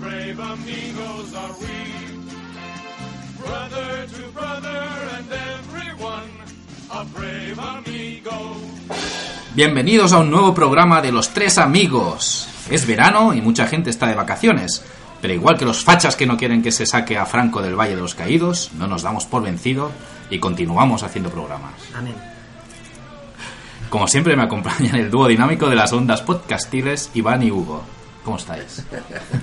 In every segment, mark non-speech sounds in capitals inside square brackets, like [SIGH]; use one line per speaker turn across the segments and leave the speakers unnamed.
brave amigos are we. Brother to brother and everyone a brave amigo.
Bienvenidos a un nuevo programa de Los Tres Amigos. Es verano y mucha gente está de vacaciones, pero igual que los fachas que no quieren que se saque a Franco del Valle de los Caídos, no nos damos por vencido y continuamos haciendo programas.
Amén.
Como siempre me acompañan el dúo dinámico de las ondas podcastiles Iván y Hugo. ¿Cómo estáis?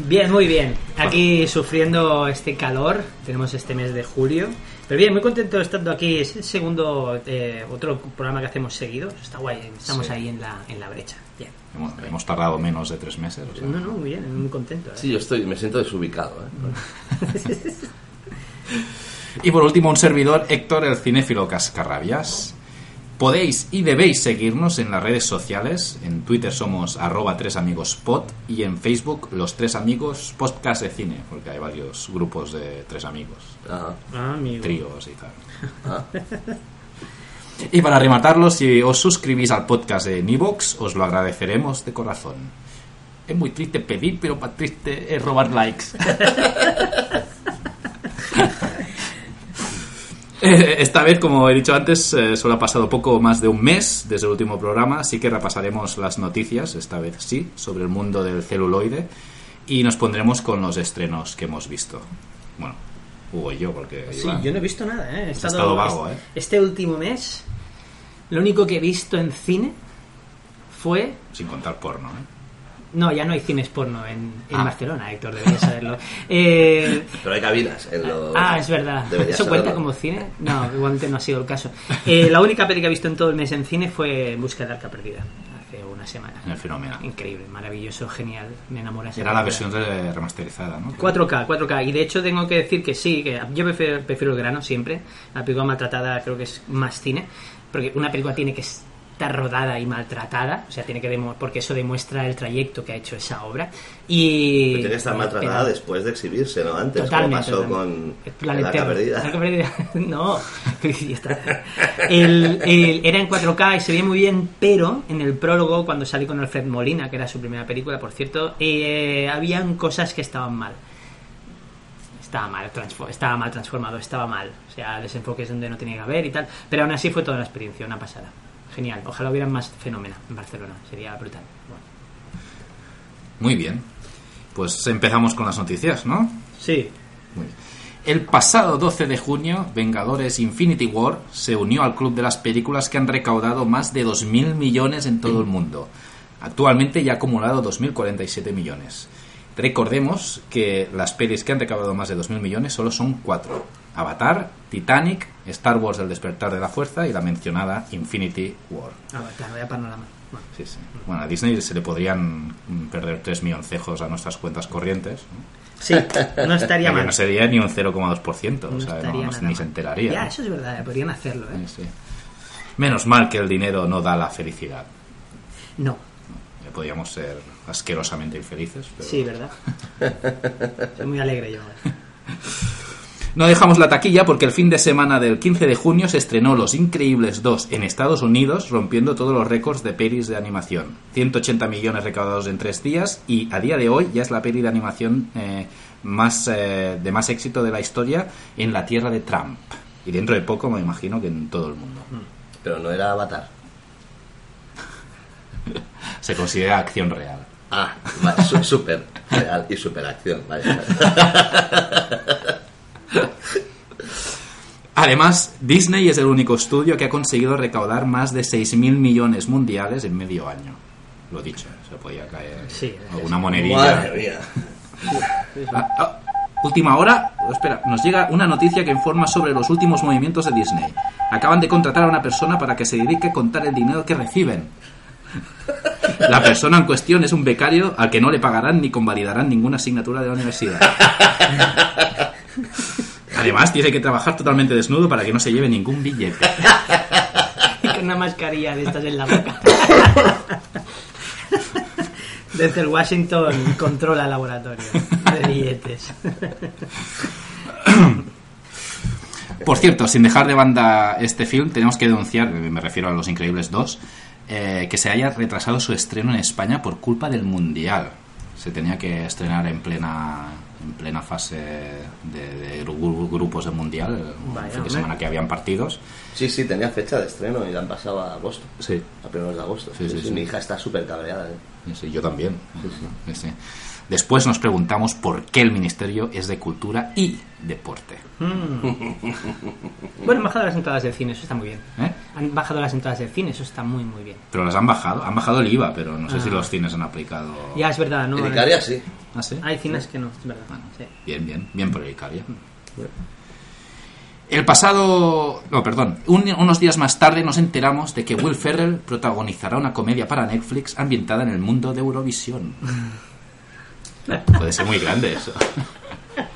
Bien, muy bien. Aquí sufriendo este calor, tenemos este mes de julio. Pero bien, muy contento estando aquí. Es el segundo, eh, otro programa que hacemos seguido. Está guay, eh. estamos
Sí.
ahí en la, en la brecha. Bien.
Hemos, hemos tardado menos de tres meses. o sea.
No, no, muy bien, muy contento. ¿eh?
Sí, yo estoy, me siento desubicado. ¿eh?
Mm.
Y por último, un servidor, Héctor, el cinéfilo Cascarrabias. Podéis y debéis seguirnos en las redes sociales. En Twitter somos arroba tres amigos pod y en Facebook los tres amigos podcast de cine, porque hay varios grupos de tres amigos,
Ah,
Ah, amigo.
tríos y tal.
ah.
[LAUGHS] Y para rematarlo, si os suscribís al podcast de Nivox, os lo agradeceremos de corazón. Es muy triste pedir, pero más triste es robar likes. [LAUGHS] Eh, Esta vez, como he dicho antes, eh, solo ha pasado poco más de un mes desde el último programa, así que repasaremos las noticias, esta vez sí, sobre el mundo del celuloide y nos pondremos con los estrenos que hemos visto. Bueno, Hugo y yo, porque...
Sí,
Iván-
yo no he visto nada, ¿eh? He estado,
estado vago,
este,
¿eh?
este último mes, lo único que he visto en cine fue
Sin contar porno, ¿eh?
No, ya no hay cines porno en, en
Ah.
Barcelona, Héctor,
[LAUGHS]
deberías saberlo. Eh,
Pero hay cabinas en los...
ah, es verdad.
Deberías
¿Eso cuenta
saberlo.
como cine? No, igualmente no ha sido el caso. Eh, la única peli que he visto en todo el mes en cine fue En busca de Arca Perdida, hace una semana.
En el fenómeno.
Increíble, maravilloso, genial. Me enamora esa
Era la
película.
versión re- remasterizada, ¿no?
4K, 4K. Y de hecho tengo que decir que sí, que yo prefiero, prefiero el grano siempre. La película maltratada creo que es más cine. Porque una película tiene que estar rodada y maltratada. O sea, tiene que demo- porque eso demuestra el trayecto que ha hecho esa obra. Y...
Pero tiene que estar maltratada
Pero-
después de exhibirse, ¿no? Antes,
Totalmente.
como pasó
totalmente.
con
Planeta-
la perdida.
Arca perdida. [LAUGHS] No, ya está. El- el- era en 4K y se veía muy bien, pero en el prólogo, cuando salí con Alfred Molina, que era su primera película, por cierto, eh, habían cosas que estaban mal. Estaba mal, transfo- estaba mal transformado, estaba mal. O sea, desenfoques donde no tenía que haber y tal. Pero aún así fue toda una experiencia, una pasada. Genial. Ojalá hubieran más fenómenos en Barcelona. Sería brutal. Bueno.
Muy bien. Pues empezamos con las noticias, ¿no?
Sí.
Muy bien. El pasado 12 de junio, Vengadores Infinity War se unió al club de las películas que han recaudado más de 2.000 millones en todo el mundo. Actualmente ya ha acumulado 2.047 millones. Recordemos que las pelis que han recaudado más de 2.000 millones solo son cuatro. Avatar, Titanic, Star Wars El despertar de la fuerza y la mencionada Infinity War.
Avatar, vaya panorama. Bueno.
Sí, sí. Bueno, a Disney se le podrían mm, perder 3 milloncejos a nuestras cuentas corrientes. ¿no?
Sí, no estaría
[LAUGHS] Que
mal.
no sería ni un 0,2%,
No
o sea, no,
estaría
no-
nada
ni
mal.
se enteraría.
Ya,
¿no?
eso es verdad, eh, podrían hacerlo, ¿eh?
Sí, sí. Menos mal que el dinero no da la felicidad. Mm.
No,
Ya Podríamos ser asquerosamente infelices. Pero...
sí, ¿verdad?
[LAUGHS]
Soy muy alegre yo. eh.
No dejamos la taquilla porque el fin de semana del 15 de junio se estrenó Los Increíbles 2 en Estados Unidos, rompiendo todos los récords de pelis de animación. 180 millones recaudados en tres días y a día de hoy ya es la peli de animación eh, más eh, de más éxito de la historia en la tierra de Trump. Y dentro de poco me imagino que en todo el mundo.
Pero no era Avatar.
Se considera acción real.
Ah, vale, su- súper real y súper acción.
[LAUGHS]
Vale, vale.
Además, Disney es el único estudio que ha conseguido recaudar más de 6.000 millones mundiales en medio año. Lo dicho, se podía caer
Sí,
alguna monedilla.
Madre mía.
Ah, ah, última hora. Oh, Espera, nos llega una noticia que informa sobre los últimos movimientos de Disney. Acaban de contratar a una persona para que se dedique a contar el dinero que reciben. La persona en cuestión es un becario al que no le pagarán ni convalidarán ninguna asignatura de la universidad. Además, tiene que trabajar totalmente desnudo para que no se lleve ningún billete.
Con [LAUGHS] una mascarilla de estas en la boca. [LAUGHS] Desde el Washington controla el laboratorio de billetes.
Por cierto, sin dejar de banda este film, tenemos que denunciar, me refiero a Los Increíbles 2, eh, que se haya retrasado su estreno en España por culpa del Mundial. Se tenía que estrenar en plena en plena fase de, de gru- grupos del mundial, el
Vaya,
fin de
hombre.
semana que habían partidos.
Sí, sí, tenía fecha de estreno y la han pasado a agosto.
Sí.
A primeros de agosto.
Sí,
Sí,
sí,
sí,
sí.
Mi hija está súper cabreada. ¿eh?
Sí, yo también. Sí, sí. Después nos preguntamos por qué el ministerio es de cultura y deporte.
Mm. Bueno, han bajado las entradas del cine, eso está muy bien.
¿eh?
Han bajado las entradas del cine, eso está muy, muy bien.
Pero las han bajado, han bajado el IVA, pero no sé
Ah.
si los cines han aplicado.
Ya es verdad, ¿no?
en Icaria sí.
Ah, sí.
Hay cines que no, es verdad.
Ah.
sí.
Bien, bien, bien por el Icaria. El pasado. No, perdón. un- unos días más tarde nos enteramos de que Will Ferrell protagonizará una comedia para Netflix ambientada en el mundo de Eurovisión. Puede ser muy grande eso.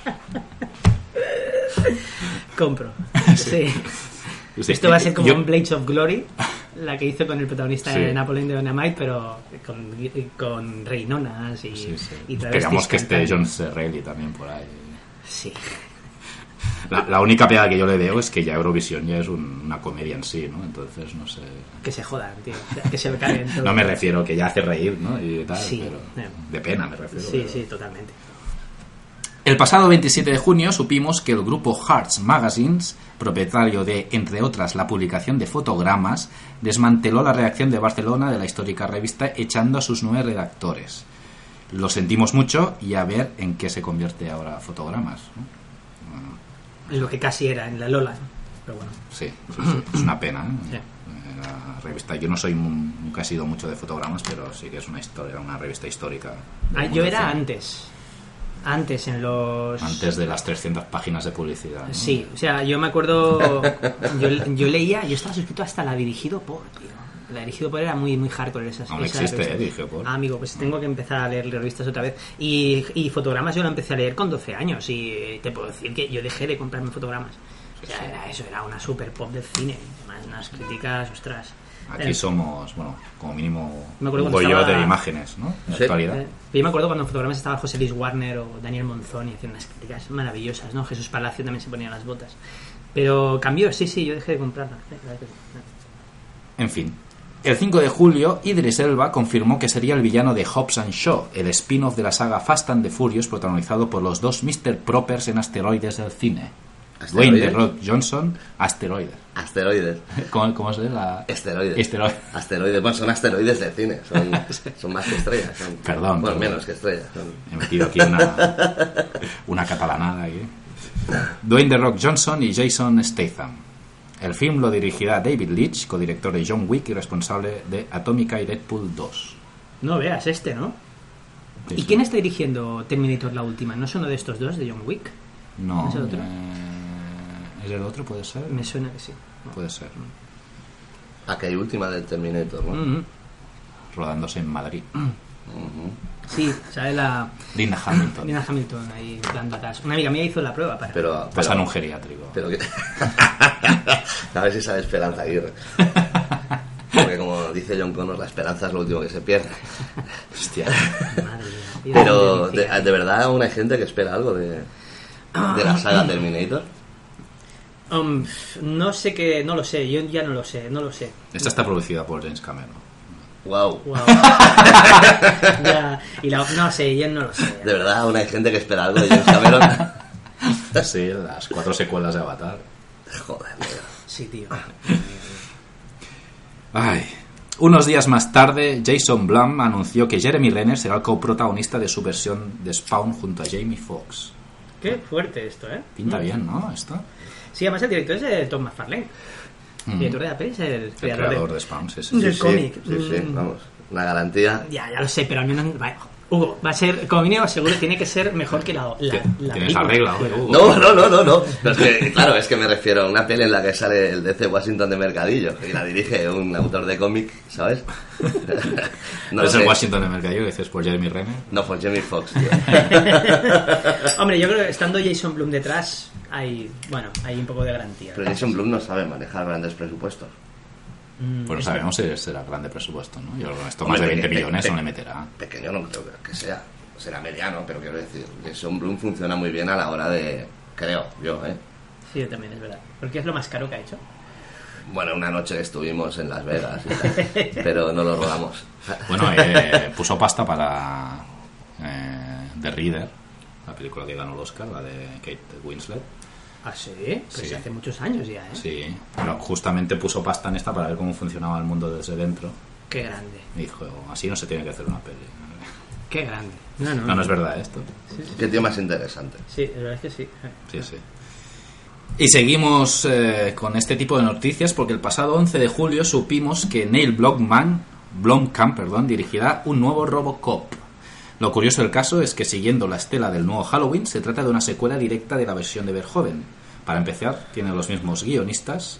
[LAUGHS]
Compro. Sí.
Sí.
Esto va a ser como
Yo-
un Blades of
[LAUGHS]
Glory, la que hizo con el protagonista
Sí.
de Napoleon de Dynamite, pero con, con reinonas y,
Sí, sí.
y travestis
Esperamos que esté
cantando.
John Serrelli también por ahí.
Sí.
La, la única pega que yo le veo es que ya Eurovisión ya es un- una comedia en sí, ¿no? Entonces, no sé.
Que se jodan, tío. Que se
[LAUGHS]
caguen todos.
No me refiero que ya hace reír, ¿no? Y tal,
Sí,
pero
eh.
de pena me refiero.
Sí,
pero-
sí, totalmente.
El pasado 27 de junio supimos que el grupo Hearts Magazines, propietario de, entre otras, la publicación de fotogramas, desmanteló la reacción de Barcelona de la histórica revista echando a sus nueve redactores. Lo sentimos mucho y a ver en qué se convierte ahora fotogramas. ¿no?
Lo que casi era en la Lola. ¿no? Pero bueno.
Sí, sí, sí, es una pena. ¿eh?
Sí.
Eh, La revista, yo no soy mu- nunca he sido mucho de fotogramas, pero sí que es una historia, una revista histórica. del
Ah,
mundo
yo
del
era
cine.
antes. Antes en los.
antes de las 300 páginas de publicidad. ¿no?
Sí, o sea, yo
[LAUGHS]
me acuerdo. Yo, yo leía, yo estaba suscrito hasta la dirigido por, tío. La dirigido por era muy, muy hardcore esas
Aún
esa
existe,
revista.
eh, Dirigido por.
Ah, amigo, pues tengo que empezar a leer revistas otra vez. Y, y fotogramas yo lo empecé a leer con 12 años. Y te puedo decir que yo dejé de comprarme fotogramas. O sea, era eso, era una super pop del cine. Además, unas críticas, ostras.
Aquí
Eh,
somos, bueno, como mínimo
Me acuerdo
un
cuando
bollo
estaba-
de imágenes, ¿no? En la
Sí.
actualidad.
Eh, Yo me acuerdo cuando en fotogramas estaba José Luis Warner o Daniel Monzón y hacían unas críticas maravillosas, ¿no? Jesús Palacio también se ponía las botas. Pero cambió, sí, sí, yo dejé de comprarla. Eh,
En fin. El 5 de julio, Idris Elba confirmó que sería el villano de Hobbs and Shaw, el spin-off de la saga Fast and the Furious protagonizado por los dos Mr. Propers en asteroides del cine.
¿Asteroides?
Dwayne The Rock Johnson, asteroides.
Asteroides.
[LAUGHS] ¿Cómo, cómo se dice? La...
Esteroides.
Esteroides.
Asteroides. Bueno, son asteroides del cine.
[LAUGHS]
Son, son más que estrellas. son-
Perdón,
Bueno,
perdón.
menos que estrellas. son-
He metido aquí una, una catalanada. Aquí. Dwayne The Rock Johnson y Jason Statham. El film lo dirigirá David Leitch, codirector de John Wick y responsable de Atomica y Deadpool 2.
No veas este, ¿no?
Sí,
¿Y
sí.
quién está dirigiendo Terminator la última? ¿No es uno de estos dos, de John Wick?
No.
¿Es el otro?
eh, ¿Es el otro? ¿Puede ser?
Me suena que sí.
Puede ser.
Ah, que hay última del Terminator, ¿no?
Mm, mm.
Rodándose en Madrid.
Sí, sale la
Linda Hamilton.
Nina Hamilton ahí dando atrás. Una amiga mía hizo la prueba para...
Pero,
Pasa en
pero,
un geriátrico.
pero
[LAUGHS]
que... A ver si sale Esperanza Aguirre. Porque como dice John Connor, la esperanza es lo último que se pierde.
Hostia.
Madre mía, tío,
Pero,
qué
¿de,
delicia.
de verdad aún hay gente que espera algo de, de la saga Terminator?
Um, no sé qué... No lo sé, yo ya no lo sé, no lo sé.
Esta está producida por James Cameron.
Wow.
[LAUGHS]
Guau. Ya, y la- no sé, yo no lo sé.
De verdad aún hay gente que espera algo de James
[LAUGHS]
Cameron.
Sí, las cuatro secuelas de Avatar.
Joder, tío.
Sí, tío.
Ay. Unos días más tarde, Jason Blum anunció que Jeremy Renner será el coprotagonista de su versión de Spawn junto a Jamie Foxx.
Qué fuerte esto, ¿eh?
Pinta bien, ¿no? Esto.
Sí, además el director es el Tom McFarlane. El director de la peli es el
Mm. El
creador,
creador
de-
de Spawn, sí, sí.
Del
sí,
cómic.
Sí, sí,
Mm.
vamos. Una garantía.
Ya, ya lo sé, pero al menos... va- Hugo, va a ser, como mínimo seguro, tiene que ser mejor que la... la, la
Tienes
película.
la regla, oye, Hugo.
No, no, no, no, no. Pero es que, claro, es que me refiero a una peli en la que sale el DC Washington de Mercadillo y la dirige un autor de cómic, ¿sabes?
[LAUGHS]
No
es
sé.
el Washington de Mercadillo que dices por Jeremy Renner.
No, fue Jamie Foxx, tío.
Hombre, yo creo que estando Jason Blum detrás, hay, bueno, hay un poco de garantía.
Pero Jason Blum no sabe manejar grandes presupuestos.
Mm,
Pues no
es
sabemos si será grande presupuesto, ¿no? Yo creo que esto más
Hombre,
de
pe-
20
pe-
millones
pe-
no le meterá.
Pequeño no creo que sea. Será mediano, pero quiero decir, Jason Blum funciona muy bien a la hora de... Creo, yo, ¿eh?
verdad. Sí, también es verdad. Porque es lo más caro que ha hecho.
Bueno, una noche estuvimos en Las Vegas, y tal, pero no lo rodamos.
Bueno, eh, puso pasta para eh, The Reader. la película que ganó el Oscar, la de Kate Winslet.
Ah, sí, pues
Sí.
hace muchos años ya, ¿eh?
Sí, pero justamente puso pasta en esta para ver cómo funcionaba el mundo desde dentro.
Qué grande,
Y dijo, así no se tiene que hacer una peli.
qué grande. No, no,
No, no es verdad esto.
Qué tío más interesante.
Sí, la verdad es que sí.
Sí, sí. Y seguimos eh, con este tipo de noticias porque el pasado 11 de julio supimos que Neil Blomkamp, Blomkamp perdón, dirigirá un nuevo Robocop. Lo curioso del caso es que siguiendo la estela del nuevo Halloween se trata de una secuela directa de la versión de Verhoeven. Para empezar, tiene los mismos guionistas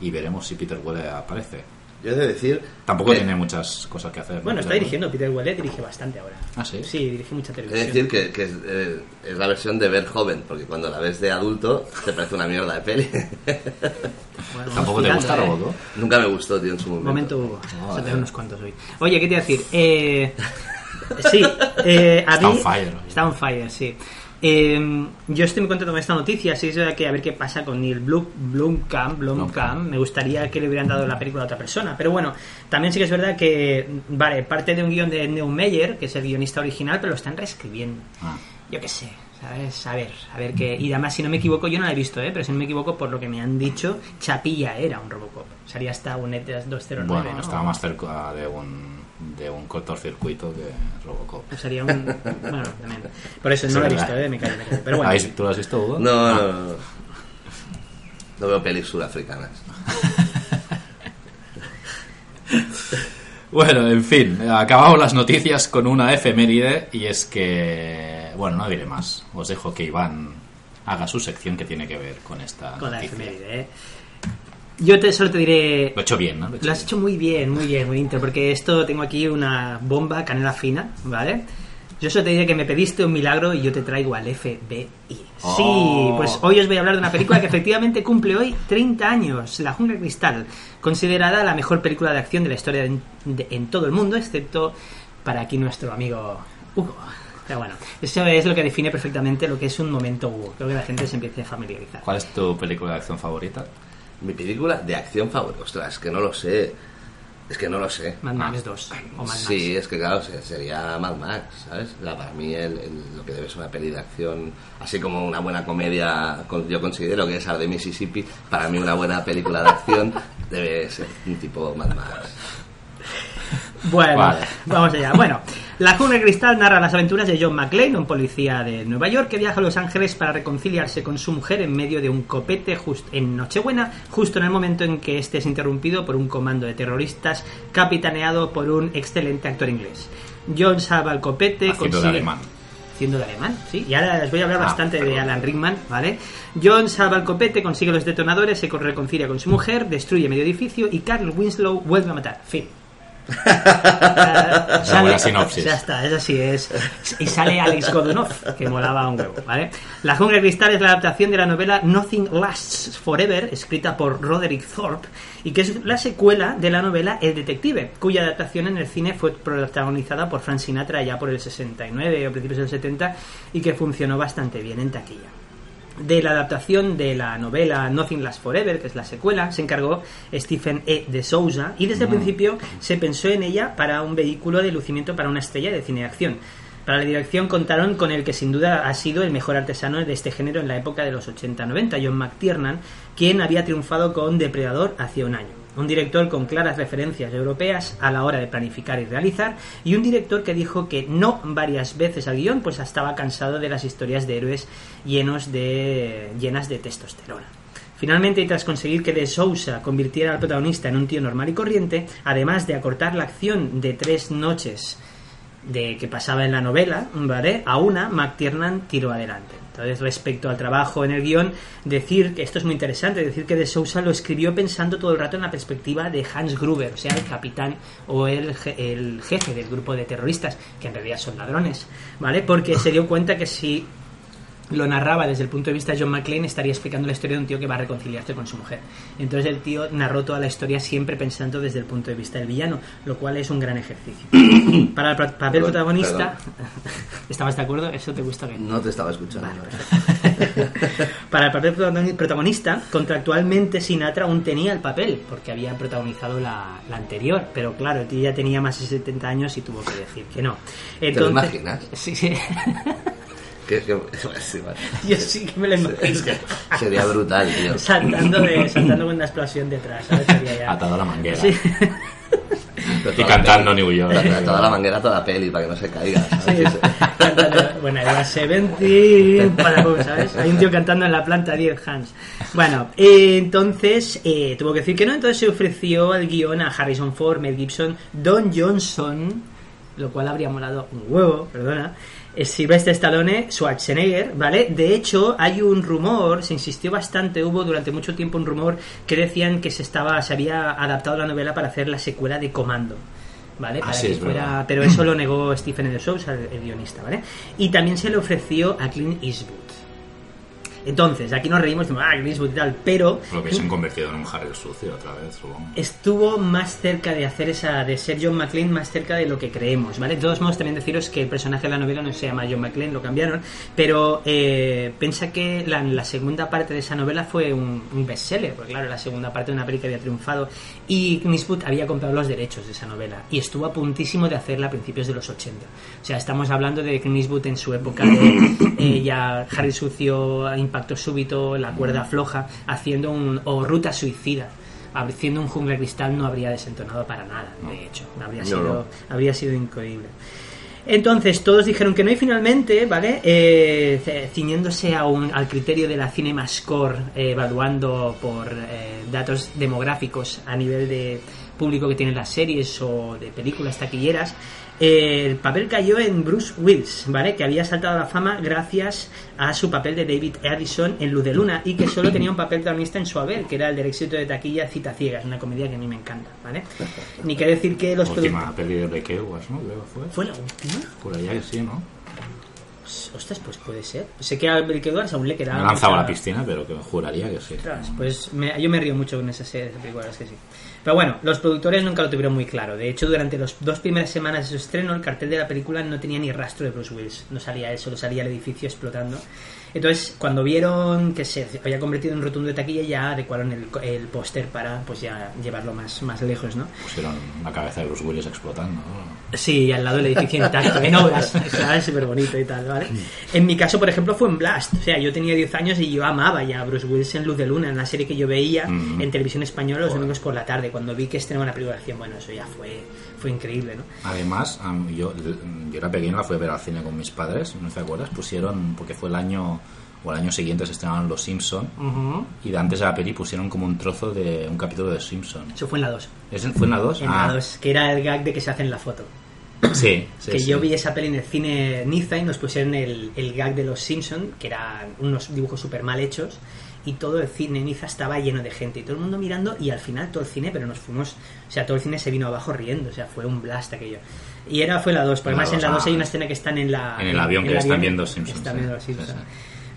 y veremos si Peter Weller aparece.
Yo he de decir.
Tampoco
que-
tiene muchas cosas que hacer. ¿no?
Bueno, está
Pero-
dirigiendo Peter Wallet, dirige bastante ahora.
Ah, ¿sí?
Sí, dirige mucha
He
televisión.
de decir que, que es, eh, es la versión de ver joven, porque cuando la ves de adulto te parece una mierda de peli. [LAUGHS]
Bueno,
Tampoco te
vamos tirando,
gusta
¿eh?
Robocop.
Nunca me gustó, tío, en su momento.
Momento, Hugo.
Joder.
Se te dan unos cuantos hoy. Oye, ¿qué te iba a decir? Eh, sí, eh, a
Está
mí-
on fire, oye.
Está on fire, sí. Eh, yo estoy muy contento con esta noticia, así es verdad que a ver qué pasa con Neil Blum, Blomkamp, Blomkamp. Me gustaría que le hubieran dado la película a otra persona, pero bueno, también sí que es verdad que, vale, parte de un guión de Neumeyer, que es el guionista original, pero lo están reescribiendo
Ah.
yo qué sé, ¿sabes? A ver, a ver qué. Y además, si no me equivoco, yo no la he visto, ¿eh? Pero si no me equivoco, por lo que me han dicho, Chapilla era un Robocop. Sería hasta un E ETS 209.
Bueno,
¿no?
estaba más cerca de un, de un cortocircuito que Robocop.
Sería un. Bueno, también. Por eso
Es
no la he
verdad.
visto, ¿eh? Me callo, me callo. Pero bueno.
¿Habéis- Ah, ¿Tú lo has visto, Hugo?
No, no, no, no. No veo pelis surafricanas.
Bueno, en fin, acabamos las noticias con una efeméride y es que, bueno, no diré más. Os dejo que Iván haga su sección que tiene que ver con esta
Con la
noticia.
efeméride, ¿eh? Yo te, solo te diré.
Lo he hecho bien, ¿no? Lo he hecho
Lo has
bien.
hecho muy bien, muy bien, muy inter, porque esto tengo aquí una bomba canela fina, ¿vale? Yo solo te diré que me pediste un milagro y yo te traigo al FBI.
Oh.
Sí, pues hoy os voy a hablar de una película que efectivamente cumple hoy 30 años, La Jungla de Cristal, considerada la mejor película de acción de la historia en, de- en todo el mundo, excepto para aquí nuestro amigo Hugo. Pero bueno, eso es lo que define perfectamente lo que es un momento Hugo. Creo que la gente se empiece a familiarizar.
¿Cuál es tu película de acción favorita?
Mi película de acción favorita. Ostras, que no lo sé. Es que no lo sé.
Mad
Ah.
Max 2 o Mad Max.
Sí, es que claro, se- sería Mad Max, ¿sabes? La- para mí el- el- lo que debe ser una peli de acción, así como una buena comedia, con- yo considero que es Art de Mississippi, para mí una buena película de acción debe ser un tipo Mad Max.
Bueno,
Vale.
vamos allá. Bueno, La Jungla de Cristal narra las aventuras de John McClane, un policía de Nueva York que viaja a Los Ángeles para reconciliarse con su mujer en medio de un copete just- en Nochebuena, justo en el momento en que este es interrumpido por un comando de terroristas capitaneado por un excelente actor inglés. John salva el copete,
Haciendo de
consigue-
alemán.
siendo de alemán, sí. Y ahora les voy a hablar
Ah.
bastante de Alan Rickman, ¿vale? John salva el copete, consigue los detonadores, se reconcilia con su mujer, destruye medio edificio y Carl Winslow vuelve a matar. Fin. Ah, sale-
buena sinopsis.
Ya está, es así es. Y sale Alex Godunov, que molaba un huevo, ¿vale? La jungla de cristal es la adaptación de la novela Nothing Lasts Forever, escrita por Roderick Thorpe, y que es la secuela de la novela El Detective, cuya adaptación en el cine fue protagonizada por Frank Sinatra ya por el 69 o principios del 70 y que funcionó bastante bien en taquilla de la adaptación de la novela Nothing Lasts Forever, que es la secuela, se encargó Stephen E. de Souza y desde el principio se pensó en ella para un vehículo de lucimiento para una estrella de cine de acción. Para la dirección contaron con el que sin duda ha sido el mejor artesano de este género en la época de los 80-90, John McTiernan, quien había triunfado con Depredador hace un año. Un director con claras referencias europeas a la hora de planificar y realizar, y un director que dijo que no varias veces al guión, pues estaba cansado de las historias de héroes llenos de, llenas de testosterona. Finalmente, y tras conseguir que De Sousa convirtiera al protagonista en un tío normal y corriente, además de acortar la acción de tres noches de que pasaba en la novela, ¿vale? A una, McTiernan tiró adelante. Entonces, respecto al trabajo en el guión, decir que esto es muy interesante, decir que De Sousa lo escribió pensando todo el rato en la perspectiva de Hans Gruber, o sea, el capitán o el, je- el jefe del grupo de terroristas, que en realidad son ladrones, ¿vale? Porque se dio cuenta que si lo narraba desde el punto de vista de John McClane, estaría explicando la historia de un tío que va a reconciliarse con su mujer. Entonces el tío narró toda la historia siempre pensando desde el punto de vista del villano, lo cual es un gran
[COUGHS]
ejercicio. Para el pa- papel
Perdón,
protagonista, [LAUGHS] ¿estabas de acuerdo? ¿Eso te gusta bien?
No te estaba escuchando.
Vale, perfecto. [LAUGHS] Para el papel protagoni- protagonista, contractualmente Sinatra aún tenía el papel, porque había protagonizado la, la anterior, pero claro, el tío ya tenía más de 70 años y tuvo que decir que no.
¿Te
[LAUGHS]
lo
Entonces,
imaginas?
Sí, sí.
Que, [LAUGHS] que- sí, vale.
[LAUGHS] Yo sí que me lo imagino.
Es que
[LAUGHS]
sería brutal, tío.
Saltando, de, saltando con una explosión detrás, ¿sabes? Sería ya-
Atado a la manguera.
Sí.
Y cantando New York.
Toda, toda la manguera, toda la peli, para que no se caiga. ¿sabes?
Sí.
Ese-
Cantando, bueno, el 17, para, ¿sabes? Hay un tío cantando en la planta 10 Hans. Bueno, eh, entonces eh, tuvo que decir que no, entonces se ofreció el guión a Harrison Ford, Mel Gibson, Don Johnson, lo cual habría molado un huevo, perdona. eh, Sylvester Stallone, Schwarzenegger, ¿vale? De hecho, hay un rumor, se insistió bastante, hubo durante mucho tiempo un rumor que decían que se estaba, se había adaptado la novela para hacer la secuela de Comando, ¿vale?
Ah,
para
sí,
que
es
fuera
verdad.
pero eso
[CLEARS THROAT]
lo negó Stephen de Sousa, el, el guionista, ¿vale? Y también se le ofreció a Clint Eastwood. Entonces, aquí nos reímos, decimos, ah, Clint Eastwood y tal, pero
Lo hubiesen convertido en un Harry el sucio otra vez, supongo.
estuvo más cerca de hacer esa, de ser John McClane más cerca de lo que creemos, ¿vale? De todos modos, también deciros que el personaje de la novela no se llama John McClane, lo cambiaron, pero eh, piensa que la, la segunda parte de esa novela fue un, un bestseller, porque claro, la segunda parte de una película había triunfado y Clint Eastwood había comprado los derechos de esa novela y estuvo a puntísimo de hacerla a principios de los 80. O sea, estamos hablando de Clint Eastwood en su época de eh, ya Harry Sucio, Impacto Súbito, La Cuerda Floja, haciendo un... o Ruta Suicida haciendo un jungla cristal no habría desentonado para nada, de hecho, habría
No,
sido,
no.
habría sido increíble. Entonces todos dijeron que no y finalmente, ¿vale? Eh, ce- ciñéndose a un- al criterio de la CinemaScore, eh, evaluando por eh, datos demográficos a nivel de público que tienen las series o de películas taquilleras, eh, el papel cayó en Bruce Willis, ¿vale? Que había saltado a la fama gracias a su papel de David Addison en Luz de Luna y que solo tenía un papel protagonista en su haber, que era el del éxito de taquilla Cita Ciegas, una comedia que a mí me encanta, ¿vale? Ni que decir que los
Última
productores...
peli de Requeuas, ¿no? Creo que fue.
¿Fue la última?
Por allá que sí, ¿no?
Pues, Ostras, pues puede ser. Sé que a Belqueduars aún le quedaba.
Me he lanzado a la
mucha-
piscina, pero que juraría que sí.
Ah, Ostras, pues me- yo me río mucho con esa serie de películas, que sí. Pero bueno, los productores nunca lo tuvieron muy claro. De hecho, durante las dos primeras semanas de su estreno, el cartel de la película no tenía ni rastro de Bruce Willis. No salía él, solo salía el edificio explotando. Entonces, cuando vieron que se había convertido en rotundo de taquilla, ya adecuaron el, co- el póster para pues ya llevarlo más, más lejos, ¿no?
Pusieron la cabeza de Bruce Willis explotando. ¿no?
Sí, y al lado del edificio intacto, en obras, ¿sabes? Súper bonito y tal, ¿vale? En mi caso, por ejemplo, fue en Blast. O sea, yo tenía 10 años y yo amaba ya a Bruce Willis en Luz de Luna, en la serie que yo veía
Ujú.
en televisión española los domingos por la tarde. Cuando vi que estrenaba la película, decía, bueno, eso ya fue, fue increíble, ¿no?
Además, am, yo, yo era pequeño, la fui a ver al cine con mis padres, ¿no te acuerdas? Pusieron, porque fue el año, o el año siguiente se estrenaron Los Simpson y de antes de la peli pusieron como un trozo de un capítulo de Simpson.
Eso fue en la 2.
¿Ese fue en la 2?
En la 2, que era el gag de que se hacen la foto.
Sí, sí,
que
sí.
yo vi esa peli en el cine Niza y nos pusieron el, el gag de los Simpson que eran unos dibujos súper mal hechos, y todo el cine Niza estaba lleno de gente, y todo el mundo mirando, y al final todo el cine, pero nos fuimos, o sea, todo el cine se vino abajo riendo, o sea, fue un blast aquello. Y era, fue la 2, porque
La
además en
dos,
la 2 hay
ah.
una escena que están en la...
En el avión que están viendo los Simpson,
están
sí.
viendo los Simpson.
Sí, sí.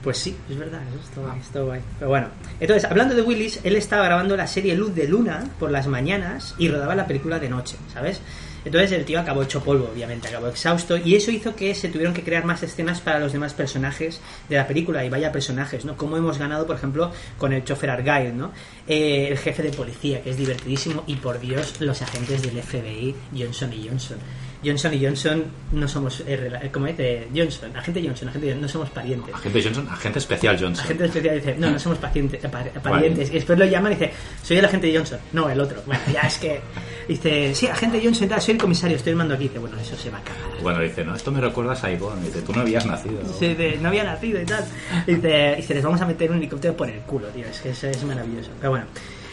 Pues sí, es verdad, eso es todo guay, es todo guay. Pero bueno, entonces, hablando de Willis, él estaba grabando la serie Luz de Luna por las mañanas y rodaba la película de noche, ¿sabes? Entonces el tío acabó hecho polvo, obviamente, acabó exhausto, y eso hizo que se tuvieron que crear más escenas para los demás personajes de la película, y vaya personajes, ¿no? Como hemos ganado, por ejemplo, con el chofer Argyle, ¿no? Eh, el jefe de policía, que es divertidísimo, y por Dios, los agentes del FBI, Johnson y Johnson. Johnson y Johnson no somos, eh, rela- ¿cómo dice? Johnson, agente Johnson, agente Johnson, no somos parientes.
Agente Johnson, agente especial Johnson.
Agente especial dice, no, no somos pacientes, eh, pa- parientes. Y después lo llaman y dice, soy el agente Johnson. No, el otro. Bueno, ya es que... Dice, sí, agente Johnson, tal, soy el comisario, estoy mando aquí. Dice, bueno, eso se va a cagar.
Bueno, dice, no, esto me recuerda a Saigon. Dice, tú no habías nacido.
Sí, de- no había nacido y tal. Dice, dice, les vamos a meter un helicóptero por el culo, tío. Es que eso es maravilloso. Pero bueno,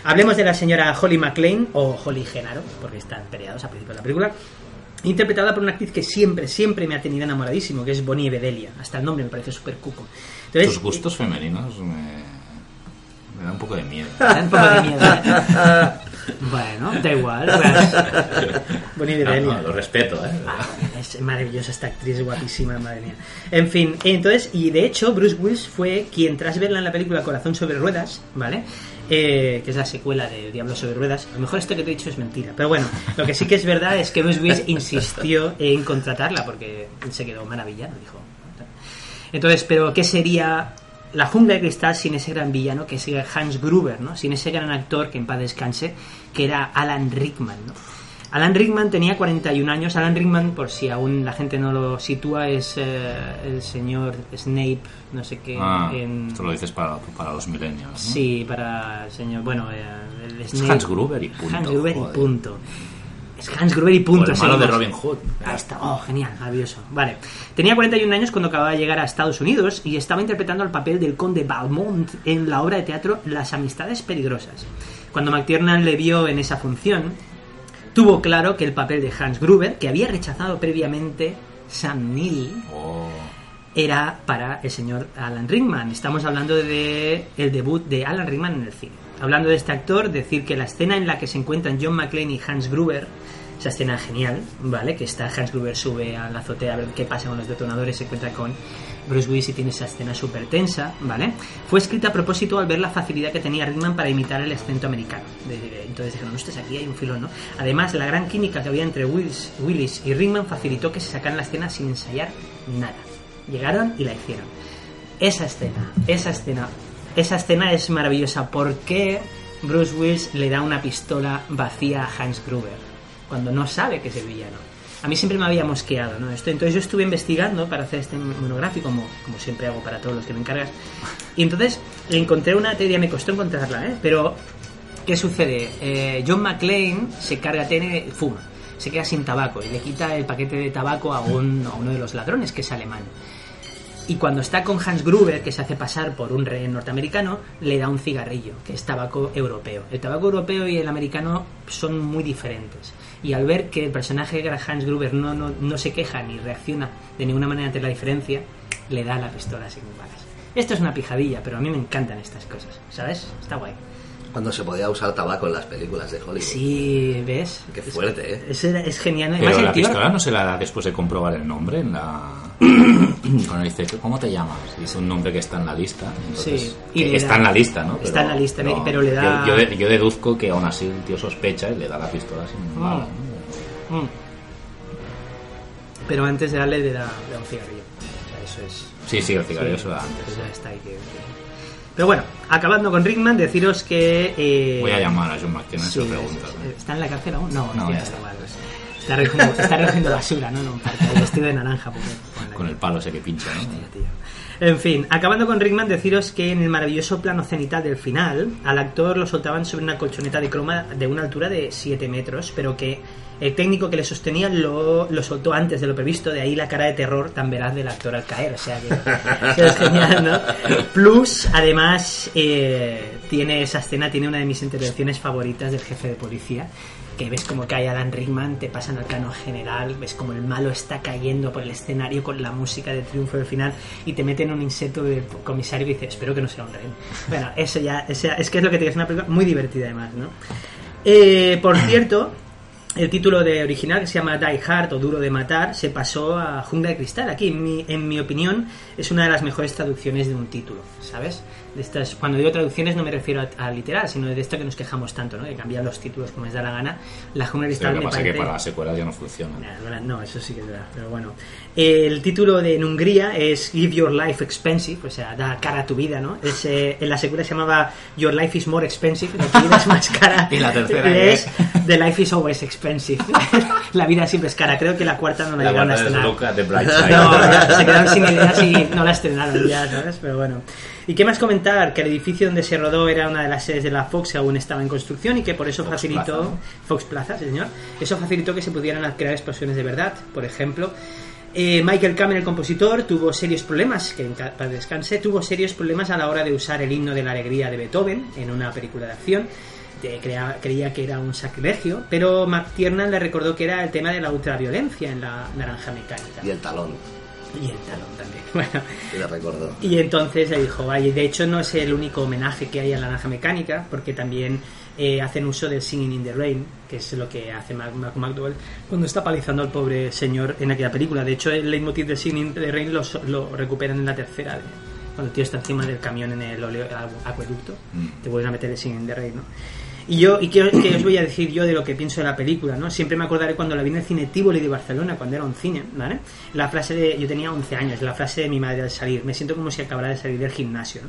hablemos de la señora Holly McLean o Holly Genaro, porque están peleados al principio de la película. Interpretada por una actriz que siempre, siempre me ha tenido enamoradísimo, que es Bonnie Bedelia. Hasta el nombre me parece súper cuco. Entonces,
Tus gustos femeninos me, me da un poco de
[LAUGHS]
miedo.
Da un poco de miedo, [LAUGHS] ¿eh? bueno, da igual. pues. Bonnie
Ah, No,
Delia.
no, lo respeto, ¿eh?
[LAUGHS] Es maravillosa esta actriz, guapísima, madre mía. En fin, entonces, y de hecho, Bruce Willis fue quien, tras verla en la película Corazón sobre Ruedas, ¿vale? Eh, que es la secuela de Diablo sobre Ruedas. A lo mejor esto que te he dicho es mentira, pero bueno, lo que sí que es verdad es que Bruce Willis insistió en contratarla porque se quedó maravillado, dijo. Entonces, pero ¿qué sería la jungla de cristal sin ese gran villano que sería Hans Gruber, ¿no? Sin ese gran actor que en paz descanse, que era Alan Rickman, ¿no? Alan Rickman tenía 41 años. Alan Rickman, por si aún la gente no lo sitúa, es eh, el señor Snape, no sé qué.
Ah,
en-
esto lo dices para, para los millennials. ¿no?
Sí, para el señor. Bueno, eh, el
Es
Snape.
Hans Gruber y punto.
Hans Gruber y
joder.
punto. Es Hans Gruber y punto.
O el malo de
seguimos.
Robin Hood.
Ahí está. Oh, genial, maravilloso. Vale. Tenía 41 años cuando acababa de llegar a Estados Unidos y estaba interpretando el papel del conde Valmont en la obra de teatro Las amistades peligrosas. Cuando McTiernan le vio en esa función, tuvo claro que el papel de Hans Gruber, que había rechazado previamente Sam Neill,
Oh,
era para el señor Alan Rickman. Estamos hablando de el debut de Alan Rickman en el cine. Hablando de este actor, decir que la escena en la que se encuentran John McClane y Hans Gruber, esa escena genial, ¿vale? Que está Hans Gruber sube a la azotea a ver qué pasa con los detonadores, se encuentra con Bruce Willis y tiene esa escena súper tensa, ¿vale? Fue escrita a propósito al ver la facilidad que tenía Rickman para imitar el acento americano. De- Entonces dijeron, ostras, aquí hay un filón, ¿no? Además, la gran química que había entre Willis, Willis y Rickman facilitó que se sacaran la escena sin ensayar nada. Llegaron y la hicieron. Esa escena, esa escena, esa escena es maravillosa. ¿Por qué Bruce Willis le da una pistola vacía a Hans Gruber cuando no sabe que es el villano? A mí siempre me había mosqueado, ¿no? Esto, entonces yo estuve investigando para hacer este monográfico, como, como siempre hago para todos los que me encargas. Y entonces le encontré una teoría, me costó encontrarla, ¿eh? Pero ¿Qué sucede? Eh, John McClane se carga, tiene, fuma, se queda sin tabaco y le quita el paquete de tabaco a, un- a uno de los ladrones, que es alemán. Y cuando está con Hans Gruber, que se hace pasar por un rehén norteamericano, le da un cigarrillo, que es tabaco europeo. El tabaco europeo y el americano son muy diferentes. Y al ver que el personaje de Hans Gruber no, no, no se queja ni reacciona de ninguna manera ante la diferencia, le da la pistola sin balas. Esto es una pijadilla, pero a mí me encantan estas cosas, ¿sabes? Está guay.
Cuando se podía usar tabaco en las películas de Hollywood.
Sí, ¿ves?
Qué fuerte, ¿eh?
Es, es genial. Además,
Pero
el
la
tío-
pistola no se la da después de comprobar el nombre en
[CLEARS THROAT]
la... Cuando dice, ¿cómo te llamas? Y dice un nombre que está en la lista. entonces-
Sí, y
que
le
está
da-
en la lista, ¿no?
está en la lista, pero le da-
Yo, yo de- yo deduzco que aún así el tío sospecha y le da la pistola sin
Mm.
balas, ¿no?
Mm. Pero antes de darle, le da, le da un cigarrillo. O sea, eso es.
Sí, sí, el cigarrillo se lo da
sí,
antes.
eso está ahí que- que- Pero bueno, acabando con Rickman, deciros que. eh,
Voy a llamar a John McTiernan
sí,
y se lo pregunto.
es-
¿no?
¿Está en la cárcel aún? No,
¿eh? No,
no,
ya
está
está.
igual. Está recogiendo, está recogiendo basura, ¿no? En un parque, vestido de naranja. porque-
Con el palo ese que pincha, ¿no?
Hostia, tío. En fin, acabando con Rickman, deciros que en el maravilloso plano cenital del final, al actor lo soltaban sobre una colchoneta de croma de una altura de 7 metros, pero que el técnico que le sostenía lo, lo soltó antes de lo previsto, de ahí la cara de terror tan veraz del actor al caer, o sea que, que es genial, ¿no? Plus, además, eh, tiene esa escena, tiene una de mis intervenciones favoritas del jefe de policía, que ves como cae Alan Rickman, te pasan al plano general, ves como el malo está cayendo por el escenario con la música de triunfo del final y te meten un inserto del comisario y dices, espero que no sea un rehén. Bueno, eso ya, o sea, es que es lo que te digo, es una película muy divertida además, ¿no? Eh, por cierto, el título de original que se llama Die Hard o Duro de Matar se pasó a Jungla de Cristal. Aquí, en mi, en mi opinión, es una de las mejores traducciones de un título, ¿sabes? De estas, cuando digo traducciones no me refiero a, a literal, sino de esto que nos quejamos tanto, ¿no? De cambiar los títulos como les da la gana. La Jungla de
Pero
Cristal
Lo que
me
pasa es
parece...
que para la secuela ya no funciona.
Nah, bueno, No, eso sí que es verdad, pero bueno. El título de en Hungría es Give Your Life Expensive, o sea, da cara a tu vida, ¿no? Es, eh, en la secuela se llamaba Your Life is More Expensive, la vida es más cara.
Y la tercera
es The Life is Always Expensive. [LAUGHS] la vida siempre es cara. Creo que la cuarta no la,
La
llegaron a
guarda de
estrenar.
Luca de
[LAUGHS]
Bright Side.
No, ya, se quedaron sin ideas y no la estrenaron ya, ¿sabes? Pero bueno. ¿Y qué más comentar? Que el edificio donde se rodó era una de las sedes de la Fox que aún estaba en construcción y que por eso
Fox
facilitó...
Plaza, ¿no?
Fox Plaza, sí, señor. Eso facilitó que se pudieran crear explosiones de verdad, por ejemplo. Eh, Michael Cameron, el compositor, tuvo serios problemas, que en ca- paz descanse, tuvo serios problemas a la hora de usar el himno de la alegría de Beethoven en una película de acción. Eh, crea- creía que era un sacrilegio, pero McTiernan le recordó que era el tema de la ultraviolencia en la naranja mecánica.
Y el talón,
Y el talón también. [LAUGHS] Bueno,
que le recordó.
y entonces le dijo, vaya, de hecho no es el único homenaje que hay a la naranja mecánica, porque también eh, hacen uso del Singing in the Rain, que es lo que hace Mac, Mac McDowell cuando está palizando al pobre señor en aquella película. De hecho, el leitmotiv de Singing in the Rain lo, so- lo recuperan en la tercera, de- cuando el tío está encima del camión en el oleo- acueducto, te vuelven a meter el Singing in the Rain, ¿no? Y yo, y qué, qué os voy a decir yo de lo que pienso de la película, ¿no? Siempre me acordaré cuando la vi en el cine Tivoli de Barcelona, cuando era un cine, ¿vale? La frase de, yo tenía 11 años, la frase de mi madre al salir, me siento como si acabara de salir del gimnasio, ¿no?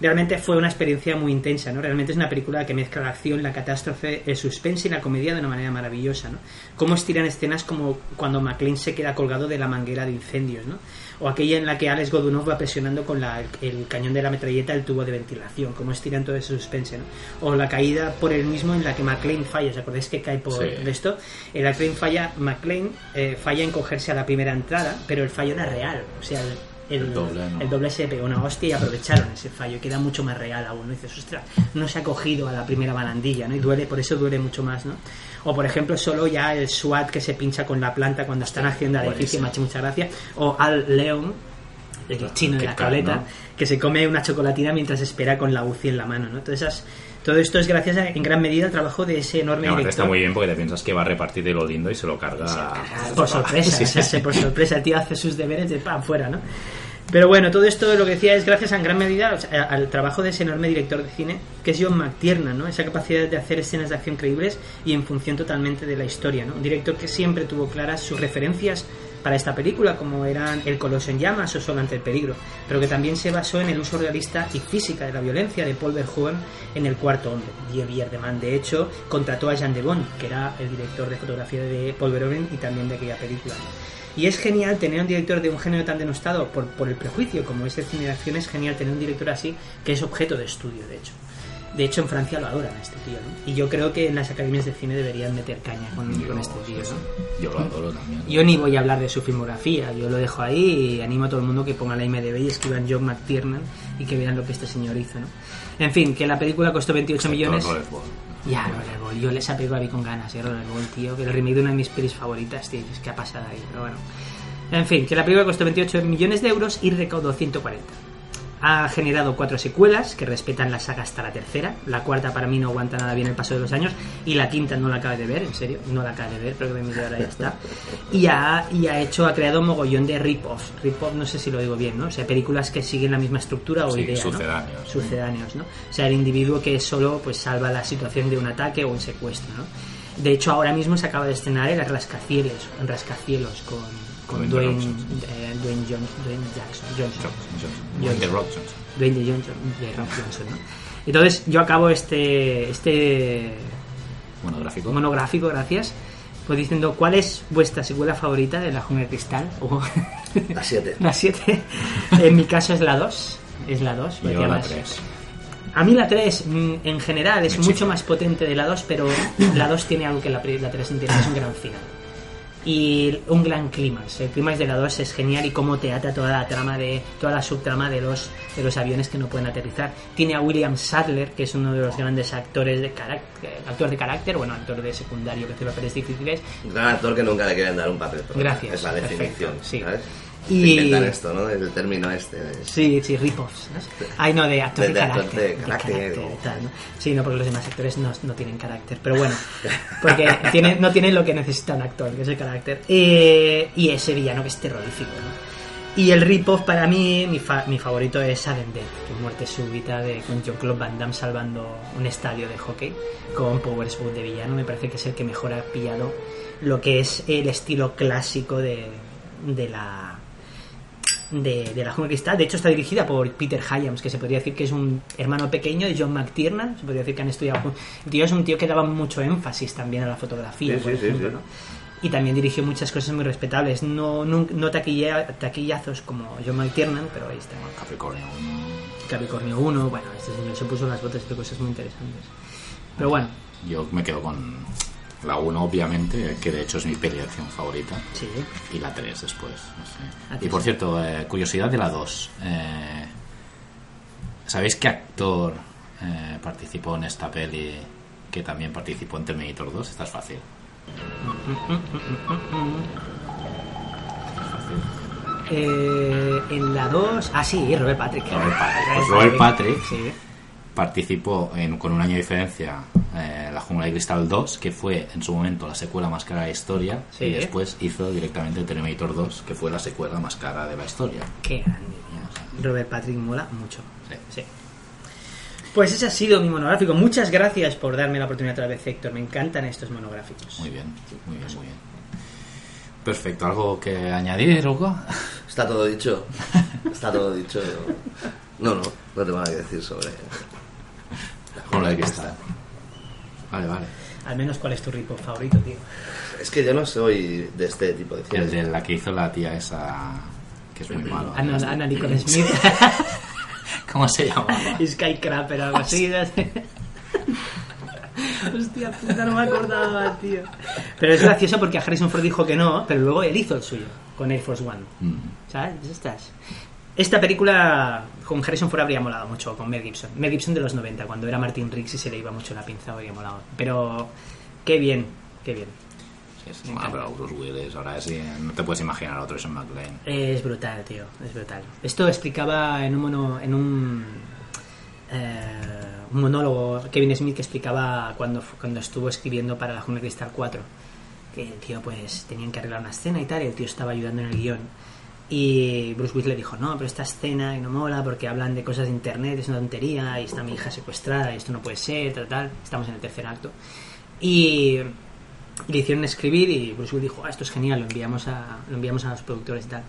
realmente fue una experiencia muy intensa, ¿no? Realmente es una película que mezcla la acción, la catástrofe, el suspense y la comedia de una manera maravillosa, ¿no? Cómo estiran escenas como cuando McLean se queda colgado de la manguera de incendios, ¿no? O aquella en la que Alex Godunov va presionando con la- el cañón de la metralleta el tubo de ventilación, cómo estiran todo ese suspense, ¿no? O la caída por el mismo en la que McLean falla, ¿os acordáis que cae por
Sí.
de esto? El McLean falla, McLean eh, falla en cogerse a la primera entrada, pero el fallo era real, o sea, el, el-
El doble, ¿no?
el doble se pegó una hostia y aprovecharon ese fallo y queda mucho más real aún ¿no? dices ostras no se ha cogido a la primera barandilla ¿no? y duele por eso duele mucho más ¿no? o por ejemplo solo ya el SWAT que se pincha con la planta cuando están haciendo el edificio macho muchas gracias o Al León
Ah,
el chino de
Qué
la
cal,
tableta
¿no?
que se come una chocolatina mientras espera con la UCI en la mano ¿no? Todas esas- todo esto es gracias a- en gran medida al trabajo de ese enorme
Y aparte está
director
muy bien porque te piensas que va a repartir de lo lindo y se lo carga.
por sorpresa, o sea, se- [LAUGHS] por sorpresa, el tío hace sus deberes de pan fuera, ¿no? Pero bueno, todo esto lo que decía es gracias en gran medida o sea, al trabajo de ese enorme director de cine, que es John McTiernan, ¿no? Esa capacidad de hacer escenas de acción creíbles y en función totalmente de la historia, ¿no? Un director que siempre tuvo claras sus referencias para esta película, como eran El Coloso en Llamas o Solo ante el peligro, pero que también se basó en el uso realista y física de la violencia de Paul Verhoeven en El Cuarto Hombre. Diego Villardemán, de hecho, contrató a Jean de Bon, que era el director de fotografía de Paul Verhoeven y también de aquella película. Y es genial tener un director de un género tan denostado por, por el prejuicio como es el cine de acción, es genial tener un director así que es objeto de estudio, de hecho. De hecho, en Francia lo adoran a este tío, ¿no? Y yo creo que en las academias de cine deberían meter caña con,
Yo,
con este tío, ¿no?
yo lo adoro también.
Yo ni voy a hablar de su filmografía, yo lo dejo ahí y animo a todo el mundo que ponga la IMDB y escriban John McTiernan y que vean lo que este señor hizo, ¿no? En fin, que la película costó 28 millones.
Todo Rollerball.
Ya, Roller Ball, yo esa película la vi con ganas, eh, Roller Ball, tío, que el remake de una de mis pelis favoritas, tío, es que ha pasado ahí, pero bueno. En fin, que la película costó 28 millones de euros y recaudó 140. Ha generado cuatro secuelas que respetan la saga hasta la tercera. La cuarta para mí no aguanta nada bien el paso de los años. Y la quinta no la acabé de ver, en serio. No la acabé de ver, pero que me ahora ya está. Y ha, y ha hecho, ha creado mogollón de rip-offs. Rip-off no sé si lo digo bien, ¿no? O sea, películas que siguen la misma estructura o
Sí,
idea. ¿no?
sucedáneos.
sucedáneos, ¿no? O sea, el individuo que solo pues salva la situación de un ataque o un secuestro, ¿no? De hecho, ahora mismo se acaba de estrenar el Rascacielos, Rascacielos con, con
Dwayne
Dwayne,
The Rock Johnson.
eh, Dwayne John- Dwayne Jackson, Johnson.
Johnson, Johnson.
Johnson.
The Rock Johnson.
Dwayne The Johnson, The Rock Johnson, ¿no? Entonces, yo acabo este este
Monográfico.
monográfico, gracias, pues diciendo cuál es vuestra secuela favorita de La Jungla de [LAUGHS] Cristal o
La 7.
la 7. [LAUGHS] En mi caso es la 2, es la 2,
y yo la 3.
a mí la 3 mm, en general es
Me
mucho
chifla.
más potente de la 2, pero la 2 tiene algo que la, pri- la 3 no tiene, es un gran final. Y un gran clímax. El clímax de la 2 es genial y cómo te ata toda la trama de toda la subtrama de los de los aviones que no pueden aterrizar. Tiene a William Sadler, que es uno de los grandes actores de carácter, actor de carácter, bueno, actor de secundario que hace papeles difíciles,
Un gran actor que nunca le quieren dar un papel. protagonista.
Gracias,
Pues Es la
perfecto,
definición.
sí.
¿sabes?
Y-
Inventar esto, ¿no? El término este.
Sí, sí, rip-offs. ¿no? Ay, no, de actor de,
De- de actor
carácter.
de
de
carácter,
carácter
o-
y tal, ¿no? Sí, no, porque los demás actores no, no tienen carácter. Pero bueno, porque tienen, no tienen lo que necesita un actor, que es el carácter. Eh, y ese villano que es terrorífico, ¿no? Y el rip-off para mí, mi, fa- mi favorito es Sudden Death, que es muerte súbita de, con Jean-Claude Van Damme salvando un estadio de hockey con Power Spoon de villano. Me parece que es el que mejor ha pillado lo que es el estilo clásico de, de la de, de la jungla de cristal. De hecho, está dirigida por Peter Hyams, que se podría decir que es un hermano pequeño de John McTiernan. Se podría decir que han estudiado juntos. El tío es un tío que daba mucho énfasis también a la fotografía,
Sí,
por
sí, sí,
ejemplo,
sí.
¿no? Y también dirigió muchas cosas muy respetables. No, no, no taquilla- taquillazos como John McTiernan, pero ahí está.
Capricornio.
Capricornio 1, bueno, este señor se puso las botas de cosas muy interesantes. Pero bueno,
Yo me quedo con la 1, obviamente, que de hecho es mi peli de acción favorita.
sí.
Y la 3 después. no sé.
Ah,
Y por
sí.
cierto, eh, curiosidad de la 2. eh, ¿Sabéis qué actor eh, participó en esta peli que también participó en Terminator 2? Esta es fácil.
Eh, en la 2. Ah, sí, Robert Patrick.
Robert Patrick. Pues Robert Patrick. Participó en- con un año de diferencia eh, La Jungla de Cristal 2, que fue en su momento la secuela más cara de la historia.
Sí.
Y después hizo directamente Terminator 2, que fue la secuela más cara de la historia.
Sí, qué grande. Robert Patrick mola mucho.
Sí.
Pues ese ha sido mi monográfico. Muchas gracias por darme la oportunidad otra vez, Héctor. Me encantan estos monográficos.
Muy bien, muy bien, muy bien. Perfecto, ¿algo que añadir, Hugo?
[LAUGHS]
Está todo dicho. Está todo dicho. No, no, no tengo nada que decir sobre.
Con la que está. Vale, vale.
Al menos, ¿cuál es tu ritmo favorito, tío?
Es que yo no soy de este tipo de
El
cine.
de la que hizo la tía esa. que es muy malo.
Ana, Ah, Ana [LAUGHS] Nicole Smith,
[LAUGHS] ¿Cómo se [LAUGHS] llamaba?
Skycrapper, algo así. [LAUGHS] Hostia puta, no me acordaba, tío. Pero es gracioso porque a Harrison Ford dijo que no, pero luego él hizo el suyo con Air Force One.
Mm.
¿Sabes? Ya estás. Esta película con Harrison Ford habría molado mucho, con Mel Gibson. Mel Gibson de los 90, cuando era Martin Riggs y se le iba mucho la pinza, habría molado. Pero qué bien, qué bien.
Sí, sí, bueno, Ah, pero Bruce Willis, ahora sí, no te puedes imaginar a otro Sean McLean.
Es brutal, tío, es brutal. Esto explicaba en un, mono- en un, eh, un monólogo Kevin Smith que explicaba cuando, fu- cuando estuvo escribiendo para La Jungla de Cristal 4. Que el tío, pues, tenían que arreglar una escena y tal, y el tío estaba ayudando en el guión. Y Bruce Willis le dijo, no, pero esta escena no mola porque hablan de cosas de internet, es una tontería, y está mi hija secuestrada, y esto no puede ser, tal, tal. Estamos en el tercer acto. Y le hicieron escribir y Bruce Willis dijo, ah, esto es genial, lo enviamos a, lo enviamos a los productores y tal.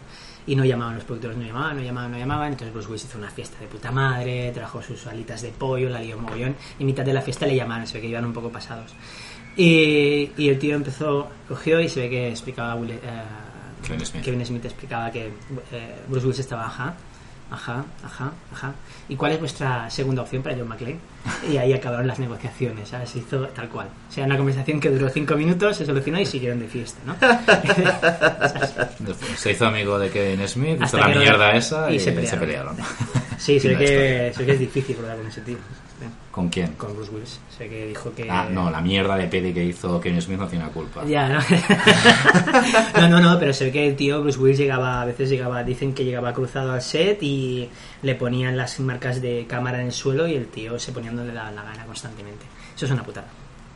Y no llamaban los productores, no llamaban, no llamaban, no llamaban. Entonces Bruce Willis hizo una fiesta de puta madre, trajo sus alitas de pollo, la lió mogollón. Y en mitad de la fiesta le llamaban, se ve que iban un poco pasados. Y, y el tío empezó, cogió y se ve que explicaba a Will- eh,
Kevin Smith.
Kevin Smith explicaba que eh, Bruce Willis estaba ajá, ajá, ajá, ajá. ¿Y cuál es vuestra segunda opción para
[LAUGHS]
John McClane? Y ahí acabaron las negociaciones, ¿sabes? Se hizo tal cual. O sea, una conversación que duró cinco minutos, se solucionó y siguieron de fiesta,
[LAUGHS]
¿no?
Después Se hizo amigo de Kevin Smith, hizo
Hasta
la
que-
mierda esa
y
y,
se
se
pelearon.
pelearon.
[LAUGHS] Sí, se ve,
Fin de la
que, se ve que es difícil hablar con ese tío,
¿Con quién?
con Bruce Willis. Se ve que dijo que...
Ah, no, la mierda de peli que hizo Kevin Smith no tiene la culpa.
Ya, ¿no?
[LAUGHS]
no, [LAUGHS] no, no, pero se ve que el tío Bruce Willis llegaba, a veces llegaba, dicen que llegaba cruzado al set y le ponían las marcas de cámara en el suelo y el tío se ponía donde le daba la gana constantemente. Eso es una putada.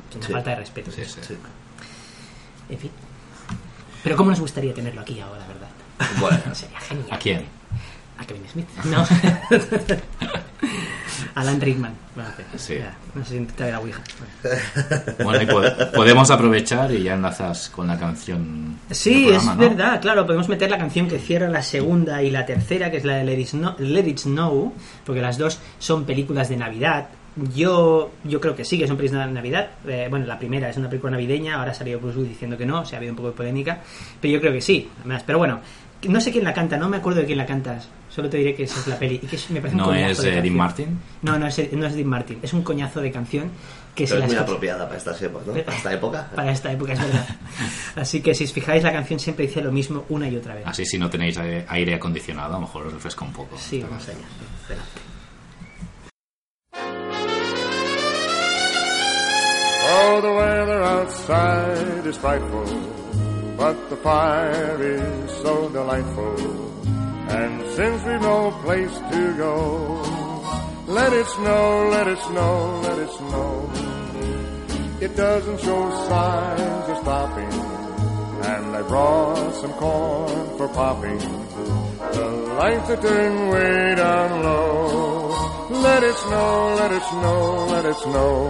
Es una
Sí.
falta de respeto.
Sí, sí.
Sí.
En fin. Pero ¿cómo nos gustaría tenerlo aquí ahora, la verdad?
Bueno,
[LAUGHS] Sería genial.
¿A quién?
A Kevin Smith.
[LAUGHS]
No. Alan Rickman. Bueno, pero-
Sí.
ya, No sé si te la Ouija. Bueno.
Bueno, y po- podemos aprovechar y ya enlazas con la canción. del
Sí,
programa,
es
¿no?
verdad, claro, podemos meter la canción que cierra la segunda y la tercera, que es la de Let It Snow, Let It Snow, porque las dos son películas de Navidad. Yo, yo creo que sí, que son películas de Navidad. Eh, bueno, la primera es una película navideña, ahora salió Bruce Willis diciendo que no, o sea, ha habido un poco de polémica, pero yo creo que sí. además. Pero bueno, no sé quién la canta, no me acuerdo de quién la cantas, solo te diré que esa es la peli. Y que es- me parece un
¿No
coñazo
es
de
eh, Dean
canción.
Martin?
No, no es, no es Dean Martin, es un coñazo de canción que se
pero
la
es muy
escucha-
apropiada para estas épocas, ¿no? Para esta época.
para esta época, es
[LAUGHS]
verdad. Así que si os fijáis, la canción siempre dice lo mismo una y otra vez.
Ah,
Así, si no tenéis eh, aire acondicionado, a lo mejor os refresca un poco.
Sí, vamos allá. Adelante.
Oh, the weather outside is frightful, but the fire is so delightful. And since we've no place to go, let it snow, let it snow, let it snow. It doesn't show signs of stopping, and I brought some corn for popping. The lights are turned way down low. Let it snow, let it snow, let it snow.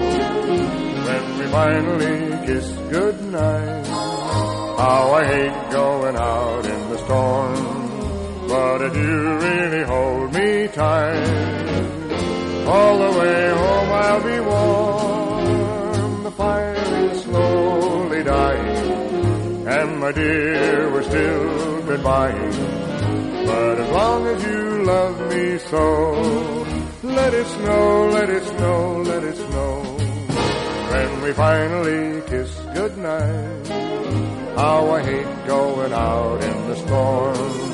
When we finally kiss goodnight, how I hate going out in the storm. But if you really hold me tight, all the way home I'll be warm. The fire is slowly dying, and my dear, we're still goodbying. But as long as you love me so, let it snow, let it snow, let it snow. When we finally kiss goodnight, how I hate going out in the storm.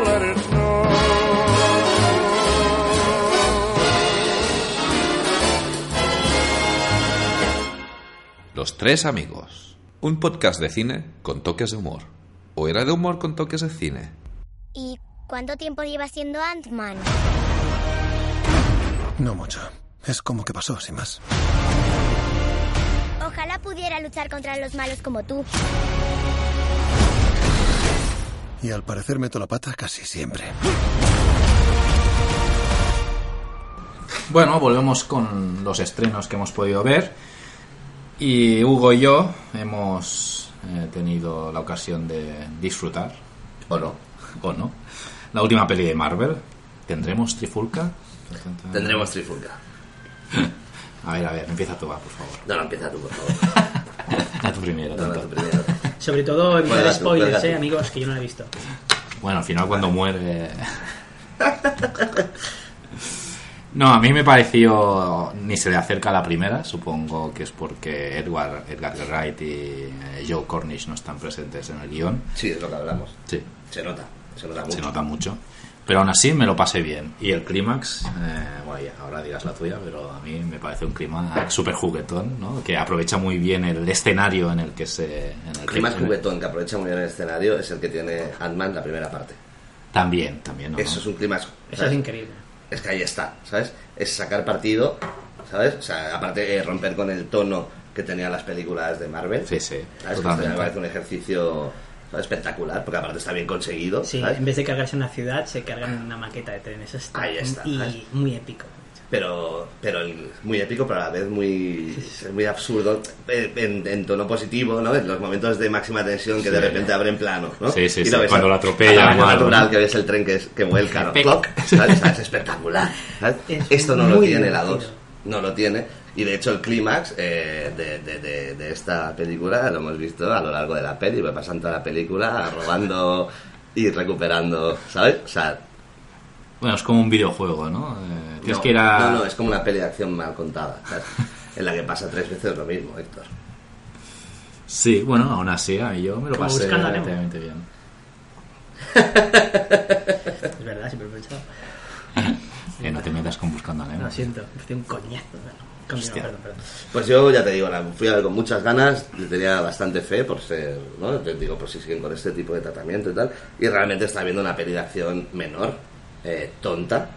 let it snow.
Los Tres Amigos. Un podcast de cine con toques de humor. ¿O era de humor con toques de cine?
¿Y cuánto tiempo lleva siendo Ant-Man?
No mucho. Es como que pasó, sin más.
Ojalá pudiera luchar contra los malos como tú.
Y al parecer meto la pata casi siempre.
Bueno, volvemos con los estrenos que hemos podido ver. Y Hugo y yo hemos eh, tenido la ocasión de disfrutar,
¿O no?
o no, la última peli de Marvel. ¿Tendremos Trifulca?
Tendremos trifulca.
A ver, a ver, empieza tú, va, por favor. [LAUGHS]
No, no, empieza tú, por favor.
A tu primera.
No, no,
tonto.
tú primero.
Sobre todo evitar
Cuelga tú,
spoilers,
cuelga
eh,
tú.
amigos, que yo no lo he visto.
Bueno, al final cuando muere... [LAUGHS] No, a mí me pareció... Ni se le acerca a la primera, supongo que es porque Edward, Edgar Wright y eh, Joe Cornish no están presentes en el guión.
Sí, es lo que hablamos.
Sí,
Se nota, se nota mucho.
se nota mucho. Pero aún así me lo pasé bien. Y el clímax, eh, bueno, ya, ahora dirás la tuya, pero a mí me parece un clímax súper juguetón, ¿no? Que aprovecha muy bien el escenario en el que se... En el
El clima
que-
juguetón que aprovecha muy bien el escenario es el que tiene Ant-Man la primera parte.
También, también. ¿no?
Eso es un clima.
Eso es increíble.
es que ahí está, ¿sabes? Es sacar partido, ¿sabes? O sea, aparte de romper con el tono que tenían las películas de Marvel.
Sí, sí,
¿sabes? Que
totalmente.
esto me parece un ejercicio ¿sabes? espectacular, porque aparte está bien conseguido.
Sí,
¿sabes?
en vez de cargarse una ciudad, se cargan una maqueta de tren. Eso está,
Ahí está,
y
ahí
muy épico.
Pero, pero el- muy épico, pero a la vez muy, muy absurdo, eh, en, en tono positivo, ¿no? En los momentos de máxima tensión que de repente abren plano, ¿no?
Sí, sí,
Y
sí,
lo ves
cuando
a-
lo atropella
a tamaño
o algo,
natural,
¿no?
que ves el tren que, es- que
[LAUGHS]
vuelca, ¿no?
Pe-
Clock, ¿sabes? ¿Sabes? Espectacular. ¿sabes?
Es
Esto no lo
muy
tiene la
divertido.
2, no lo tiene. Y de hecho el clímax eh, de, de- de- de esta película lo hemos visto a lo largo de la peli, pues va pasando toda la película [LAUGHS] robando y recuperando, ¿sabes? O sea,
Bueno, es como un videojuego, ¿no? Eh, tienes
no,
que ir a...
No, no, es como una peli de acción mal contada, ¿sabes? en la que pasa tres veces lo mismo, Héctor.
Sí, bueno, aún así, a mí yo me lo
Como
pasé
Buscando a Nemo.
relativamente bien.
Es verdad, siempre lo he pensado.
Que Eh, no te metas con Buscando a
Ah,
Nemo.
Lo siento, me estoy un coñazo. Bueno, continúa,
Hostia.
perdón, perdón.
Pues yo ya te digo, la fui a ver con muchas ganas, le tenía bastante fe por ser, ¿no? Te digo, por si siguen con este tipo de tratamiento y tal. Y realmente está viendo una peli de acción menor, eh, tonta.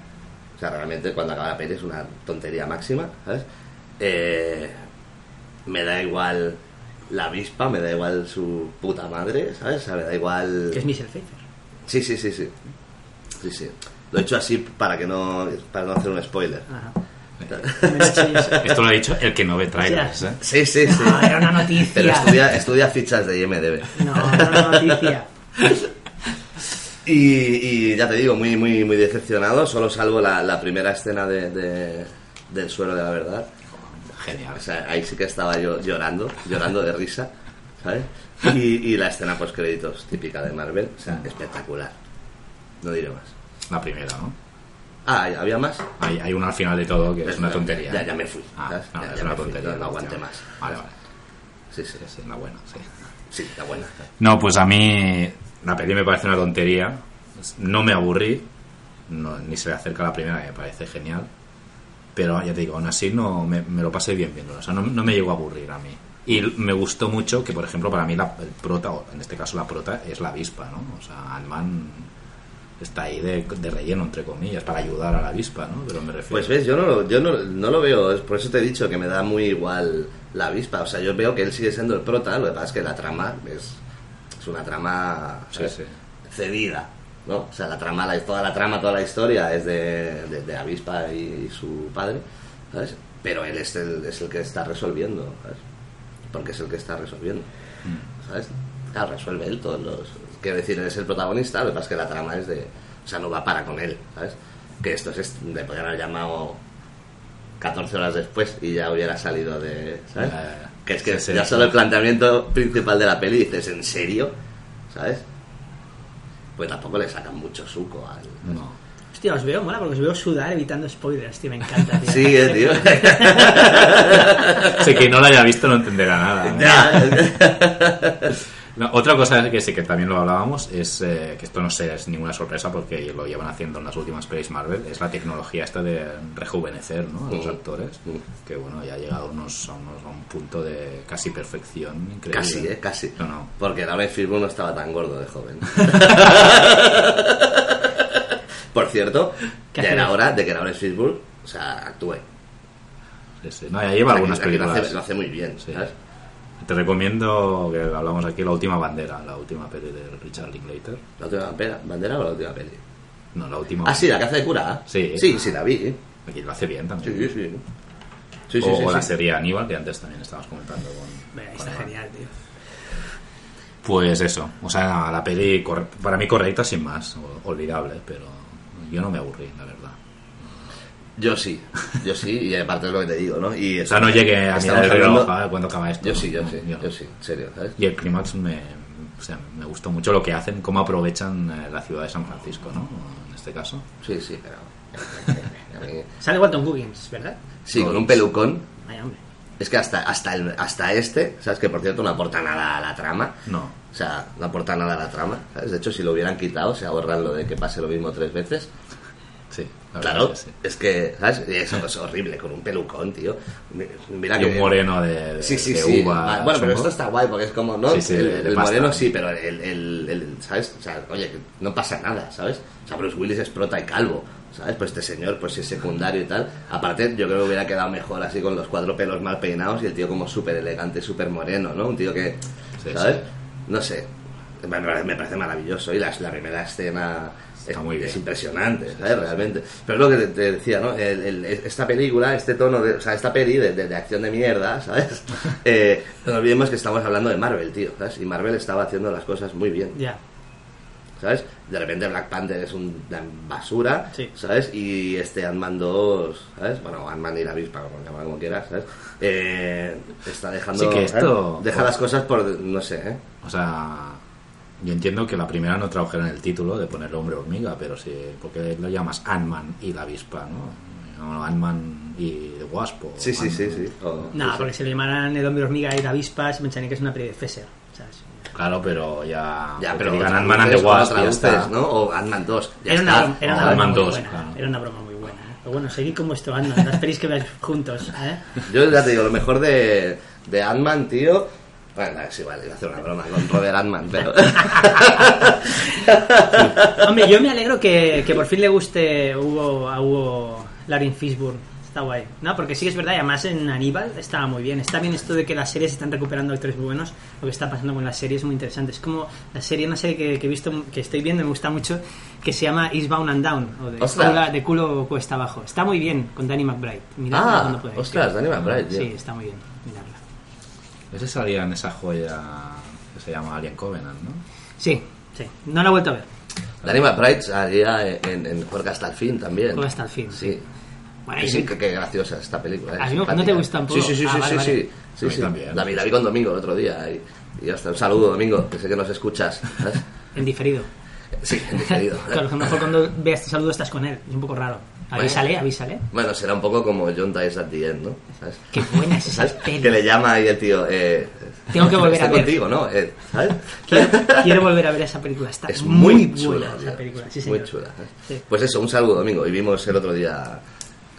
O sea, realmente cuando acaba la peli es una tontería máxima, ¿sabes? Eh, me da igual la avispa, me da igual su puta madre, ¿sabes? O sea, me da igual...
Que es Michelle Pfeiffer.
Sí, sí, sí, sí. Sí, sí. Lo he hecho así para que no para no hacer un spoiler. [LAUGHS]
Ajá. También ha hecho eso.
Esto lo ha dicho el que no ve trailers,
Ya.
¿eh?
Sí, sí, sí.
Ah, era una noticia.
Pero estudia, estudia fichas de IMDB.
No, era una noticia.
Y, y ya te digo, muy, muy, muy decepcionado, solo salvo la, la primera escena de, de- del suelo de la verdad.
Genial.
O sea, ahí sí que estaba yo llorando, llorando de risa, ¿sabes? Y, y la escena post créditos típica de Marvel, o sea, espectacular. No diré más.
La primera, ¿no?
Ah, ¿había más?
Hay, hay una al final de todo que es
Pues
una
no,
tontería.
ya- ya me fui,
Ah,
¿sabes?
no,
Ya-
es
ya
una
me fui,
tontería.
ya no aguante
hostia.
más.
Vale, vale.
Sí, sí,
Es la buena, sí.
sí, la buena.
No, pues a mí la peli me parece una tontería. No me aburrí. no- ni se le acerca a la primera, que me parece genial. Pero ya te digo, aún así no me, me lo pasé bien viéndolo. O sea, no, no me llegó a aburrir a mí. Y l- me gustó mucho que, por ejemplo, para mí la, el prota, o en este caso la prota, es la avispa, ¿no? O sea, Ant-Man está ahí de, de relleno, entre comillas, para ayudar a la avispa, ¿no? Pero me refiero...
Pues ves, yo, no lo, yo no, no lo veo, es por eso te he dicho que me da muy igual la avispa. O sea, yo veo que él sigue siendo el prota, lo que pasa es que la trama es, es una trama
Sí,
¿sabes?
sí.
cedida. ¿no? O sea, la trama, la- toda la trama, toda la historia es de, de- de avispa y, y su padre, ¿sabes? Pero él es el, es el que está resolviendo, ¿sabes? Porque es el que está resolviendo, ¿sabes? Claro, resuelve él todos los... Quiero decir, él es el protagonista, lo que pasa es que la trama es de... O sea, no va para con él, ¿sabes? Que esto es... Le podrían haber llamado 14 horas después y ya hubiera salido de... ¿Sabes?
Ya, ya, ya.
Que es que
Sí, sí.
ya solo el planteamiento principal de la peli dices, ¿en serio? ¿Sabes? Pues tampoco le sacan mucho suco al...
No.
Hostia, os veo, mola, porque os veo sudar evitando spoilers, tío, me encanta, tío.
Sí, eh, tío.
[LAUGHS]
[LAUGHS]
Sí, que no la haya visto no entenderá
[LAUGHS]
nada. ¿eh?
Ya.
No, otra cosa que sí que también lo hablábamos es eh, que esto no sé, es ninguna sorpresa porque lo llevan haciendo en las últimas pelis Marvel, es la tecnología esta de rejuvenecer ¿no? a los
Mm.
actores,
Mm.
que bueno, ya ha llegado a, unos, a, unos- a un punto de casi perfección increíble.
casi, eh, casi.
No, no.
Porque Lauren Fishburne no estaba tan gordo
[LAUGHS]
de joven. Por cierto,
¿Qué
ya era
hacemos?
hora de que Lauren Fishburne, o sea, actúe.
Sí, sí. No, ya lleva
O sea,
algunas
que- que lo hace-
películas.
Lo hace, muy bien,
Sí.
¿sabes?
Te recomiendo que hablamos aquí La última bandera, la última peli de Richard Linklater.
¿La última bandera, bandera o la última peli?
No, la última.
Ah, sí, la que hace de cura.
Sí.
Sí, sí, la vi.
Y lo hace bien también.
Sí, sí. Sí, sí,
o
sí,
o la
sí.
serie Aníbal, que antes también estabas comentando con.
Mira,
con
Está
Eva.
genial, tío.
Pues eso, o sea, la peli cor- para mí correcta sin más, o- olvidable, pero yo no me aburrí, la verdad.
Yo sí, yo sí, y aparte es lo que te digo, ¿no? Y
O sea, no llegué a mirar
estamos
el reloj,
hablando-
¿eh? ¿Cuándo acaba esto?
Yo sí, yo
No,
sí, yo sí, en serio, ¿sabes?
Y el clímax me, o sea, me gustó mucho lo que hacen, cómo aprovechan eh, la ciudad de San Francisco, ¿no? En este caso.
Sí, sí, pero...
[LAUGHS]
a mí-
Sale Walton Goggins, ¿verdad?
Sí, con un pelucón.
Ay, hombre.
Es que hasta, hasta, el- hasta este, ¿sabes? Que por cierto no aporta nada a la trama.
No.
O sea, no aporta nada a la trama. ¿sabes? De hecho, si lo hubieran quitado, se ahorran lo de que pase lo mismo tres veces.
Sí, la verdad
Claro,
es que sí.
es que, ¿sabes? Y Eso es horrible, con un pelucón, tío. Mi- Mira
Y
que
un moreno de, de-
Sí, sí,
de
sí.
uva.
Ah, bueno, pero
chungo.
esto está guay porque es como, ¿no?
Sí, sí,
el
de- de
el
pasta.
moreno sí, pero el, el- el- ¿sabes? O sea, oye, que no pasa nada, ¿sabes? O sea, Bruce Willis es prota y calvo, ¿sabes? Pues este señor, pues sí es secundario y tal. Aparte, yo creo que hubiera quedado mejor así con los cuatro pelos mal peinados y el tío como súper elegante, súper moreno, ¿no? Un tío que,
Sí,
¿sabes?
sí.
No sé. Me parece, me parece maravilloso y la, la primera escena
Está
es-
muy
es
bien.
impresionante, ¿sabes? Realmente. Pero es lo que te, te decía, ¿no? El- el- esta película, este tono, de, o sea, esta peli de, de- de acción de mierda, ¿sabes? Eh, no olvidemos que estamos hablando de Marvel, tío, ¿sabes? Y Marvel estaba haciendo las cosas muy bien,
Ya.
¿sabes? De repente Black Panther es un- una basura,
Sí.
¿sabes? Y este Ant-Man 2, ¿sabes? Bueno, Ant-Man y la avispa, como, llamarlo como quieras, ¿sabes? Eh, está dejando...
Sí, que esto-
¿sabes? Deja las cosas por... no sé, ¿eh?
O sea, yo entiendo que la primera no tradujeron el título de ponerle hombre hormiga, pero sí, porque lo llamas Ant-Man y la avispa, ¿no? O Ant-Man y el Wasp. o
Sí, sí, sí,
Ant-Man.
sí. O-
No,
sí, sí.
porque si lo llamaran el hombre hormiga y la avispa, se pensarían que es una peli de Fesser, ¿sabes?
Claro, pero ya.
Ya,
que
pero
digan Ant-Man and
traduces,
the Wasp,
cuando
ya
traduces,
está.
¿no? O Ant-Man 2. Ya
era,
está.
una, era
O
una broma
Ant-Man
muy
2,
buena.
claro.
Era una broma muy buena. ¿eh? Pero bueno, seguid con vuestro ando, las pelis que veáis juntos, ¿eh?
Yo ya te digo, lo mejor de, de Ant-Man, tío. Bueno, sí, vale, iba a hacer una broma con Robert Ant-Man,
[LAUGHS]
pero.
Hombre, yo me alegro que, que por fin le guste Hugo, a Hugo Larin Fishburne. Está guay. No, porque sí que es verdad, y además en Aníbal estaba muy bien. Está bien esto de que las series están recuperando actores muy buenos. Lo que está pasando con las series es muy interesante. Es como la serie, una serie que, que he visto, que estoy viendo, y me gusta mucho, que se llama Eastbound and Down, o de,
Ostras.
culo- de culo cuesta abajo. Está muy bien con Danny McBride. Miradla
ah,
cuando podáis.
ostras, Danny McBride, tío.
Sí, está muy bien. Miradla.
Ese salía en esa joya que se llama Alien Covenant, ¿no?
Sí, sí. No la he vuelto a ver.
Danny McBride salía en, en Juega hasta el fin también.
Juega hasta el fin, sí.
Sí.
Bueno,
Sí,
y-
sí, qué, qué graciosa esta película. eh,
A mí no-
simpática.
no te gusta tampoco.
Sí, sí, sí,
Ah,
sí,
vale,
sí,
vale.
sí. Sí,
A mí
sí.
también.
La, vi, la vi con Domingo el otro día. Y, y hasta un saludo, Domingo, que sé que nos escuchas.
[LAUGHS]
¿sabes?
en diferido.
Sí, mi querido.
Claro, que a lo mejor cuando veas este saludo estás con él. Es un poco raro. Avísale, avísale.
Bueno, será un poco como John Dice at the End, ¿no? ¿Sabes?
Qué buena es esa
¿Sabes?
peli.
[LAUGHS] Que le llama ahí el tío. Eh,
Tengo que volver
"Estoy
a ver".
contigo, ¿no? Eh, ¿Sabes?
[LAUGHS] Quiero, quiero volver a ver esa película. Está
Es muy,
buena
chula,
esa
tío.
película.
Es
Sí,
muy
señor.
chula.
Sí.
Pues eso, un saludo, Domingo. Y vimos el otro día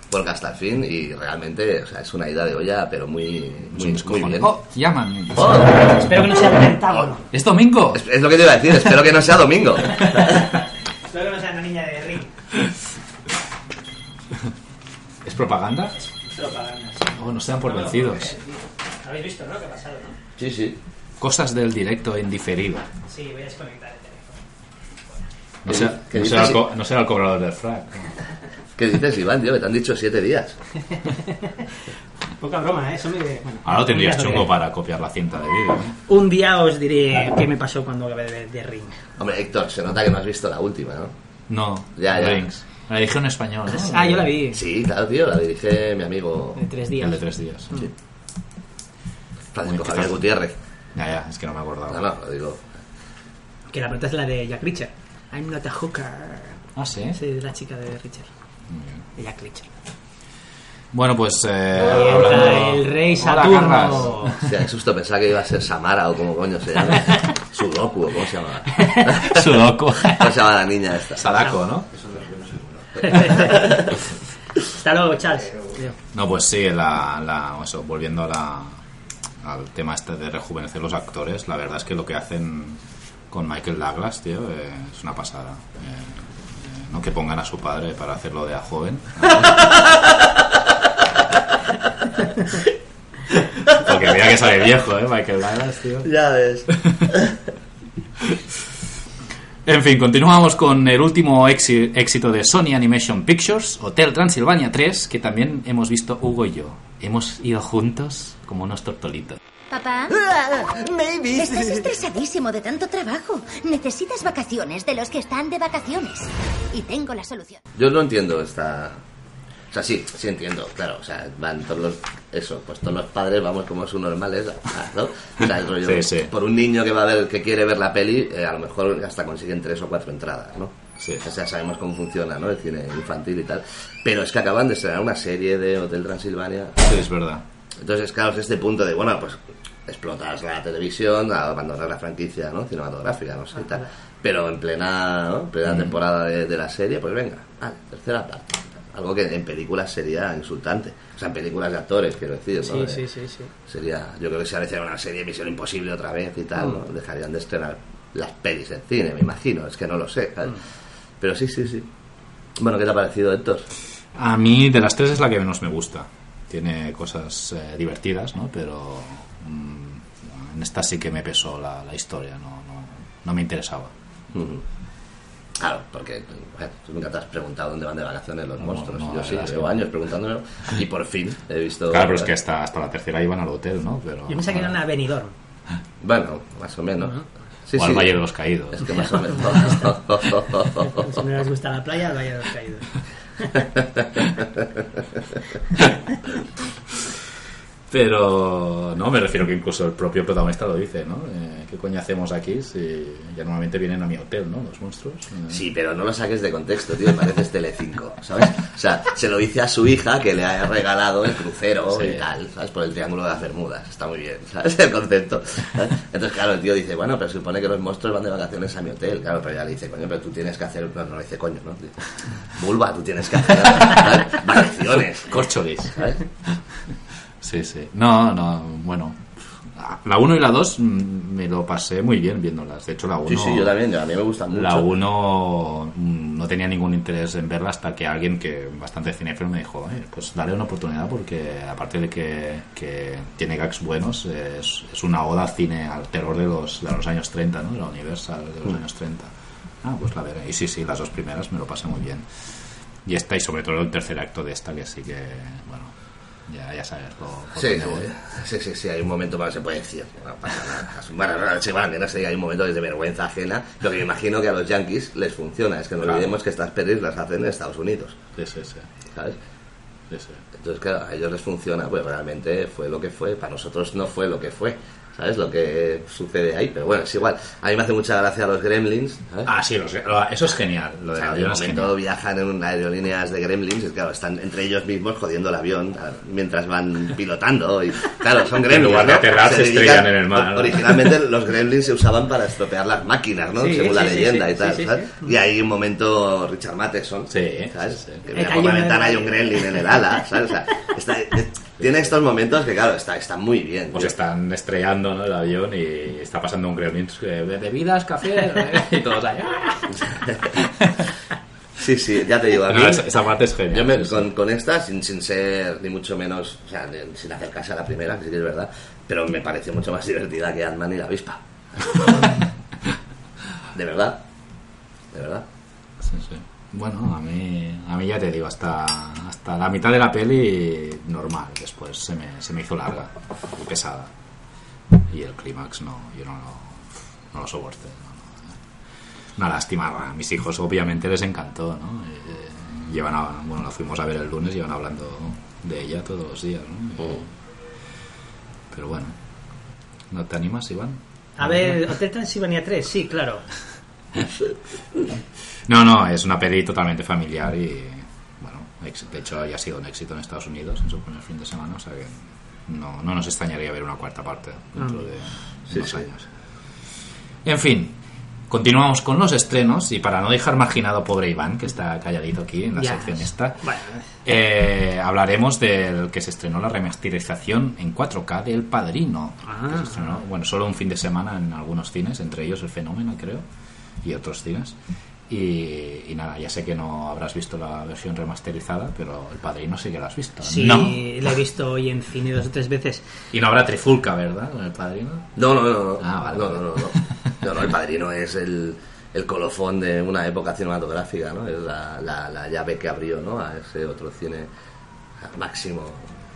por hasta el fin y realmente o sea, es una idea de olla, pero muy, muy,
unos
muy bien.
Oh, llaman.
Oh,
Espero que no sea el Pentágono.
Es domingo.
es, es lo que te iba a decir, espero que no sea domingo. [LAUGHS]
Espero que no sea la niña de Rick.
¿Es propaganda?
Propaganda.
Oh, no se dan por vencidos.
Habéis visto, ¿no? ¿Qué ha pasado, no?
Sí, sí.
Cosas del directo en diferido.
Sí, voy a desconectar el teléfono.
No, sea-
¿Qué
no
dices?
será, el co- no será el cobrador del frac.
¿Qué dices, Iván, tío? Que te han dicho siete días.
Poca broma, ¿eh? Eso me... bueno,
Ahora lo tendrías
mira lo
chungo
que-
para copiar la cinta de vídeo. ¿eh?
Un día os diré qué me pasó cuando acabé de, de Ring.
Hombre, Héctor, se nota que no has visto la última, ¿no?
No,
Ya, ya.
Rings. La dije en español. ¿no?
Ah, yo la vi.
Sí, claro, tío, la dirige mi amigo
De tres días.
El de tres días.
Francisco
Muy
Javier
eficaz.
Gutiérrez.
Ya, ya, es que no me
Oh.
No,
acordaba.
no, lo digo.
Que la pregunta es la de Jack Richard. I'm not a hooker.
Ah, sí.
¿Eh?
Sí, de la chica de Richard. De Jack Richard.
Bueno, pues. eh,
Entra
hablando-
el rey
Hola, Carlas.
Oh.
Saturno.
Hostia, qué susto, pensaba que iba a ser Samara o como coño se
[LAUGHS]
llama. Sudoku o cómo se llama.
[LAUGHS]
Sudoku.
¿Cómo se llama la niña esta?
Sadako, ¿no?
Hasta luego, Charles. Adiós.
No, pues sí, la, la- eso, volviendo a la- al tema este de rejuvenecer los actores, la verdad es que lo que hacen con Michael Douglas, tío, eh, es una pasada. Eh, eh, no que pongan a su padre para hacerlo de a joven. Porque voy Mira que sale viejo, ¿eh? Michael Douglas, tío.
Ya ves.
En fin, continuamos con el último éxi- éxito de Sony Animation Pictures, Hotel Transilvania 3, que también hemos visto Hugo y yo. Hemos ido juntos como unos tortolitos.
Papá,
Maybe.
estás estresadísimo de tanto trabajo. Necesitas vacaciones de los que están de vacaciones. Y tengo la solución.
Yo no entiendo esta... O sea, sí, sí entiendo, claro, o sea, van todos los... Eso, pues todos los padres vamos como sus normales, ¿no? O sea, el rollo...
Sí, sí.
Por un niño que va a ver, que quiere ver la peli, eh, a lo mejor hasta consiguen tres o cuatro entradas, ¿no?
Sí.
O sea, sabemos cómo funciona, ¿no? El cine infantil y tal. Pero es que acaban de estrenar una serie de Hotel Transilvania.
Sí, es verdad.
Entonces, claro, es este punto de, bueno, pues explotas la televisión, abandonas la franquicia ¿no? cinematográfica, no sé, y tal. Pero en plena, ¿no? En plena temporada de, de la serie, pues venga, ah, tercera parte. Algo que en películas sería insultante. O sea, en películas de actores, quiero decir, ¿no?
Sí,
De-
sí, sí, sí.
Sería, yo creo que si hicieran una serie de Misión Imposible otra vez y tal, ¿no?
Mm.
Dejarían de estrenar las pelis en cine, me imagino, es que no lo sé. ¿sabes?
Mm.
Pero sí, sí, sí. Bueno, ¿qué te ha parecido, Héctor?
A mí de las tres es la que menos me gusta. Tiene cosas eh, divertidas, ¿no? Pero mm, en esta sí que me pesó la, la historia, no, no, no me interesaba.
Ujú. Claro, porque bueno, tú nunca te has preguntado dónde van de vacaciones los
No,
monstruos.
no, la
Yo sí,
verdad es que
llevo
no.
años preguntándomelo y por fin he visto.
Claro, pero es que hasta, hasta la tercera iban al hotel, ¿no? Pero,
Yo pensaba que era una Benidorm.
Bueno, más o menos. Sí,
o al
sí.
Valle de los Caídos.
Es que más o menos.
[LAUGHS]
[LAUGHS]
Si no les gusta la playa, al Valle de los Caídos.
Pero no, me refiero que incluso el propio protagonista lo dice, ¿no? Eh, ¿Qué coño hacemos aquí si ya normalmente vienen a mi hotel, ¿no? Los monstruos. Eh, [LAUGHS]
Sí, pero no lo saques de contexto, tío. Pareces Telecinco, ¿sabes? O sea, se lo dice a su hija que le ha regalado el crucero
Sí.
y tal, ¿sabes? Por el Triángulo de las Bermudas. Está muy bien, ¿sabes? El concepto. ¿sabes? Entonces, claro, el tío dice, bueno, pero supone que los monstruos van de vacaciones a mi hotel. Claro, pero ya le dice, coño, pero tú tienes que hacer... No, no le dice coño, ¿no? Dice, Vulva, tú tienes que hacer ¿sabes? vacaciones,
Corcholis.
¿sabes?
Sí, sí. No, no, bueno. La 1 y la 2 me lo pasé muy bien viéndolas. De hecho, la 1...
Sí, sí, yo también. yo- A mí me gusta mucho.
La 1 no tenía ningún interés en verla hasta que alguien que bastante cinéfilo me dijo, "Eh, pues dale una oportunidad porque aparte de que, que tiene gags buenos, es, es una oda al cine, al terror de los, de los años 30, ¿no? De la Universal de los
Mm.
años 30. Ah, pues la veré. Y sí, sí, las dos primeras me lo pasé muy bien. Y esta y sobre todo el tercer acto de esta que sí que, bueno, ya, ya sabes por, por
Sí,
dónde voy.
sí, sí, sí, hay un momento para que se puede decir. No pasa nada. Bueno, no, sí, bueno, no sé, hay un momento de vergüenza ajena. Lo que me imagino que a los yankees les funciona. Es que no
Claro.
olvidemos que estas pelis las hacen en Estados Unidos,
Sí, sí, sí.
¿sabes?
sí, sí.
Entonces, claro, a ellos les funciona, pues realmente fue lo que fue. Para nosotros no fue lo que fue, ¿sabes? Lo que sucede ahí. Pero bueno, es igual. A mí me hace mucha gracia los gremlins, ¿sabes?
Ah, sí, los- lo- eso es genial. Lo
O
del
sea, de
avión es
momento
genial.
viajan en aerolíneas de gremlins, y claro, están entre ellos mismos jodiendo el avión a- mientras van pilotando. Y, claro, son gremlins.
lugar de
¿no?
aterrar, se
dedican-
estrellan en el mar, ¿no?
Originalmente los gremlins se usaban para estropear las máquinas, ¿no?
Sí,
Según la
sí, sí,
leyenda
sí,
y tal.
sí, sí,
¿sabes? Y hay un momento Richard Matheson,
Sí,
¿sabes?
sí, sí.
Que mira,
Eh, Hay
por la
un-
ventana hay un gremlin en el ala, ¿sabes? O sea, está- eh, tiene estos momentos que, claro, está, está muy bien.
Pues
tío.
están estrellando ¿no? el avión y está pasando un gremlin eh, de bebidas, café [LAUGHS] y todos ahí. ¡ah!
Sí, sí, ya te digo. A mí,
No, Ah, esa, esa parte es genial.
Yo me-
sí, sí.
con, con esta, sin, sin ser ni mucho menos, o sea, de- sin acercarse a la primera, que sí que es verdad, pero me parece mucho más divertida que Ant-Man y
[LAUGHS]
la avispa. de verdad, de verdad.
Sí, sí. Bueno, a mí, a mí ya te digo, hasta, hasta la mitad de la peli normal, después se me, se me hizo larga y pesada. Y el clímax no, yo no lo, no lo soporté. no, no. Una lástima, a mis hijos obviamente les encantó, ¿no? Eh, llevan a- bueno, la fuimos a ver el lunes y iban hablando de ella todos los días, ¿no? Eh, Pero bueno, ¿no te animas, Iván?
A ver, Hotel Transilvania 3, sí, claro.
No, no, es una peli totalmente familiar y, bueno, ex- de hecho ya ha sido un éxito en Estados Unidos en su primer fin de semana, o sea que no, no nos extrañaría ver una cuarta parte dentro de unos años. En fin, continuamos con los estrenos y para no dejar marginado pobre Iván, que está calladito aquí en la
Ya.
sección esta,
Bueno,
eh, hablaremos del que se estrenó la remasterización en 4K de El Padrino.
Ah.
que se estrenó, bueno, solo un fin de semana en algunos cines, entre ellos El Fenómeno, creo, y otros cines.
Y, y nada, ya sé que no habrás visto la versión remasterizada, pero el padrino sí que la has visto.
Sí,
No.
la he visto hoy en cine dos o tres veces.
Y no habrá trifulca, ¿verdad? Con el padrino.
No, no, no. No,
Ah, vale.
no, no, no, no. No, no, el padrino es el, el colofón de una época cinematográfica, ¿no? Es la, la- la llave que abrió, ¿no? A ese otro cine máximo.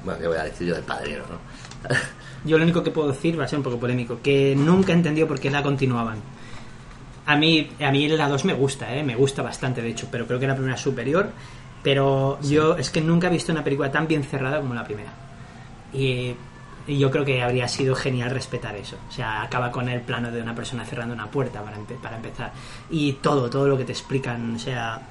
Bueno, que voy a decir yo del padrino, ¿no? [LAUGHS]
Yo lo único que puedo decir va a ser un poco polémico, que nunca he entendido por qué la continuaban. A mí, a mí la 2 me gusta, ¿eh? me gusta bastante de hecho, pero creo que la primera es superior. Pero yo es que nunca he visto una película tan bien cerrada como la primera. Y, y yo creo que habría sido genial respetar eso. O sea, acaba con el plano de una persona cerrando una puerta para, empe- para empezar. Y todo, todo lo que te explican, o sea,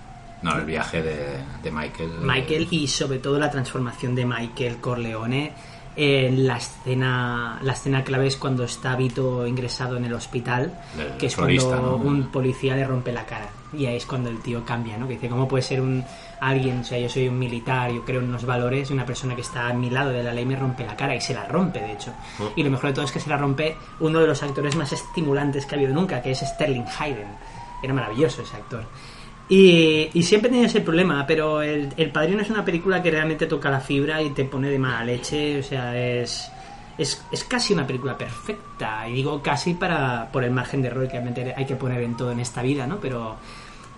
No, el viaje de, de Michael. eh,
Michael y sobre todo la transformación de Michael Corleone en la escena la escena clave es cuando está Vito ingresado en el hospital
El
que es
florista,
cuando
¿no?
un policía le rompe la cara y ahí es cuando el tío cambia no que dice cómo puede ser un alguien o sea yo soy un militar yo creo en los valores y una persona que está a mi lado de la ley me rompe la cara y se la rompe de hecho y lo mejor de todo es que se la rompe uno de los actores más estimulantes que ha habido nunca que es Sterling Hayden era maravilloso ese actor y, y siempre he tenido ese problema, pero el, el Padrino es una película que realmente toca la fibra y te pone de mala leche, o sea, es, es, es casi una película perfecta, y digo casi para por el margen de error que realmente hay que poner en todo en esta vida, ¿no? Pero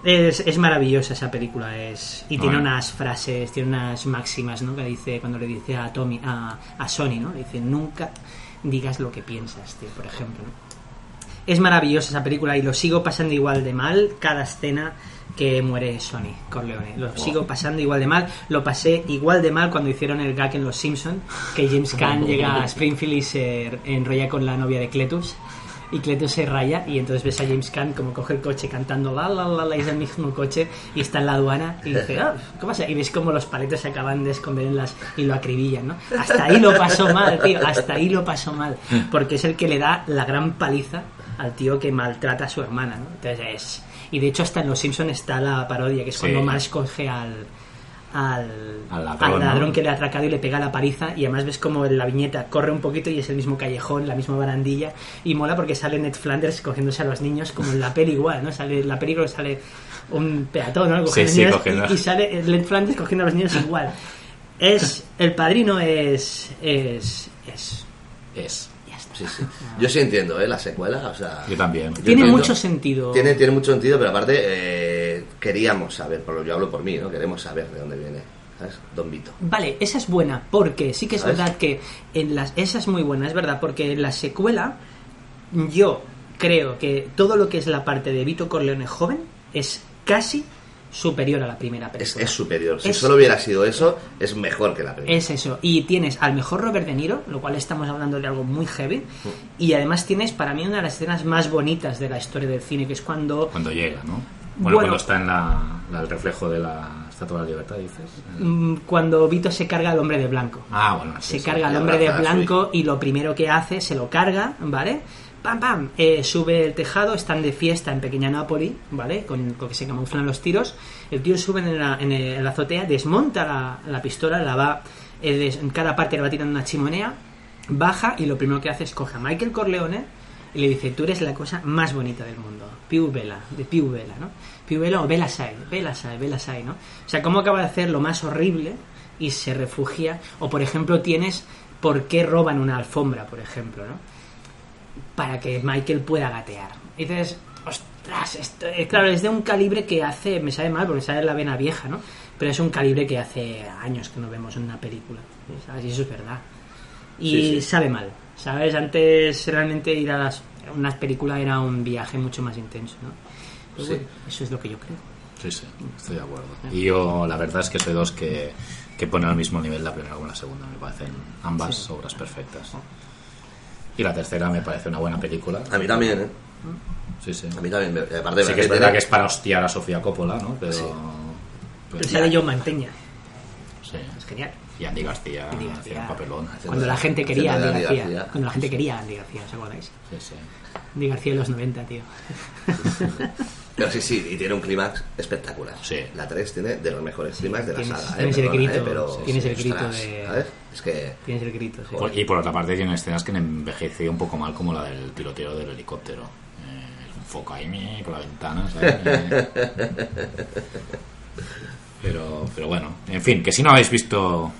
es, es maravillosa esa película, es y tiene
Bueno.
unas frases, tiene unas máximas, ¿no? Que dice cuando le dice a Tommy, a, a Sony, ¿no? Le dice, nunca digas lo que piensas, tío, por ejemplo, ¿no? Es maravillosa esa película y lo sigo pasando igual de mal cada escena que muere Sony Corleone. Lo sigo pasando igual de mal. Lo pasé igual de mal cuando hicieron el gag en Los Simpson, que James Caan llega a Springfield y se enrolla con la novia de Cletus. Y Cletus se raya y entonces ves a James Caan como coge el coche cantando la la la la y es el mismo coche y está en la aduana y dice, "Ah, ¿qué pasa? Y ves como los paletes se acaban de esconder en las y lo acribillan, ¿no? Hasta ahí lo pasó mal, tío, hasta ahí lo pasó mal, porque es el que le da la gran paliza al tío que maltrata a su hermana, ¿no? Entonces es... Y de hecho hasta en Los Simpsons está la parodia, que es
Sí.
cuando más coge al... Al,
Al ladrón,
al ladrón
¿no?
que le ha atracado y le pega la paliza y además ves como en la viñeta corre un poquito y es el mismo callejón, la misma barandilla y mola porque sale Ned Flanders cogiéndose a los niños como en la peli igual, ¿no? Sale en la película sale un peatón, ¿no?
Sí,
Coge los
sí,
niños
cogiendo.
y, y sale Ned Flanders cogiendo a los niños igual. Es el padrino es es es
Es.
ya está.
Sí, sí. Yo sí entiendo, ¿eh? La secuela, o sea...
Yo también.
yo
Tiene
entiendo.
mucho sentido.
Tiene, tiene mucho sentido, pero aparte eh, queríamos saber, por lo yo hablo por mí, ¿no? Queremos saber de dónde viene, ¿sabes? Don Vito.
Vale, esa es buena, porque sí que es
¿Sabes?
verdad que en las. Esa es muy buena, es verdad, porque en la secuela, yo creo que todo lo que es la parte de Vito Corleone joven es casi superior a la primera
Es,
película.
es superior. Si
Es-
solo hubiera sido eso, es mejor que la primera.
Es eso. Y tienes al mejor Robert De Niro, lo cual estamos hablando de algo muy heavy.
Mm.
Y además tienes, para mí, una de las escenas más bonitas de la historia del cine, que es cuando.
Cuando llega, ¿no? Bueno,
Bueno.
cuando está en la, la- el reflejo de la Estatua de la Libertad, dices.
mm, Cuando Vito se carga al hombre de blanco.
Ah, bueno.
se
sí, sí.
carga al
y
hombre de
abraza a su
blanco y lo primero que hace se lo carga, ¿vale? Pam, pam, eh, sube el tejado, están de fiesta en pequeña Nápoli, ¿vale? Con, con que se camuflan los tiros. El tío sube en la, en el- en la azotea, desmonta la, la pistola, la va, eh, des- en cada parte le va tirando una chimenea, baja y lo primero que hace es coge a Michael Corleone y le dice, tú eres la cosa más bonita del mundo. Piu Vela, de Piu Vela, ¿no? Piu Vela o Vela Sai, Vela Sai, Vela Sai, ¿no? O sea, cómo acaba de hacer lo más horrible y se refugia. O, por ejemplo, tienes por qué roban una alfombra, por ejemplo, ¿no? Para que Michael pueda gatear. Y dices, ostras, esto, eh, claro, es de un calibre que hace, me sabe mal porque sale la vena vieja, ¿no? Pero es un calibre que hace años que no vemos en una película, ¿sabes? Y eso es verdad y
Sí, sí.
sabe mal, ¿sabes? Antes realmente ir a las, unas películas era un viaje mucho más intenso, ¿no? Pero
Sí.
bueno, eso es lo que yo creo.
Sí, sí, estoy de acuerdo. Y yo, la verdad es que soy dos que, que ponen al mismo nivel la primera con la segunda. Me parecen ambas obras perfectas. Y la tercera me parece una buena película.
A mí también, ¿eh?
Sí, sí.
A mí también. pero- Aparte,
Sí que es verdad que es para hostiar a Sofía Coppola, ¿no? Pero...
Sí.
pero-
Pues
Pero sale John Manteña,
Sí.
es genial.
Y Andy García
Andy
hacía
García.
un papelón.
Cuando la gente
Haciendo
quería a
de
Andy
Andy
García.
García.
Cuando la gente quería a Andy García, ¿os acordáis?
Sí, sí.
Andy García de los 90, tío. [LAUGHS]
Pero sí, sí, y tiene un clímax espectacular.
Sí
La 3 tiene de los mejores clímax de la
tienes-
saga.
tienes
¿eh?
el
Perdona,
grito,
¿eh? Pero,
sí, tienes el grito
ostras,
de-
¿sabes? Es que...
Tienes el grito, sí.
Por- Y por otra parte tiene escenas que han envejecido un poco mal, como la del tiroteo del helicóptero. Eh, foco ahí meh, por la ventana, ¿sabes? Meh. Pero, pero bueno, en fin, que si no habéis visto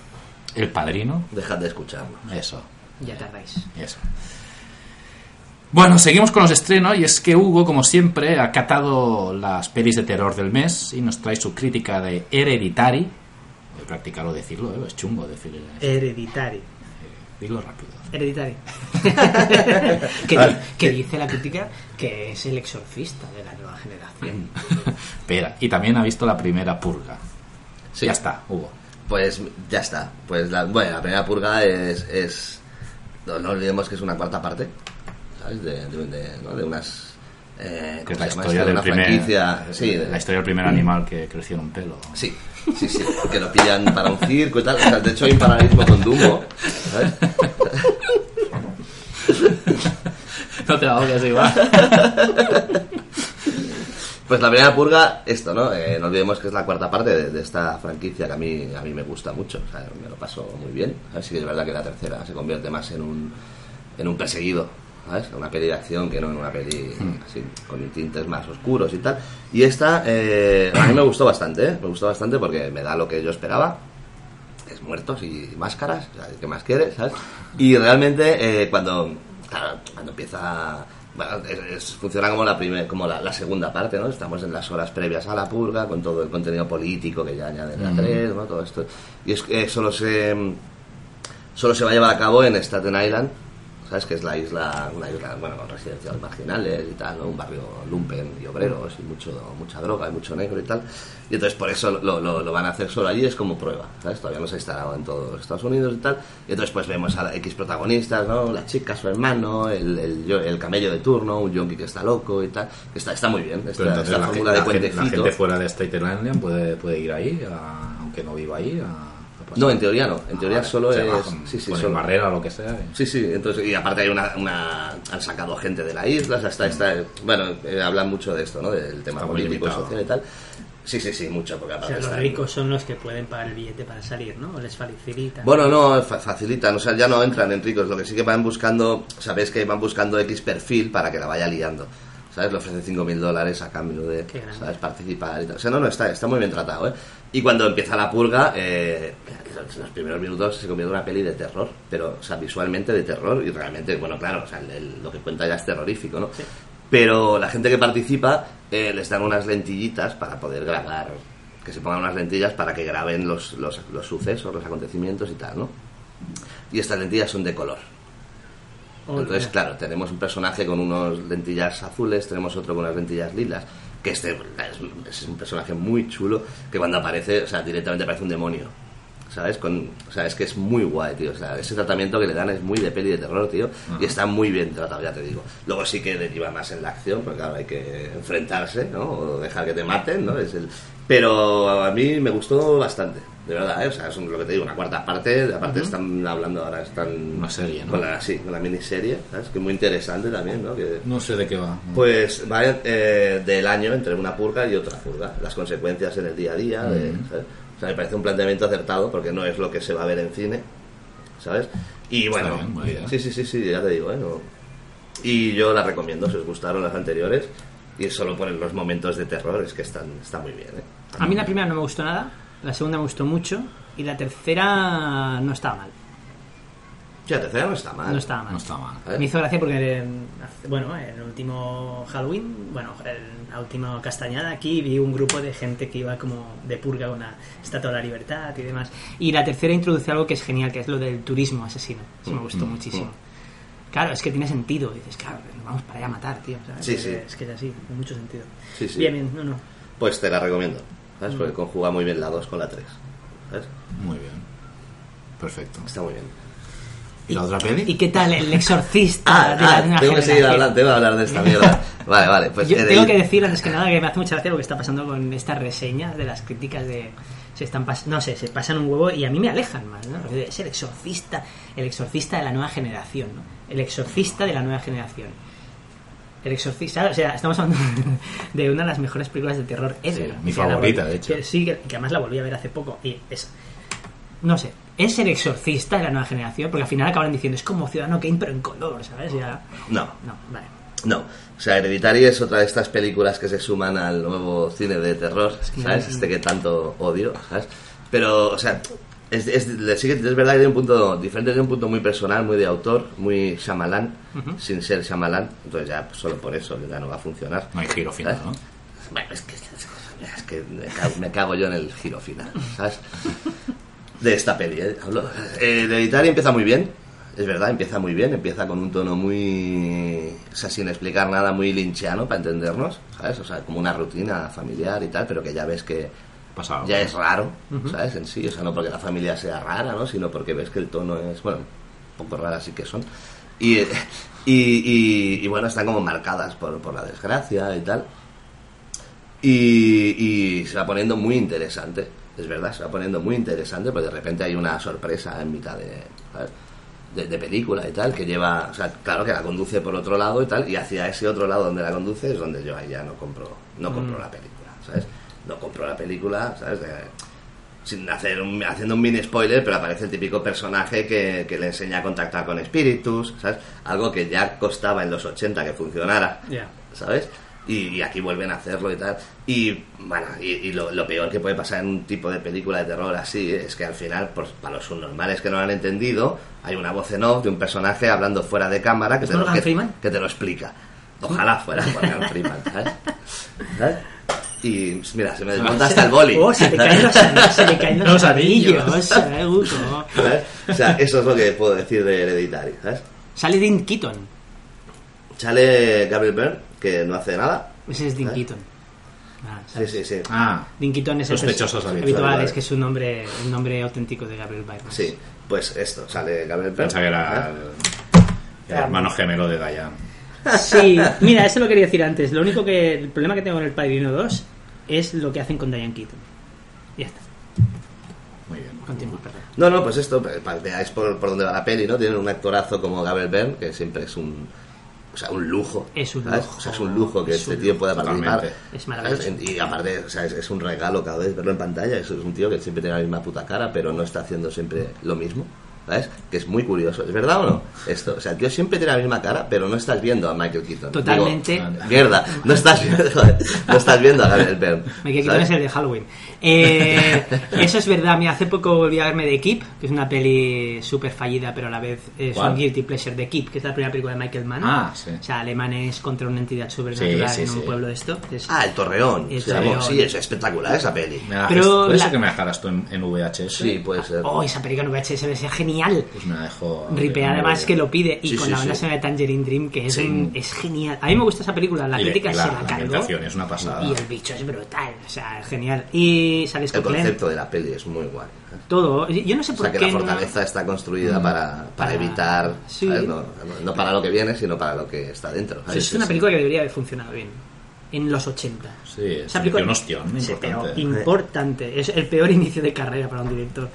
El Padrino,
Dejad de escucharlo.
eso,
Ya tardáis.
eso. Bueno, seguimos con los estrenos y es que Hugo, como siempre, ha catado las pelis de terror del mes y nos trae su crítica de Hereditary. Voy a practicarlo decirlo, ¿eh? es chungo decirlo.
Hereditary.
Dilo rápido.
Hereditary. que, que dice la crítica que es el exorcista de la nueva generación.
[LAUGHS] Espera, y también ha visto la primera purga.
Sí.
Ya está, Hugo.
Pues ya está. Pues la, bueno, la primera purga es, es- No, no olvidemos que es una cuarta parte, ¿sabes? De, de- de- ¿no? de unas. eh,
Que es
¿cómo
la
se llama
historia
esto?
del
una
primer,
franquicia. Sí, de- Mm.
la historia del primer animal que creció en un
[LAUGHS]
pelo.
Sí, sí, sí, que lo pillan para un circo y tal. O sea, de hecho hay un paralelismo con Dumbo. ¿sabes?
No te [LAUGHS] ahogues igual.
Pues la primera purga, esto, ¿no? Eh, no olvidemos que es la cuarta parte de, de esta franquicia que a mí, a mí me gusta mucho. O sea, me lo paso muy bien. Así que es verdad que la tercera se convierte más en un, en un perseguido. ¿Sabes? Una peli de acción que no en una peli así, con tintes más oscuros y tal. Y esta, eh, a mí me gustó bastante, ¿eh? Me gustó bastante porque me da lo que yo esperaba. es muertos y máscaras, o sea, ¿qué más quieres? ¿sabes? Y realmente eh, cuando, claro, cuando empieza... Bueno, es- es- funciona como la primer, como la, la segunda parte, ¿no? Estamos en las horas previas a la purga, con todo el contenido político que ya añaden la 3, ¿no? Todo esto. Y es que solo se, solo se va a llevar a cabo en Staten Island, ¿sabes? Que es la isla, una isla, bueno, con residencias marginales y tal, ¿no? Un barrio lumpen y obreros y mucho, mucha droga y mucho negro y tal. Y entonces por eso lo, lo- lo van a hacer solo allí, es como prueba, ¿sabes? Todavía no se ha instalado en todos los Estados Unidos y tal. Y entonces pues vemos a X protagonistas, ¿no? La chica, su hermano, el, el, yo- el camello de turno, un yonki que está loco y tal. Que está, está muy bien,
Pero
esta,
entonces
esta
la, gente,
fórmula
la
de
gente- la
cuentecito.
gente fuera de Staten Island puede, puede ir ahí, a- aunque no viva ahí. a- a pasar.
No, en teoría no, en
Ah,
teoría
vale.
solo
O sea,
es...
con-
sí, sí,
ponen
solo-
barrera o lo que sea.
Sí, sí, entonces, y aparte hay una, una- han sacado gente de la isla, o sea, está, está, bueno, eh, hablan mucho de esto, ¿no? Del tema
Está muy
político y
limitado.
social y tal. Sí, sí, sí, mucho, porque
O
aparte
sea, los
están-
ricos son los que pueden pagar el billete para salir, ¿no? O les facilitan.
Bueno, no, fa- facilitan, o sea, ya no entran en ricos, lo que sí que van buscando, sabéis que van buscando X perfil para que la vaya liando. ¿Sabes? Le ofrecen 5.000 dólares a cambio de
Qué grande.
¿sabes? participar y tal. O sea, no, no, está, está muy bien tratado, ¿eh? Y cuando empieza la purga, eh, los- los primeros minutos se convierte en una peli de terror, pero, o sea, visualmente de terror y realmente, bueno, claro, o sea, el- el- lo que cuenta ya es terrorífico, ¿no? Pero la gente que participa eh, les dan unas lentillitas para poder grabar, que se pongan unas lentillas para que graben los, los, los sucesos, los acontecimientos y tal, ¿no? Y estas lentillas son de color.
Oh,
Entonces,
mira.
claro, tenemos un personaje con unas lentillas azules, tenemos otro con unas lentillas lilas, que este es- es un personaje muy chulo, que cuando aparece, o sea, directamente parece un demonio. ¿Sabes? Con, o sea, es que es muy guay, tío. O sea, ese tratamiento que le dan es muy de peli de terror, tío. Y está muy bien tratado, ya te digo. Luego sí que deriva más en la acción, porque claro, hay que enfrentarse, ¿no? O dejar que te maten, ¿no? Es el... Pero a mí me gustó bastante, de verdad, ¿eh? O sea, es un- lo que te digo, una cuarta parte. Aparte están hablando ahora, están...
Una serie, ¿no?
Con la, sí, con la miniserie, ¿sabes? Que muy interesante también, ¿no? Que,
No sé de qué va.
pues va eh, del año entre una purga y otra purga. Las consecuencias en el día a día. de- ¿sabes? O sea, me parece un planteamiento acertado porque no es lo que se va a ver en cine, ¿sabes? Y bueno,
bien, buena idea.
sí, sí, sí, sí, ya te digo, ¿eh? No- Y yo la recomiendo, si os gustaron las anteriores. Y solo por los momentos de terror, es que están, está muy bien, ¿eh?
A mí la primera no me gustó nada, la segunda me gustó mucho y la tercera no estaba mal.
Sí, la tercera no está mal.
No estaba mal.
No está mal.
¿sabes?
Me hizo gracia porque, eh, hace- bueno, el último Halloween, bueno, el- la última castañada aquí vi un grupo de gente que iba como de purga a una estatua de la libertad y demás. Y la tercera introduce algo que es genial, que es lo del turismo asesino. Eso me
Mm,
gustó muchísimo. Claro, es que tiene sentido. Dices, claro, nos vamos para allá a matar, tío. ¿sabes?
Sí,
es,
sí.
es que es así, tiene mucho sentido.
Sí, sí.
Bien, bien, no, no.
Pues te la recomiendo, ¿sabes?
Mm.
Porque conjuga muy bien la 2 con la 3. ¿Sabes?
Muy bien. Perfecto.
Está muy bien.
¿Y la otra peli?
¿Y qué tal el exorcista
[LAUGHS] Ah,
de la
ah,
nueva
tengo que seguir
generación?
hablando, tengo que hablar
[LAUGHS]
de esta mierda. Vale, vale, pues
Yo
eh,
en
tengo
el-
que decir antes que nada que me hace mucha gracia lo que está pasando con estas reseñas de las críticas de se están pas- no sé, se pasan un huevo y a mí me alejan más, ¿no? Porque Es el exorcista, el exorcista de la nueva generación, ¿no? El exorcista de la nueva generación. El exorcista, o sea, estamos hablando [LAUGHS] de una de las mejores películas de terror ever.
Sí, mi
O sea, la
favorita,
vol-
de hecho.
que- sí, que, que además la volví a ver hace poco y es no sé, es el exorcista de la nueva generación, porque al final acaban diciendo es como Ciudadano Kane pero en color, ¿sabes? Ya
No,
no, vale.
No, o sea, Hereditary es otra de estas películas que se suman al nuevo cine de terror, ¿sabes? Este que tanto odio, ¿sabes? Pero, o sea, es, es- le sigue- es verdad que tiene un punto diferente, tiene un punto muy personal, muy de autor, muy Shyamalan, sin ser Shyamalan, entonces ya pues, solo por eso ya no va a funcionar.
No hay giro final,
¿sabes?
¿no?
Bueno, es que, es que me, cago, me cago yo en el giro final, ¿sabes? De esta peli, ¿eh? Hablo. Eh, Hereditary empieza muy bien, es verdad, empieza muy bien, empieza con un tono muy. O sea, sin explicar nada, muy lincheano para entendernos, ¿sabes? O sea, como una rutina familiar y tal, pero que ya ves que
Pasado.
ya es raro, ¿sabes? En sí, o sea, no porque la familia sea rara, ¿no? Sino porque ves que el tono es, bueno, un poco rara sí que son. Y, eh, y, y- y, bueno, están como marcadas por, por la desgracia y tal. Y, y se va poniendo muy interesante, es verdad, se va poniendo muy interesante, pero de repente hay una sorpresa en mitad de, ¿sabes? de, de película y tal, que lleva, o sea, claro que la conduce por otro lado y tal, y hacia ese otro lado donde la conduce es donde yo ahí ya no compro, no compro la película, ¿sabes? No compro la película, ¿sabes? De- sin hacer un, haciendo un mini spoiler, pero aparece el típico personaje que, que le enseña a contactar con espíritus, ¿sabes? Algo que ya costaba en los 80 que funcionara,
Ya.
¿sabes? Y, y aquí vuelven a hacerlo y tal. Y bueno, y, y lo, lo peor que puede pasar en un tipo de película de terror así es que al final, por- para los subnormales que no lo han entendido, hay una voz en off de un personaje hablando fuera de cámara que,
¿Es
te lo,
Morgan
que-
Freeman?
que te lo explica. Ojalá fuera Morgan Freeman, ¿sabes? ¿Sabes? Y mira, se
[LAUGHS]
me desmonta hasta el boli.
Oh, se te
[LAUGHS]
caen los, an- se le caen los,
Los
anillos.
anillos.
eh, Guto.
¿sabes? O sea, eso es lo que puedo decir de Hereditary, ¿sabes?
Sale Dean Keaton.
Sale Gabriel Byrne, que no hace nada.
Ese es Dean
¿Eh?
Keaton. Ah,
Sí, sí, sí.
Ah,
Dean Keaton es el
Sospechosos
pers-
habituales.
habitual, es que es un nombre, un nombre auténtico de Gabriel Byrne.
Sí, pues esto, sale Gabriel Byrne.
pensaba que era
¿eh?
el, el hermano gemelo de Diane.
Sí, mira, eso lo quería decir antes. Lo único que el problema que tengo con el Padrino 2 es lo que hacen con Diane Keaton. Ya está,
Muy bien.
continúa, perdón.
No, no, pues esto, pa- pa- veáis por, por dónde va la peli, ¿no? Tienen un actorazo como Gabriel Byrne, que siempre es un. O sea, un lujo.
Es un
¿sabes?
lujo.
O sea, es un lujo que
Es
este
un
tío
lujo.
pueda participar.
Totalmente.
Es maravilloso.
¿sabes? Y aparte, o sea, es, es un regalo cada vez verlo en pantalla. Es, es un tío que siempre tiene la misma puta cara, pero no está haciendo siempre lo mismo. ¿Sabes? Que es muy curioso. ¿Es verdad o no? Esto. O sea, el tío siempre tiene la misma cara, pero no estás viendo a Michael Keaton. Digo, ah,
Totalmente.
mierda. No estás viendo, no estás viendo a Gabriel Byrne.
Me quedé con
¿sabes?
ese de Halloween. Eh, eso es verdad. Mira, hace poco volví a verme The Keep, que es una peli súper fallida, pero a la vez es
¿Cuál?
un guilty pleasure. The Keep, que es la primera película de Michael Mann.
Ah, sí.
O sea, alemanes contra una entidad sobrenatural
Sí, sí,
en un
sí.
pueblo de esto. Es-
Ah, el Torreón.
El
Sí, amor,
Torreón.
sí, es espectacular esa peli.
Me la
Pero
dejaste- ¿Puede
la-
ser que me dejaras tú en, en VHS?
Sí, puede ser.
Oh, esa película en VHS debe ser genial.
Pues me la dejó.
Ripea además que lo pide y
Sí,
con
sí,
la banda
sí.
sonora de Tangerine Dream que es,
Sí.
un- es genial. A mí me gusta esa película, la
Y le-
crítica
y
se
la-
la,
la
cargó
ambientación es una pasada.
y el bicho es brutal, o sea, genial. Y sales
El
con
concepto de la peli es muy guay. ¿eh?
todo. Yo no sé
O
por
sea, que
qué
la
no-
fortaleza está construida para, para,
Para-
evitar,
sí.
¿sabes? No, no para lo que viene, sino para lo que está dentro.
O sea,
¿sabes?
Pues es una película que debería haber funcionado bien. En los 80.
Sí, se
Esa
metió
película-
un ostión
Sí, pero
importante.
importante. Es el peor inicio de carrera para un director.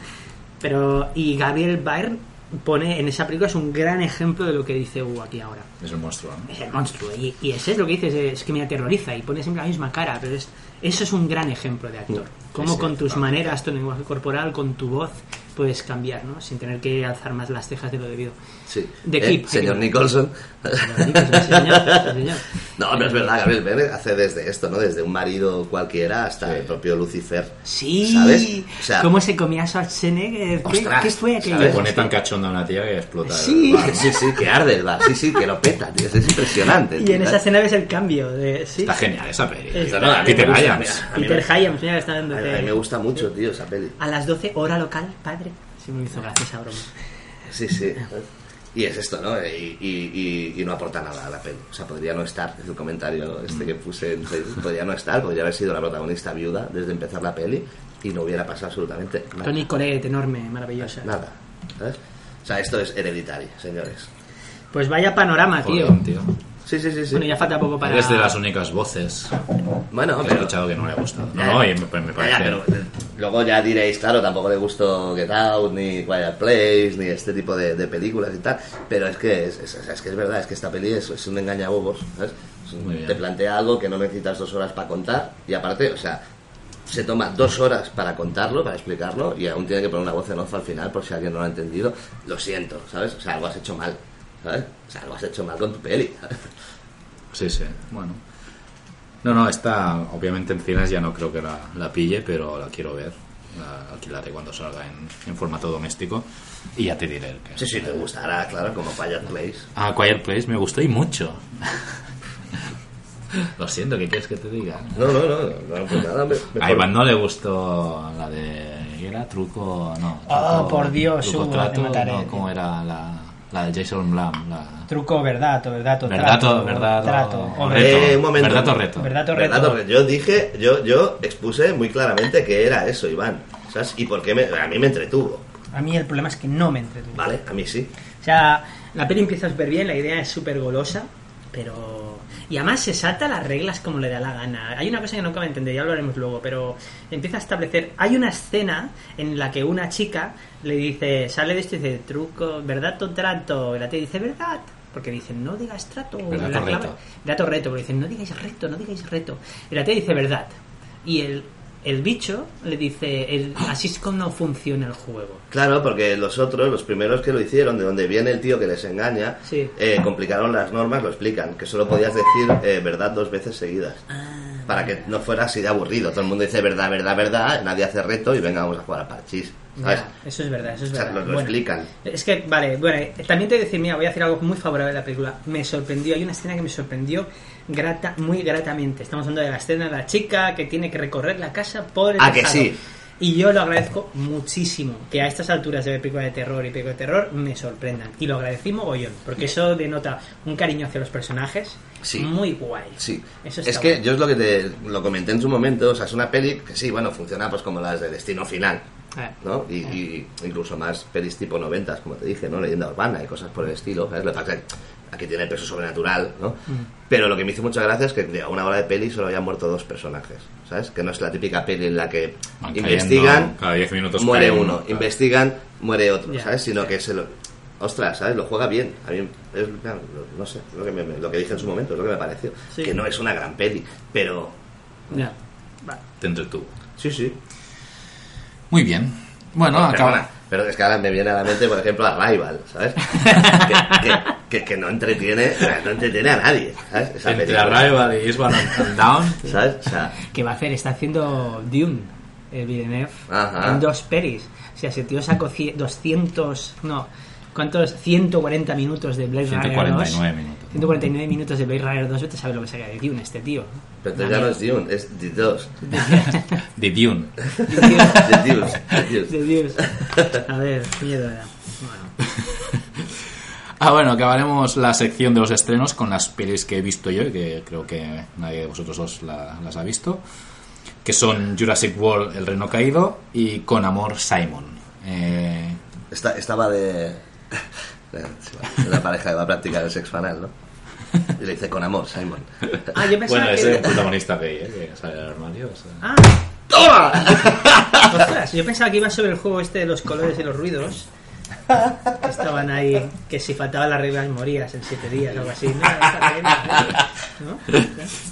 Pero. Y Gabriel Byrne pone en esa película es un gran ejemplo de lo que dice Hugo aquí ahora.
Es un monstruo. ¿no?
Es el monstruo. Y, y ese es lo que dices, es que me aterroriza y pone siempre la misma cara. Pero es, eso es un gran ejemplo de actor. Cómo
sí,
con tus
totalmente.
maneras, tu lenguaje corporal, con tu voz, puedes cambiar, ¿no? Sin tener que alzar más las cejas de lo
[LAUGHS]
debido.
Sí.
The
¿Eh?
Keep,
Señor
hay que-
Nicholson. [LAUGHS]
Señor Nicholson, sí, señor, sí, señor.
No, pero es verdad, Gabriel Byrne hace desde esto, ¿no? Desde un marido cualquiera hasta el propio Lucifer.
Sí,
¿Sabes? O sea,
¿cómo se comía a Schwarzenegger? ¿Qué,
Ostras,
qué fue
Se
aquello?
¿sabes?
pone tan cachonda una tía que explota. el
Sí.
bar, ¿no?
[LAUGHS] Sí, sí, que arde el bar. Sí, sí, que lo peta, tío. Es impresionante.
Y
tío,
en esa
¿sabes?
escena ves el cambio de sí,
Está genial esa peli.
Está-
No, no, a mí
Peter
me gusta,
Lyons.
mira, a mí me-
Peter Hyams, mira, está dando
a mí- a mí me gusta mucho, tío, esa peli.
A las 12, hora local, padre. Sí, me hizo gracia esa broma.
Sí, sí. Y es esto, ¿no? Eh, Y, y- y- y no aporta nada a la peli. O sea, podría no estar, es el comentario este que puse en Facebook, podría no estar, podría haber sido la protagonista viuda desde empezar la peli y no hubiera pasado absolutamente nada.
Tony Colette, enorme, maravillosa.
Nada. ¿sabes? O sea, esto es hereditario, señores.
Pues vaya panorama, tío.
Joder, tío.
Sí, sí, sí, sí.
Bueno, ya falta poco para...
Eres de las únicas voces que
Bueno,
he
pero...
escuchado que no le ha gustado.
Ya,
No, no, y me, pues me
Ya, ya,
parece.
pero, eh, luego ya diréis, claro, tampoco le gustó Get Out, ni Quiet Place, ni este tipo de, de películas y tal, pero es que es, es- es que es verdad, es que esta peli es, es un engañabobos, ¿sabes? Es un-
Muy bien.
te plantea algo que no necesitas dos horas para contar, y aparte, o sea, se toma dos horas para contarlo, para explicarlo, y aún tiene que poner una voz en off al final, por si alguien no lo ha entendido, lo siento, ¿sabes? O sea, algo has hecho mal, ¿sabes? O sea, algo has hecho mal con tu peli, ¿sabes?
Sí, sí. Pues Bueno. No, no, esta obviamente en cines ya no creo que la, la pille, pero la quiero ver. La alquilaré cuando salga en, en formato doméstico y ya te diré el que
[LAUGHS] Sí, sí, te gustará, claro, como Quiet Place.
Ah, Quiet Place me gustó y mucho. [LAUGHS] Lo siento, ¿qué quieres que te diga?
No, no, no, no, no, pues nada, me-
A Iván
mejor.
no le gustó la de. ¿qué era? Truco. No.
Oh,
Truco-
por Dios,
Truco
Hugo, te
trato,
mataré,
no,
tío.
¿Cómo era la, la de Jason Blum? La...
Truco, verdad, o verdad, o
Verdad,
trato,
o- verdad, o-
trato, o
o
reto.
reto.
Eh, un momento.
Verdad o reto.
Verdad o
Verdad,
reto.
porque Yo dije, yo, yo expuse muy claramente que era eso, Iván. ¿Sabes? Y porque me, a mí me entretuvo,
A mí el problema es que no me entretuvo.
¿vale? A mí sí.
O sea, la peli empieza súper bien, la idea es súper golosa, pero... Y además se salta las reglas como le da la gana. Hay una cosa que no acabo de entender, ya hablaremos luego, pero empieza a establecer... Hay una escena en la que una chica le dice, sale de esto y dice, truco, ¿verdad o trato? Y la tía dice, ¿verdad? Porque dicen, no digas trato.
¿Verdad
La
o
clave-
reto?
¿verdad o reto, pero dicen, no digáis reto, no digáis reto. Y la tía dice, ¿verdad? Y el, el bicho le dice, el, así es como funciona el juego.
Claro, porque los otros, los primeros que lo hicieron, de donde viene el tío que les engaña,
Sí.
eh, complicaron las normas, lo explican, que solo podías decir eh, verdad dos veces seguidas.
Ah,
Para que no fuera así de aburrido. Todo el mundo dice verdad, verdad, verdad, nadie hace reto y venga, vamos a jugar a parchís. ¿Sabes?
Ya, eso es verdad, eso es
O sea,
verdad.
lo- lo explican.
Es que, vale, bueno, eh, también te voy a decir, mira, voy a hacer algo muy favorable a la película. Me sorprendió, hay una escena que me sorprendió grata, muy gratamente. Estamos hablando de la escena de la chica que tiene que recorrer la casa por el
Ah, que
tejado.
sí.
Y yo lo agradezco muchísimo que a estas alturas de ver películas de terror y películas de terror me sorprendan. Y lo agradecí mogollón, porque eso denota un cariño hacia los personajes
Sí.
muy guay.
Sí,
Eso está
es que
guay.
yo es lo que te lo comenté en su momento, o sea, es una peli que sí, bueno, funciona pues como las de Destino Final,
Ah,
¿no? Y, y incluso más pelis tipo noventas, como te dije, ¿no? Leyenda urbana y cosas por el estilo, ¿sabes? Lo que pasa es que aquí tiene el peso sobrenatural, ¿no?
Mm.
Pero lo que me hizo mucha gracia es que de una hora de peli solo habían muerto dos personajes, ¿sabes? Que no es la típica peli en la que
Van cayendo,
investigan,
cada 10 minutos
muere
caen,
uno,
claro.
investigan, muere otro,
Ya,
¿sabes? Sino
ya.
que se lo... Ostras, ¿sabes? Lo juega bien. A mí, es- claro, lo- no sé, lo que, me- me- lo que dije en su momento, es lo que me pareció.
Sí.
Que no es una gran peli, pero...
ya.
Te entretuvo.
Sí, sí.
Muy bien. Bueno,
Perdona,
acaba.
pero es que ahora me viene a la mente, por ejemplo, a Rival, ¿sabes? que, que- que- que no entretiene no entretiene a nadie, ¿sabes? Esa
Entre
película,
Arrival y Isban Down.
¿Sabes? O sea,
que va a hacer, está haciendo Dune, el Villeneuve,
Ajá.
en dos pelis. O sea, ese tío sacó cie- 200, no, ¿cuántos? 140 minutos de Blade Runner 2.
149 minutos.
149 minutos de Blade Runner 2, vete a saber lo que saca de Dune este tío.
pero entonces ya no es Dune, es The Dos.
De Dune.
The Deuce, The Deuce.
De Dios. A ver, miedo era. Bueno,
Ah, bueno, acabaremos la sección de los estrenos con las pelis que he visto yo y que creo que nadie de vosotros dos la- las ha visto. Que son Jurassic World, El Reno Caído y Con Amor, Simon. Eh,
Esta- estaba de... de La pareja que va a practicar el sexo anal, ¿no? Y le dice con amor, Simon.
ah, yo pensaba
bueno,
que...
ese es el protagonista gay, ¿eh? que sale del armario. o sea.
Ah, Ostras, yo pensaba que iba sobre el juego este de los colores y los ruidos. Que estaban ahí, que si faltaba las reglas morías en siete días o algo así. No, está bien,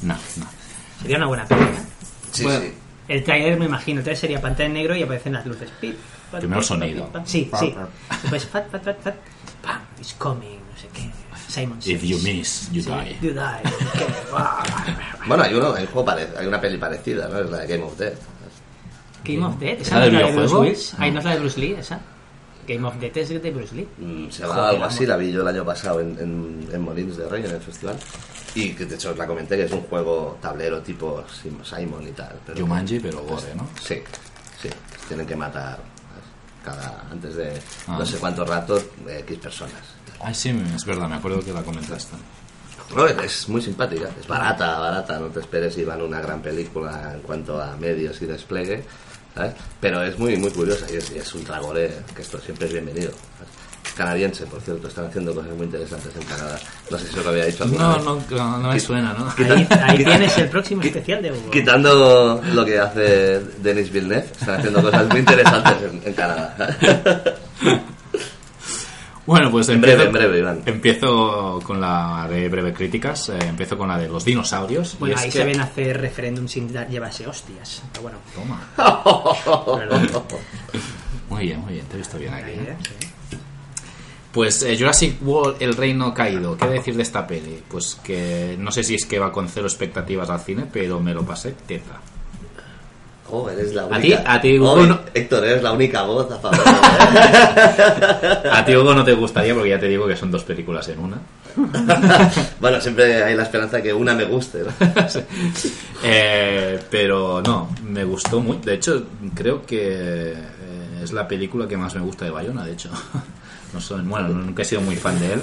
¿no?
No, no.
Sería una buena película.
Sí, sí.
El trailer, me imagino, el trailer sería pantalla en negro y aparecen las luces. Pip, pat,
Primero
pip,
sonido.
pip, pam. Sí, sí. pues, Después, fat, fat, fat, fat. Pam, it's coming, no sé qué. Simon
If
says.
you miss, you
Sí,
die.
You die.
[LAUGHS]
no sé qué.
Bueno, hay, uno, hay, un juego pare- hay una peli parecida, ¿no? Es la de Game of Death.
Game of Death,
¿La
esa no es
del
la de Bruce
videojuego?
Willis. Ahí no es la de Bruce Lee, esa. Game of Death es de Bruce Lee.
Mm, Se
Joder,
llamaba algo así,
amor.
la vi yo el año pasado en, en, en Molins de Rey, en el festival. Y que de hecho os la comenté que es un juego tablero tipo Sim- Simon y tal. Pero pues,
Jumanji, pero gore, ¿no?
Sí, sí. Tienen que matar cada antes de
Ah.
no sé cuánto rato eh, X personas.
Ay, Ah, sí, es verdad, me acuerdo que la comentaste.
No, es muy simpática, es barata, barata, no te esperes Iván una gran película en cuanto a medios y despliegue, ¿sabes? Pero es muy muy curiosa y es, y es un tragore que esto siempre es bienvenido. ¿sabes? Canadiense, por cierto, están haciendo cosas muy interesantes en Canadá. No sé si os lo había dicho alguna
No,
vez.
no, no, no me suena, ¿no?
Ahí, ahí
quita-
tienes el próximo especial de Hugo.
Quitando lo que hace Denis Villeneuve, están haciendo cosas muy interesantes en, en Canadá.
Bueno, pues en
breve, en breve, Iván.
Empiezo con la de breve críticas, eh, empiezo con la de los dinosaurios. y
Bueno,
es
ahí
que-
se ven hacer referéndum sin dar- llevarse hostias. Pero bueno,
Toma.
perdón.
Oh, Muy bien, muy bien, te he visto bien aquí.
Ahí,
¿eh?
¿eh? Sí.
Pues eh, Jurassic World, El Reino Caído. ¿Qué decir de esta peli? Pues que no sé si es que va con cero expectativas al cine, pero me lo pasé teta.
Oh, eres la
¿A
única.
ti? ¿A ti,
Oh,
Hugo, no?
Héctor, eres la única voz a favor.
A ti, Hugo, no te gustaría porque ya te digo que son dos películas en una.
[LAUGHS] bueno, siempre hay la esperanza que una me guste. ¿no?
[LAUGHS] Eh, pero no, me gustó muy. De hecho, creo que eh, es la película que más me gusta de Bayona, de hecho. [LAUGHS] No soy, bueno, nunca he sido muy fan de él,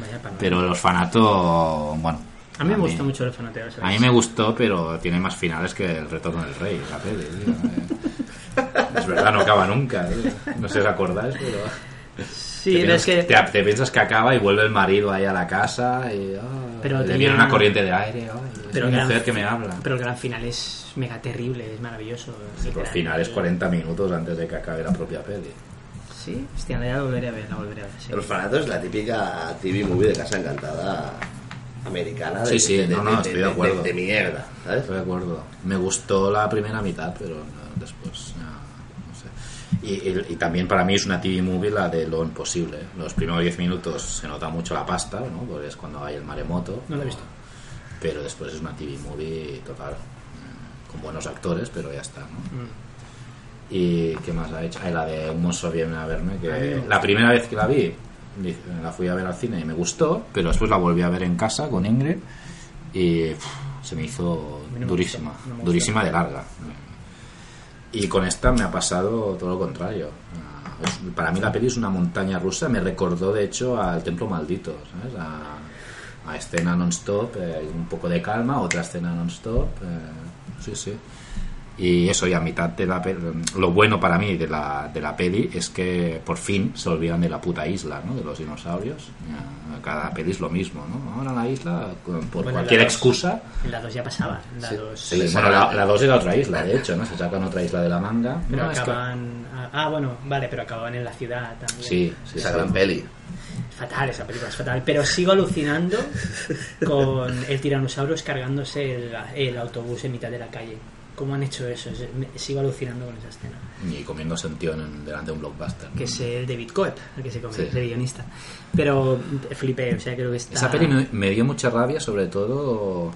Vaya palabra.
pero el orfanato, bueno.
a mí me gusta mucho el fanateo.
A mí me gustó, pero tiene más finales que El Retorno del Rey, la peli. tío, eh. Es verdad, no acaba nunca. tío. No sé si os acordáis, pero.
Sí,
te,
pero
piensas,
es que...
te- te piensas que acaba y vuelve el marido ahí a la casa y. ah,
Pero
le
tenía-
viene una corriente de aire. ah, y es
Pero
mi
gran-
mujer que me habla.
Pero el gran final es mega terrible, es maravilloso.
Al
literal.
final es 40 minutos antes de que acabe la propia peli.
Sí, hostia, ya la volveré a ver, la volveré a ver. sí.
El orfanato es la típica TV movie de casa encantada americana. De,
Sí, sí,
de-
no, no,
de-
estoy
de-
de acuerdo.
de mierda, ¿sabes?
Estoy de acuerdo. Me gustó la primera mitad, pero no, después. no, no sé. Y, y- y también para mí es una TV movie la de lo imposible. Los primeros 10 minutos se nota mucho la pasta, ¿no? Porque es cuando hay el maremoto.
No la he visto.
Pero después es una TV movie total. eh, Con buenos actores, pero ya está, ¿no?
Mm.
¿Y qué más ha hecho? Ah, y la de Un monstruo viene a verme, que la primera vez que la vi, di- la fui a ver al cine y me gustó, pero después la volví a ver en casa con Ingrid y uf, se me hizo
mí no me
durísima,
gustó, no me
durísima de larga. Y con esta me ha pasado todo lo contrario. Ah, es- Para mí la peli es una montaña rusa, me recordó de hecho al Templo Maldito, ¿sabes? A, a escena non-stop, eh, un poco de calma, otra escena non-stop. eh, sí, sí. Y eso, y a mitad de la pe- Lo bueno para mí de la, de la peli es que por fin se olvidan de la puta isla, ¿no? De los dinosaurios. Ya, Cada peli es lo mismo, ¿no? Ahora la isla, con- por
Bueno,
cualquier
la dos.
excusa.
En La 2 ya pasaba. en La 2.
Sí, bueno, la, la dos era otra isla, de hecho, ¿no? Se sacan otra isla de la manga.
Pero
No, es que-
acababan. Ah, Ah, bueno, vale, pero acababan en la ciudad también.
Sí, sí,
Esa
sí.
gran peli.
Es fatal, esa película es fatal. Pero sigo alucinando con el tiranosaurus cargándose el, el autobús en mitad de la calle. ¿Cómo han hecho eso? Es- me- Sigo alucinando con esa escena.
Y comiendo sentión en- delante de un blockbuster. ¿no?
Que es el David Coep, el que se coge,
Sí.
el guionista. Pero eh, flipé, o sea, creo que está.
Esa peli me, me dio mucha rabia, sobre todo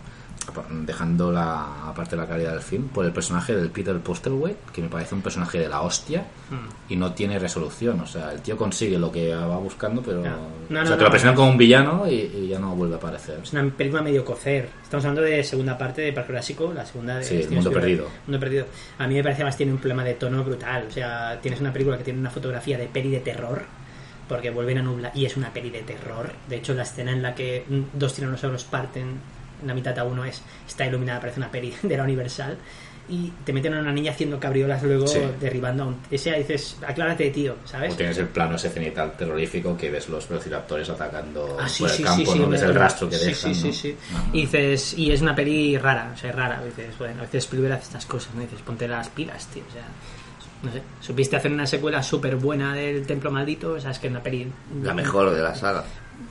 apa- dejando la aparte la calidad del film por el personaje del Peter Postlethwaite que me parece un personaje de la hostia
Mm.
y no tiene resolución o sea el tío consigue lo que va buscando pero
Claro. No,
o
no,
sea te
no.
lo presentan como un villano y, y ya no vuelve a aparecer
Es una película medio cocer. Estamos hablando de segunda parte de Parque Jurásico, la segunda de
Sí, El
Steven
Mundo
Spielberg.
Perdido.
Mundo Perdido. A mí me parece más tiene un problema de tono brutal. O sea, tienes una película que tiene una fotografía de peli de terror, porque vuelven a nublar y es una peli de terror. De hecho, la escena en la que mm, dos tiranosaurios parten la mitad a uno es está iluminada, parece una peli de la Universal. Y te meten a una niña haciendo cabriolas luego
Sí.
derribando a un... Ese dices, aclárate, tío, ¿sabes?
o tienes el plano ese cenital terrorífico que ves los velociraptores atacando
Ah, sí,
por el
sí,
campo
sí, sí,
¿no? ves
me-
el rastro que
sí,
dejan
sí,
¿no?
sí, sí.
Ajá.
Y dices, y es una peli rara, o sea, rara. Dices, bueno, a veces Spielberg hace estas cosas, ¿no? Dices, ponte las pilas, tío, o sea, no sé. Supiste hacer una secuela súper buena del Templo Maldito, o sea, es que es una peli...
La mejor de la saga.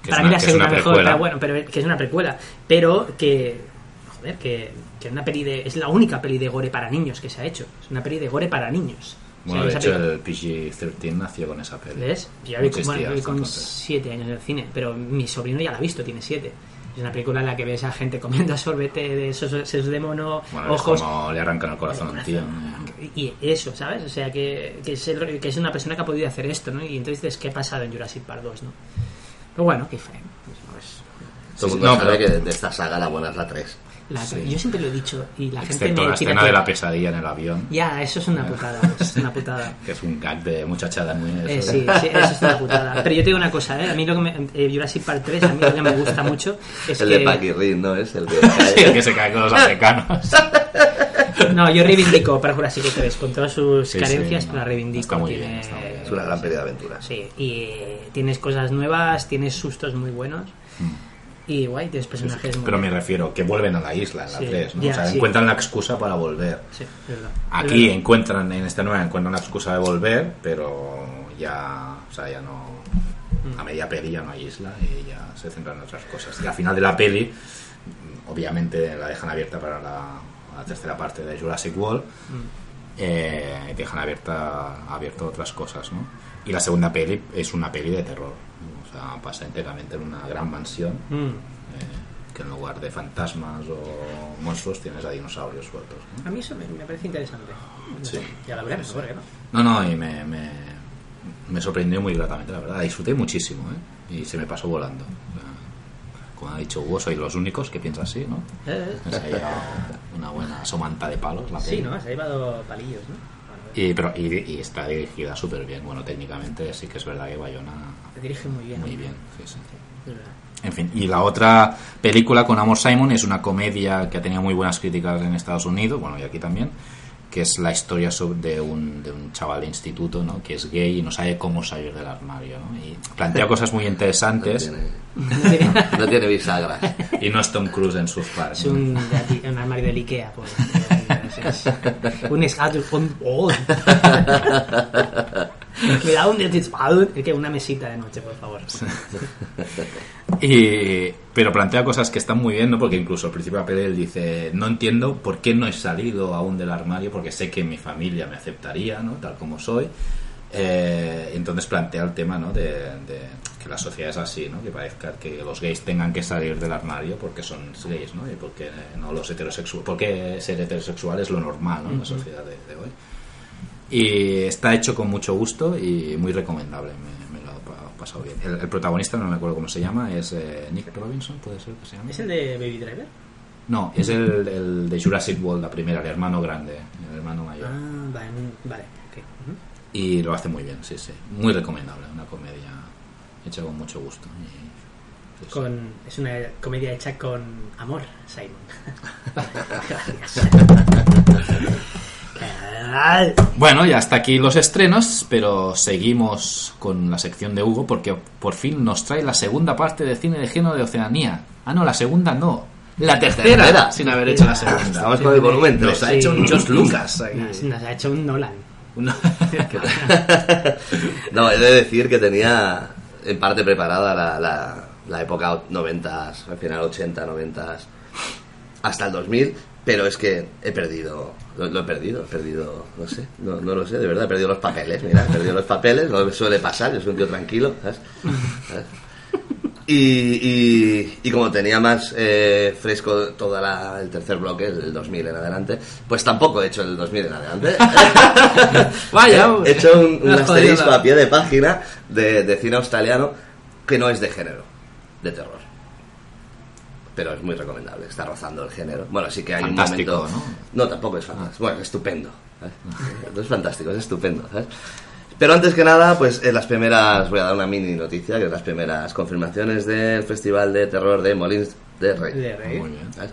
Que
Para
es
mí
una-
la
que es una
segunda mejor,
precuela.
pero bueno, pero que es una precuela. Pero que, joder, que, que es una peli de... Es la única peli de gore para niños que se ha hecho. Es una peli de gore para niños. O sea,
bueno de
esa
hecho
peli-
el PG-13 nació con esa peli
¿Ves? Yo la
No
vi con, bueno,
existía
la vi
hasta
con
entonces.
siete años en el cine, pero mi sobrino ya la ha visto, tiene siete. Es una película en la que ves a gente comiendo [LAUGHS] sorbete de esos, esos de mono,
Bueno, es
ojos.
como le arrancan el corazón a un tío.
Y eso, ¿sabes? O sea, que, que, es el- que es una persona que ha podido hacer esto, ¿no? Y entonces dices, ¿qué ha pasado en Jurassic Park 2, no? Pero bueno, qué fue. pues,
Todo el
Sí,
mundo
no,
sabe
pero-
que de- de esta saga la buena es la 3.
La- Yo siempre lo he dicho y la gente
Excepto
me
la
tira
escena de
tierra.
la pesadilla en el avión,
Ya, eso es una putada, es una putada.
[LAUGHS] que es un gag de muchachada muy...
Eh, sí, sí, eso es una putada. Pero yo te digo una cosa, ¿eh? A mí lo que me, eh, Jurassic Park 3, a mí lo que me
[LAUGHS]
gusta mucho es
el
que...
de Paki Reed, ¿no? Es el que.
El [LAUGHS] que se cae
[LAUGHS]
con los africanos.
No, yo reivindico para Jurassic 3, con todas sus
Sí,
carencias,
sí, no.
la reivindico.
Está muy
Tiene-
bien, está muy bien.
es una gran peli de aventuras.
Sí, y eh, tienes cosas nuevas, tienes sustos muy buenos. Y guay, tienes personajes muy.
Mm. Pero me refiero, que vuelven a la isla, en la
Sí,
3, ¿no?
ya,
o sea,
sí.
encuentran la excusa para volver.
Sí, es verdad.
Aquí
Es verdad.
encuentran, en esta nueva, encuentran la excusa de volver, pero ya, o sea, ya no... A media peli ya no hay isla y ya se centran en otras cosas. Y al final de la peli, mm, obviamente la dejan abierta para la, la tercera parte de Jurassic World eh, dejan abierta abierto otras cosas ¿no? y la segunda peli es una peli de terror ¿no? Está, pasa enteramente en una gran mansión,
Mm.
eh, que en lugar de fantasmas o monstruos tienes a dinosaurios sueltos. ¿no?
A mí eso me, me parece interesante. No
Sí.
sé, Ya lo veremos, ¿por qué no?
No, no, y me, me, me sorprendió muy gratamente, la verdad. Disfruté muchísimo, ¿eh? Y se me pasó volando. O sea, como ha dicho Hugo, soy los únicos que piensa así, ¿no?
Eh, eh,
Se ha llevado una buena somanta de palos, la
Sí,
peli.
¿no? Se ha llevado palillos, ¿no? Bueno,
Y, pero, y, y está dirigida súper bien. Bueno, técnicamente sí que es verdad que Bayona
te dirige muy bien.
muy
¿no?
bien. sí, sí.
Es verdad.
En fin, y la otra película con Amor Simon es una comedia que ha tenido muy buenas críticas en Estados Unidos, bueno, y aquí también, que es la historia sobre- de, un, de un chaval de instituto, ¿no? Que es gay y no sabe cómo salir del armario, ¿no? Y plantea cosas muy interesantes
No tiene, no tiene bisagras.
y no es Tom Cruise en sus pares.
Es un, de aquí- un armario del Ikea, pues. un esgato, un... oh. Me da un... es que Una mesita de noche, por favor.
Y- pero plantea cosas que están muy bien, ¿no? Porque incluso al principio de la peli él dice, no entiendo por qué no he salido aún del armario, porque sé que mi familia me aceptaría, ¿no? Tal como soy. Eh, entonces plantea el tema, ¿no? De, de que la sociedad es así, ¿no? Que parezca que los gays tengan que salir del armario porque son gays, ¿no? Y porque eh, no los heterosexuales, porque ser heterosexual es lo normal, ¿no? En la sociedad de, de hoy. Y está hecho con mucho gusto y muy recomendable. Me, me lo he pa- pasado bien. El, el protagonista, no me acuerdo cómo se llama, es eh, Nick Robinson, puede ser que se llame.
¿Es el de Baby Driver?
No, es el, el de Jurassic World, la primera, el hermano grande, el hermano mayor.
Ah, vale, mm, vale. ok. Ujú.
Y lo hace muy bien, sí, sí. Muy recomendable, una comedia hecha con mucho gusto. Y- pues, sí, sí.
Con, es una comedia hecha con amor, Simon. Gracias. Genial.
Bueno, ya hasta aquí los estrenos, pero seguimos con la sección de Hugo porque por fin nos trae la segunda parte de cine de género de Oceanía. Ah, no, la segunda no. La tercera,
tercera.
sin haber hecho la segunda.
[LAUGHS] [LAUGHS] Estamos con el volumen
Nos
3.
ha hecho un George [LAUGHS] Lucas. ahí.
Nos, nos ha hecho un Nolan.
Una-
[LAUGHS] No, he de decir que tenía en parte preparada la, la- la época 90, al final 80, 90, hasta el 2000, pero es que he perdido, lo, lo he perdido, he perdido, no sé, no, no lo sé, de verdad, he perdido los papeles, mira, he perdido los papeles, no me suele pasar, yo soy un tío tranquilo, ¿sabes? ¿Sabes? Y, y- y como tenía más eh, fresco todo el tercer bloque, el 2000 en adelante, pues tampoco he hecho el 2000 en adelante.
Vaya,
[LAUGHS] He hecho un, un
Una
asterisco
jodida.
a pie de página de, de cine australiano que no es de género, de terror. Pero es muy recomendable, está rozando el género. Bueno, sí que hay
Fantástico, Ah.
un momento. ¿no? tampoco es fantástico. Bueno, estupendo. ¿eh? No [LAUGHS] es fantástico, es estupendo. ¿sabes? Pero antes que nada, pues en las primeras, voy a dar una mini noticia, que en las primeras confirmaciones del Festival de Terror de Molins de Rey.
De Rey.
Muy bien.
¿sabes?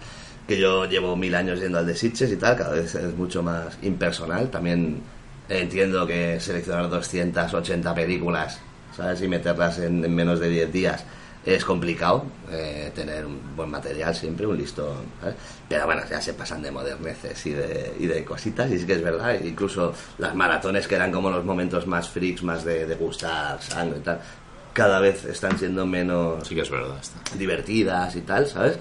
Que yo llevo mil años yendo al de Sitges y tal, cada vez es mucho más impersonal. También entiendo que seleccionar 280 películas, ¿sabes? Y meterlas en, en menos de 10 días es complicado. eh, tener un buen material siempre, un listón, ¿sabes? Pero bueno, ya se pasan de moderneces y de, y de cositas, y sí que es verdad. Incluso las maratones que eran como los momentos más freaks, más de, de gustar sangre y tal, cada vez están siendo menos
Sí que es verdad. Está.
divertidas y tal, ¿sabes?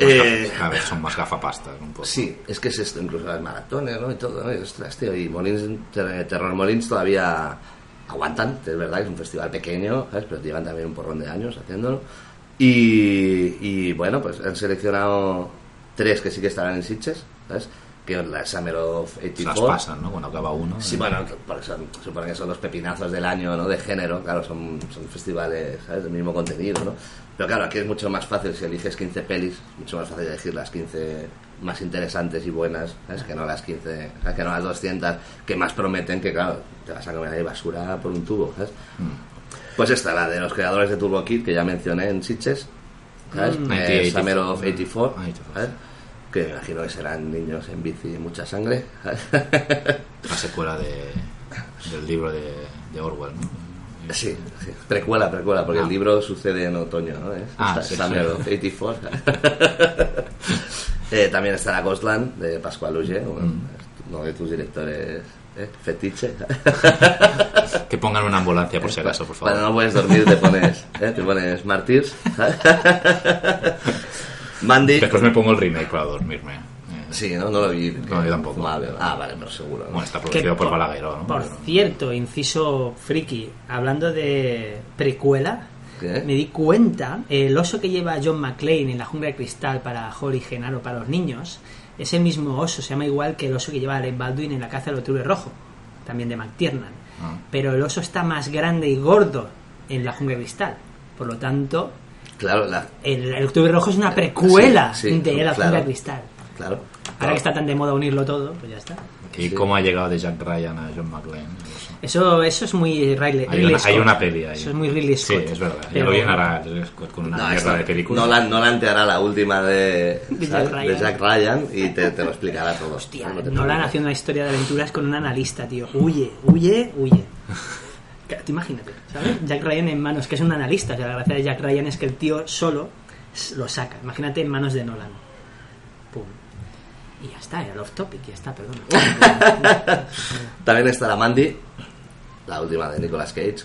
Eh,
Cada vez son más gafapastas un poco.
sí, es que es esto, incluso las maratones, ¿no? Y todo, ¿no? Y, ostras, tío, y Molins, Ter- Terror Molins todavía aguantan, es verdad que es un festival pequeño, ¿sabes? Pero llevan también un porrón de años haciéndolo. Y, y, bueno, pues han seleccionado tres que sí que estarán en Sitges, ¿sabes? Que es la Summer of
Se las
84.
pasan, ¿no? Cuando acaba uno.
Sí,
eh.
bueno, porque son, supongo que son los pepinazos del año, ¿no? De género, claro, son, son festivales, ¿sabes? Del mismo contenido, ¿no? Pero claro, aquí es mucho más fácil, si eliges 15 pelis, es mucho más fácil elegir las 15 más interesantes y buenas, ¿sabes? Que no las 15, o sea, que no las 200, que más prometen, que claro, te vas a comer ahí basura por un tubo, ¿sabes?
Mm.
Pues esta, la de los creadores de Turbo Kid, que ya mencioné en Sitges, ¿sabes?
Mm.
Eh,
84.
Summer of 84,
Ah, 84,
¿sabes? Que me imagino que serán niños en bici y mucha sangre, ¿sabes? [LAUGHS]
La secuela de, del libro de, de Orwell, ¿no?
Sí, sí. precuela, precuela, porque
Ah.
el libro sucede en otoño, ¿no? ¿Eh?
Ah,
Está-
sí,
está
sí.
en el 84. [LAUGHS] Eh, también estará Ghostland, de Pascual Uge,
Mm.
uno de tus directores ¿eh? fetiche.
Que pongan una ambulancia por si acaso, por
Cuando no
favor.
puedes dormir te pones, ¿eh? te pones Martyrs. [LAUGHS] Mandy.
Después me pongo el remake para dormirme. Eh,
Sí, ¿no? No lo vi.
No, yo tampoco.
Vale, Ah, vale, pero seguro. ¿no?
Bueno, está producido
Que-
por Balagueró, ¿no?
Por
Pero-
cierto, inciso friki, hablando de precuela,
¿Qué?
me di cuenta, eh, el oso que lleva John McClane en la jungla de cristal para Holly y Genaro para los niños, es el mismo oso, se llama igual que el oso que lleva Alec Baldwin en la caza del octubre rojo, también de McTiernan.
Ah.
Pero el oso está más grande y gordo en la jungla de cristal. Por lo tanto,
Claro, la,
el, el octubre rojo es una precuela
Eh, Sí, sí,
de la
claro.
jungla de cristal.
claro.
Ahora que está tan de moda unirlo todo, pues ya está.
¿Y cómo ha llegado de Jack Ryan a John McClane? No sé.
Eso, eso es muy Riley,
Hay
Ridley
una,
Scott.
hay una peli ahí.
Eso es muy Ridley
Sí,
Scott.
es verdad. Ya
Pero-
lo llenará Ridley Scott con una mierda
esto-
de película.
Nolan, Nolan te hará la última de,
De
¿sabes?
Jack Ryan.
de Jack Ryan y te, te lo explicará todo.
Hostia,
No te
Nolan
preocupes.
haciendo una historia de aventuras con un
[LAUGHS]
analista, tío. Huye, huye, huye. Claro, tú Imagínate, ¿sabes? Jack Ryan en manos, que es un analista. O sea, la gracia de Jack Ryan es que el tío solo s- lo saca. Imagínate en manos de Nolan. Pum. Y ya está, era el off topic, ya
[LAUGHS]
está, perdón.
También estará Mandy, la última de Nicolas Cage.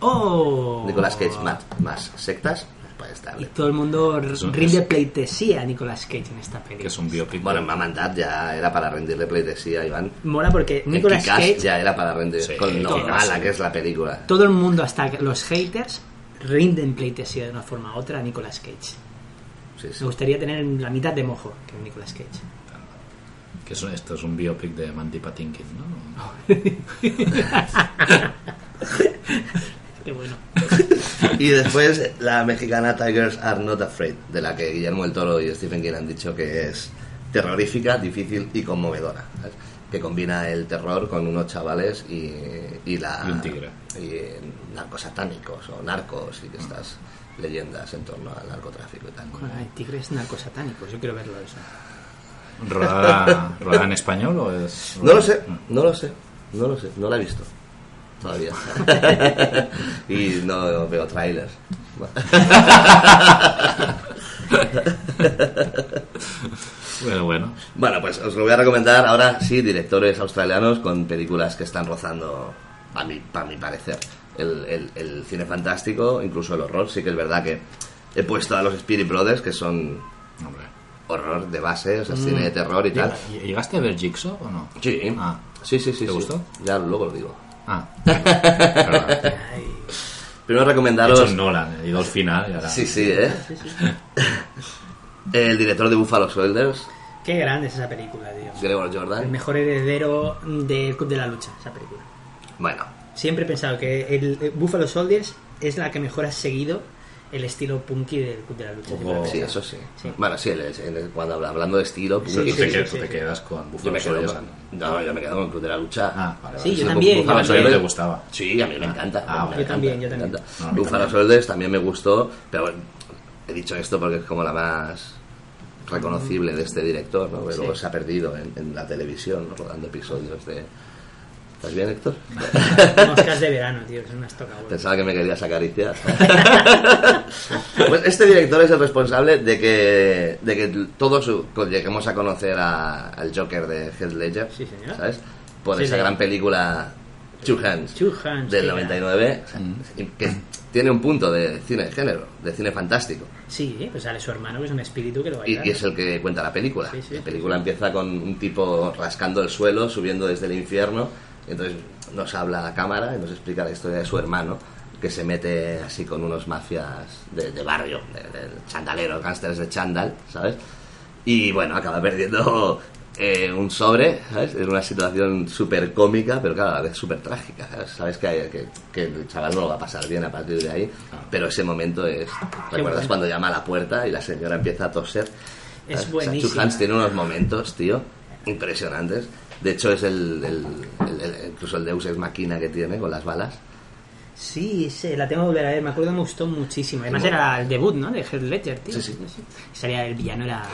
¡Oh!
Nicolas Cage más, más sectas. pues Puede estar.
Y todo el mundo r-
Eso es-
rinde pleitesía a Nicolas Cage en esta película.
que es un biopic.
Bueno, en Mamandad ya era para rendirle pleitesía, Iván.
Mola porque
En
Nicolas
Kick-Ass
Cage,
ya era para rendir.
Sí,
con lo
Kick-Ass.
mala que es la película.
todo el mundo, hasta los haters, rinden pleitesía de una forma u otra a Nicolas Cage.
Sí, sí.
Me gustaría tener la mitad de mojo que Nicolas Cage.
Que es- esto es un biopic de Mandy Patinkin, ¿no?
Qué bueno.
[LAUGHS] Y después la mexicana Tigers Are Not Afraid, de la que Guillermo el Toro y Stephen King han dicho que es terrorífica, difícil y conmovedora. ¿sabes? Que combina el terror con unos chavales y, y la.
Y un tigre.
Y eh, narcos satánicos o narcos y que estas leyendas en torno al narcotráfico y tal.
Ay, tigres narcosatánicos, yo quiero verlo eso.
[LAUGHS]
¿Rodada, rodada en español o es.?
No lo sé, no lo sé, no lo sé, no la he visto todavía. [LAUGHS] y no veo trailers.
Bueno, Mm. Eh, bueno.
Bueno, pues os lo voy a recomendar ahora, sí, directores australianos con películas que están rozando, a mi, a mi parecer, el, el- el cine fantástico, incluso el horror. Sí que es verdad que he puesto a los Spirit Brothers, que son
Hombre.
horror de base, o sea,
Mm.
cine de terror y tal.
¿Lleg- ¿Llegaste a ver Jigsaw o no?
Sí,
Ah.
sí, sí, sí.
¿Te
sí.
gustó?
Ya luego lo digo.
Ah. Perdón. He hecho
Primero recomendaros...
un Nolan, he ido al final y ahora.
Sí, sí, ¿eh? el director de Buffalo Soldiers,
Qué grande es esa película, tío.
Gregor
El
Jordan.
mejor heredero del Club de la Lucha, esa película.
Bueno,
Siempre he pensado que el eh, Buffalo Soldiers es la que mejor ha seguido el estilo punky del Club de la Lucha. siempre lo he
Oh, sí,
pensado.
eso sí.
Sí.
[LAUGHS] Bueno, sí, el- el- cuando habla- hablando de estilo...
Sí,
pues,
Tú te,
sí,
quedas,
sí,
tú te
sí.
quedas con
Yo
Buffalo
me quedo
Soldiers.
con, no, yo me quedo con Club de la Lucha.
Ah, vale.
Sí,
vale.
yo también,
Buffalo
yo también.
Soldiers-
¿Te gustaba?
Sí, a mí me encanta.
Ah,
me
yo
encanta,
también, yo
me
también.
encanta.
No, a mí
Buffalo
también.
Soldiers también me gustó, pero bueno, he dicho esto porque es como la más reconocible de este director, ¿no? Que luego
Sí.
se ha perdido en, en la televisión, ¿no? rodando episodios de... ¿Estás bien, Héctor?
Moscas de verano, tío, son unas tocabolas.
Pensaba que me querías acariciar. [LAUGHS] pues este director es el responsable de que, de que todos lleguemos a conocer a- al Joker de Heath Ledger,
Sí, señor.
¿sabes? Por
Sí,
esa
señor.
gran película Two Hands,
Two Hands,
del
sí,
99, o sea, que tiene un punto de cine de género, de cine fantástico.
Sí, pues sale su hermano, que es un espíritu que lo va a
Y,
ayudar.
y es el que cuenta la película.
Sí, sí,
la
sí,
película empieza con un tipo rascando el suelo, subiendo desde el infierno. Entonces nos habla a la cámara y nos explica la historia de su hermano, que se mete así con unos mafias de, de barrio, de, de chandaleros, gángsters de chandal, ¿sabes? Y bueno, acaba perdiendo eh, un sobre, ¿sabes? En una situación súper cómica, pero claro, a la vez súper trágica. ¿sabes? Sabes que, hay- que, que el chaval no lo va a pasar bien a partir de ahí, pero ese momento es... ¿Recuerdas
Ah. bueno.
cuando llama a la puerta y la señora empieza a toser?
Es
¿Sabes? O sea,
buenísima.
Two Hands tiene unos momentos, tío, impresionantes. De hecho, es el, el- el- el- incluso el Deus Ex Máquina que tiene con las balas.
Sí, sí, la tengo que volver a ver, me acuerdo que me gustó muchísimo. Además
Sí,
era el debut, ¿no? De Heath Ledger, tío.
Sí, sí.
Y Salía el villano, era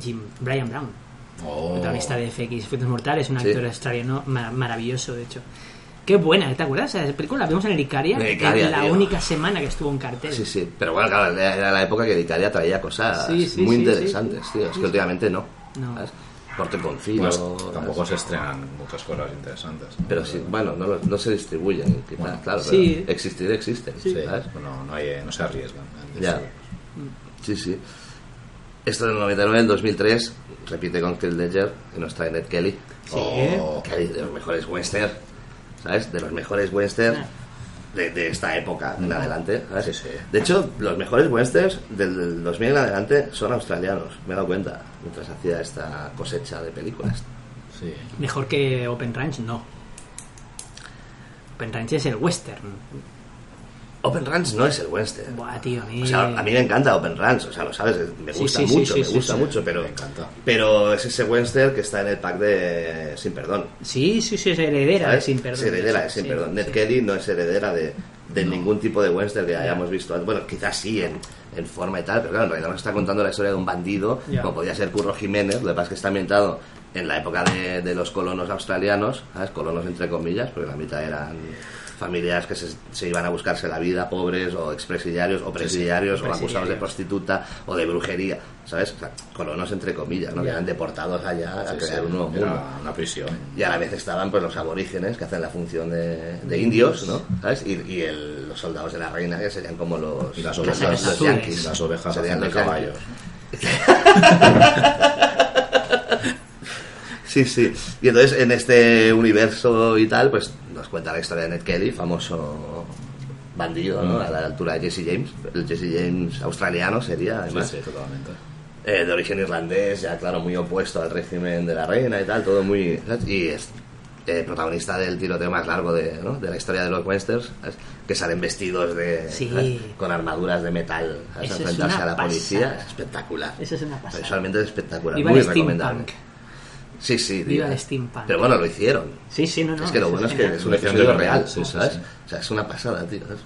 Jim, Brian Brown,
Oh.
protagonista de FX, Frutos Mortales, un
Sí.
actor australiano ma- maravilloso, de hecho. Qué buena, ¿te acuerdas? Esa película la vimos en el Icaria,
En el Icaria,
la
tío.
única semana que estuvo en cartel.
Sí, sí. Pero bueno, claro, era era la época que Vicaria traía cosas
Sí, sí,
muy
sí,
interesantes,
sí.
tío. Es que últimamente no.
No.
¿sabes? Corte con filo.
Pues tampoco
¿sabes?
se estrenan muchas cosas interesantes. ¿no?
Pero sí, bueno, no, lo- no se distribuyen, quizás,
Bueno,
claro. pero
sí.
Existir existe,
Sí,
¿sabes?
Pues no, no, hay, no se arriesgan. ¿eh?
Ya. Sí, sí. Esto del 99, el 2003, repite con Heath Ledger y nos trae Ned Kelly.
Sí.
Oh, Kelly, de los mejores western, ¿sabes? De los mejores western.
Ah.
de, de esta época en adelante. ¿sabes?
Sí, sí.
De hecho, los mejores westerns del 2000 en adelante son australianos, me he dado cuenta, mientras hacía esta cosecha de películas.
Sí.
Mejor que Open Range, no. Open Range es el western.
Open Runs no es el western.
Buah, tío, a mí-
O sea, a mí me encanta Open Runs, o sea, lo sabes, me
Sí,
gusta
sí, sí,
mucho,
sí,
me
sí,
gusta
sí.
mucho, pero,
Me encanta.
pero es ese western que está en el pack de Sin Perdón.
Sí, sí, sí, es heredera,
¿sabes?
de sin perdón.
Es heredera de Sin
Sí,
Perdón.
sí.
Ned Kelly no es heredera de, de ningún tipo de western que hayamos visto antes. Bueno, quizás sí en, en forma y tal, pero claro, en realidad nos está contando la historia de un bandido,
Ya.
como podía ser Curro Jiménez, lo que pasa es que está ambientado en la época de, de los colonos australianos, ¿sabes? Colonos entre comillas, porque la mitad eran familias que se, se iban a buscarse la vida, pobres o expresidiarios o presidiarios o acusados de
Presidiarios.
prostituta o de brujería, ¿sabes? O sea, colonos entre comillas, ¿no? Que
Ya.
eran deportados allá a
Sí,
crear
sí,
un nuevo
era
mundo
una prisión.
y a la vez estaban pues los aborígenes que hacen la función de, de indios, ¿no? ¿Sabes? Y, y el- los soldados de la reina que serían como los
Y las
los-
ovejas,
los,
azules.
yanquis.
y las ovejas
Serían
hacen de
los yanquis.
caballos.
Sí, sí. Y entonces en este universo y tal, pues nos cuenta la historia de Ned Kelly, famoso bandido, ¿no? A la altura de Jesse James, el Jesse James australiano sería
Sí,
además.
sí, totalmente.
eh, de origen irlandés, ya claro, muy opuesto al régimen de la reina y tal, todo muy... ¿sabes? Y es eh, protagonista del tiroteo más largo de, ¿no? de la historia de los westerns, ¿sabes? que salen vestidos de...
Sí.
¿sabes? con armaduras de metal ¿sabes?
Eso
a
es
enfrentarse
una
a la policía.
pasada.
Es espectacular.
Eso es una pasada.
Visualmente Pues es espectacular,
Viva
muy
el
recomendable.
steampunk.
Sí, sí,
Viva
tío.
el steampunk.
Pero bueno, lo hicieron.
Sí, sí, no, no.
es que lo
eso
bueno es que
genial.
es un episodio
Episodio
real,
real, sí, sí,
¿sabes?
sí.
O sea, es una pasada, tío. ¿sabes?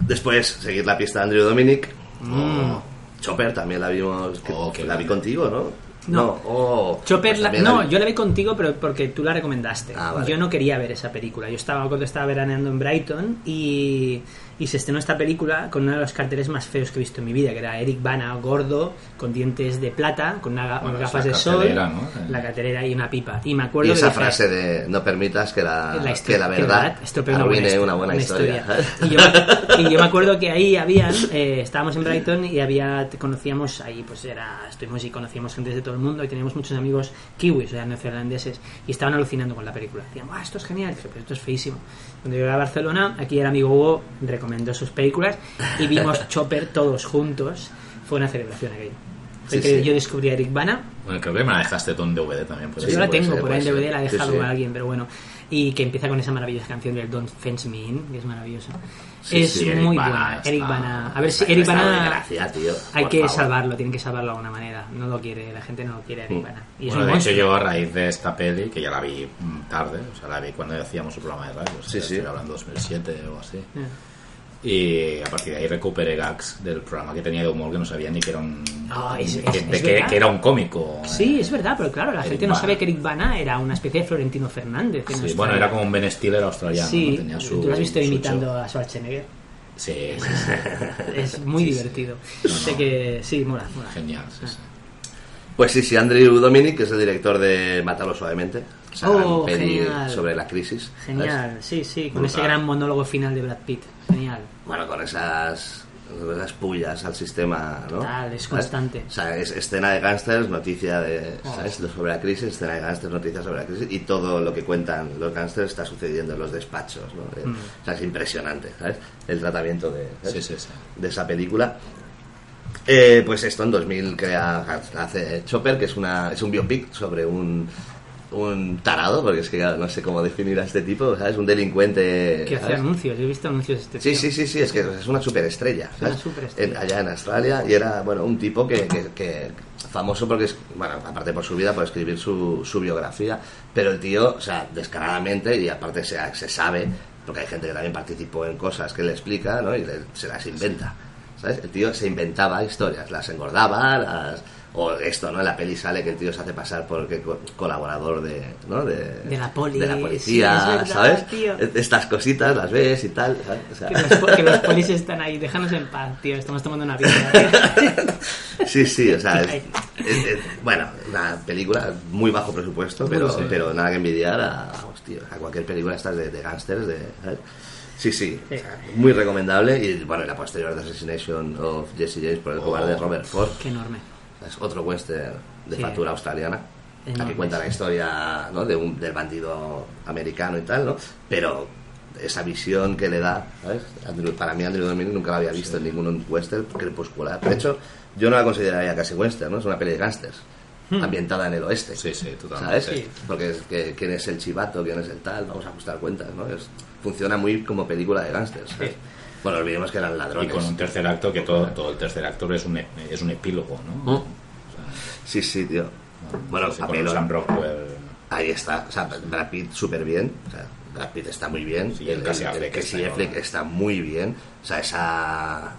Después, seguir la pista de Andrew Dominic.
Mm.
Chopper también la vimos. que-
Oh, qué
la vi
grande.
contigo, ¿no?
No.
oh,
Chopper,
pues
la-
también
no,
vi-
yo la vi contigo, pero porque tú la recomendaste.
Ah, vale.
Yo no quería ver esa película. Yo estaba cuando estaba veraneando en Brighton y, y se estrenó esta película con uno de los carteles más feos que he visto en mi vida, que era Eric Bana, gordo, con dientes de plata, con una,
Bueno, es
gafas
la
de sol,
cartelera, ¿no?
la cartelera y una pipa. Y me acuerdo
Y
que
esa
dije,
frase de no permitas que la,
la
que
historia,
la
que
verdad
estropee una buena
arruine
historia,
una buena
una
historia.
historia. Y, yo me, y yo me acuerdo que ahí habían, eh, estábamos en Brighton y había, te conocíamos ahí, pues era, estuvimos y conocíamos gente de todo el mundo y teníamos muchos amigos kiwis, o sea, neozelandeses, y estaban alucinando con la película. Decían, ¡guau, esto es genial! Dije, pero esto es feísimo. Cuando yo era a Barcelona, aquí el amigo Hugo recomendó sus películas y
[LAUGHS]
vimos Chopper todos juntos. Fue una celebración aquello. Fue
Sí,
que
sí.
Yo descubrí a Eric Bana,
Bueno, creo que me la dejaste tú en DVD también. Pues,
Sí,
yo la
puede
tengo
ser,
por ahí en
puede
DVD,
ser.
la ha
Sí,
dejado
sí.
a alguien, pero bueno. Y que empieza con esa maravillosa canción del Don't Fence Me In, que es maravillosa.
Sí,
es
sí, Eric
muy
Bana
buena.
está-
Eric Bana. A ver si
Está
Eric
de
Bana.
gracia, tío.
Hay
por
que
favor.
salvarlo, tienen que salvarlo de alguna manera. No lo quiere, la gente no lo quiere, Eric Bana. Y es
Mm. Bueno,
un
de hecho
monstruo.
yo a raíz de esta peli, que ya la vi mm, tarde, o sea, la vi cuando hacíamos un programa de radio, o sea,
Sí, sí.
estoy hablando 2007 o así,
Eh,
y a partir de ahí recuperé gags del programa que tenía de humor que no sabía ni que era un...
Ah, es-
que,
es-
de
es
que-
verdad.
que era un cómico.
Sí, es verdad, pero claro, la
Eric
gente no
Bana.
sabe que Eric Bana era una especie de Florentino Fernández. en
Sí,
nuestra-
bueno, era como un Ben Stiller australiano,
Sí,
¿no? tenía su...
tú lo has visto
su
imitando
show. [LAUGHS]
a Schwarzenegger.
Sí, sí, sí, [LAUGHS]
Es muy divertido. Sé que sí, mola, mola.
genial, sí, sí.
Ah. Pues sí, sí, Andrew Dominic, que es el director de Mátalo Suavemente. Esa gran
Oh,
peli
genial.
sobre la crisis. ¿sabes?
Genial, sí, sí, con ese
Brutal.
gran monólogo final de Brad Pitt. Genial.
Bueno, con esas, con esas pullas al sistema, ¿no?
Total, es
¿Sabes?
constante.
O sea, es escena de gángsters, noticia de,
Oh.
¿sabes? sobre la crisis, escena de gángsters, noticia sobre la crisis, y todo lo que cuentan los gángsters está sucediendo en los despachos, ¿no? Eh,
Mm.
O sea, es impresionante, ¿sabes? El tratamiento de,
Sí,
¿sabes?
sí, sí.
de esa película. Eh, pues esto en 2000 crea, hace Chopper, que es, una, es un biopic sobre un, un tarado, porque es que ya no sé cómo definir a este tipo, ¿sabes? Un delincuente...
Que hace
¿sabes?
anuncios, yo he visto anuncios de este
Eh, Sí,
tío.
sí, sí, sí, es que es una superestrella. ¿sabes?
una superestrella.
En- allá en Australia y era, bueno, un tipo que, que- que- famoso porque es, bueno, aparte por su vida, por escribir su, su biografía, pero el tío, o sea, descaradamente y aparte se, se sabe, porque hay gente que también participó en cosas que le explica, ¿no? Y le- se las inventa. ¿Sabes? El tío se inventaba historias, las engordaba, las... O esto, ¿no? En la peli sale que el tío se hace pasar por que co- colaborador de, ¿no? de,
De la poli,
de la
sí,
policía,
es verdad,
¿sabes?
tío.
Estas cositas las ves y tal. ¿sabes? O sea,
Que los, po- que los polis están ahí, déjanos en paz, tío, estamos tomando una birra.
[LAUGHS] Sí, sí, o sea, es- es- es- bueno, una película muy bajo presupuesto, pero, pero nada que envidiar a, vamos, tío, a cualquier película estas de, de gángsters, de... ¿sabes? Sí, sí, o sea, muy recomendable y bueno, y la posterior de Assassination of Jesse James por el cobarde Robert Ford,
Qué enorme.
es otro western de
Sí.
factura australiana, la
Enorme,
que cuenta
sí.
la historia ¿no? de un, del bandido americano y tal, ¿no? Pero esa visión que le da, ¿sabes? Andrew- para mí Andrew Dominic nunca la había visto en ningún western crepuscular. De hecho, yo no la consideraría casi western, ¿no? Es una peli de gángsters, ambientada en el oeste.
Sí, sí, totalmente.
¿Sabes? Porque es que, quién es el chivato, quién es el tal, vamos a ajustar cuentas, ¿no? Es- funciona muy como película de gángsters. ¿sabes? Bueno, olvidemos que eran
Y
ladrones.
con un tercer acto que todo, todo el tercer acto es un, e- es un epílogo, ¿no?
Sí, sí, tío. Bueno,
Sí, con
papelón.
Sam Rockwell.
Ahí está, o sea, Brad Pitt súper bien, o sea, Brad Pitt está muy bien,
Sí, el Casey Affleck este,
Casey
está
Affleck
enorme.
está muy bien, o sea, esa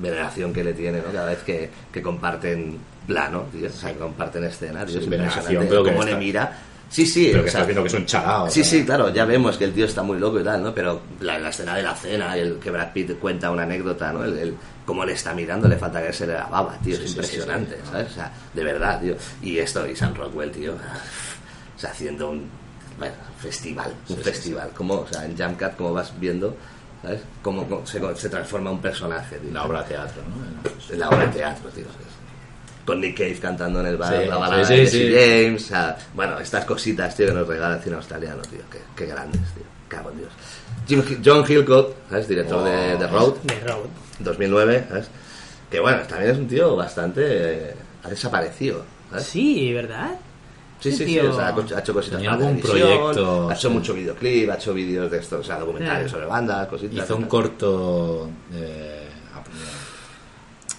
veneración que le tiene, ¿no? Cada vez que, que comparten plano, tío, o sea, que comparten escena, tío,
Sí,
es
veneración,
impresionante
pero que
cómo
está-
le mira. Sí, sí,
Pero que
o sea,
estás viendo que es un chalao.
Sí,
¿sabes?
sí, claro, ya vemos que el tío está muy loco y tal, ¿no? Pero la, la escena de la cena, el que Brad Pitt cuenta una anécdota, ¿no? El, el- cómo le está mirando, le falta que se le la baba, tío, es
sí, sí,
impresionante, ¿sabes? O sea, de verdad, tío. Y esto, y Sam Rockwell, tío, o sea, haciendo un bueno, festival, un festival, como, o sea, en Jump Cat, como vas viendo, ¿sabes? Cómo cómo se, se transforma un personaje, tío.
La obra de teatro, ¿no?
Es la obra de teatro, tío. Con Nick Cave cantando en el bar,
Sí,
la balada
sí,
de
sí,
Jesse
sí.
James. o sea, bueno, estas cositas, tío, que nos regala el cine australiano, tío. Qué, qué grandes, tío. Cago en Dios. Jim- John Hillcott, ¿sabes? Director de The Road,
De Road.
¿Eh? 2009, ¿sabes? Que bueno, también es un tío bastante. eh, ha desaparecido, ¿sabes?
Sí, ¿verdad?
Sí,
Sí,
sí, sí,
tío.
o sea, ha co- ha hecho cositas
Tenía
para
algún
televisión,
proyecto,
Ha hecho
sí. Ah.
mucho videoclip, ha hecho vídeos de estos, o sea, documentales
Eh.
sobre bandas, cositas.
Hizo un
tal.
corto eh, apro-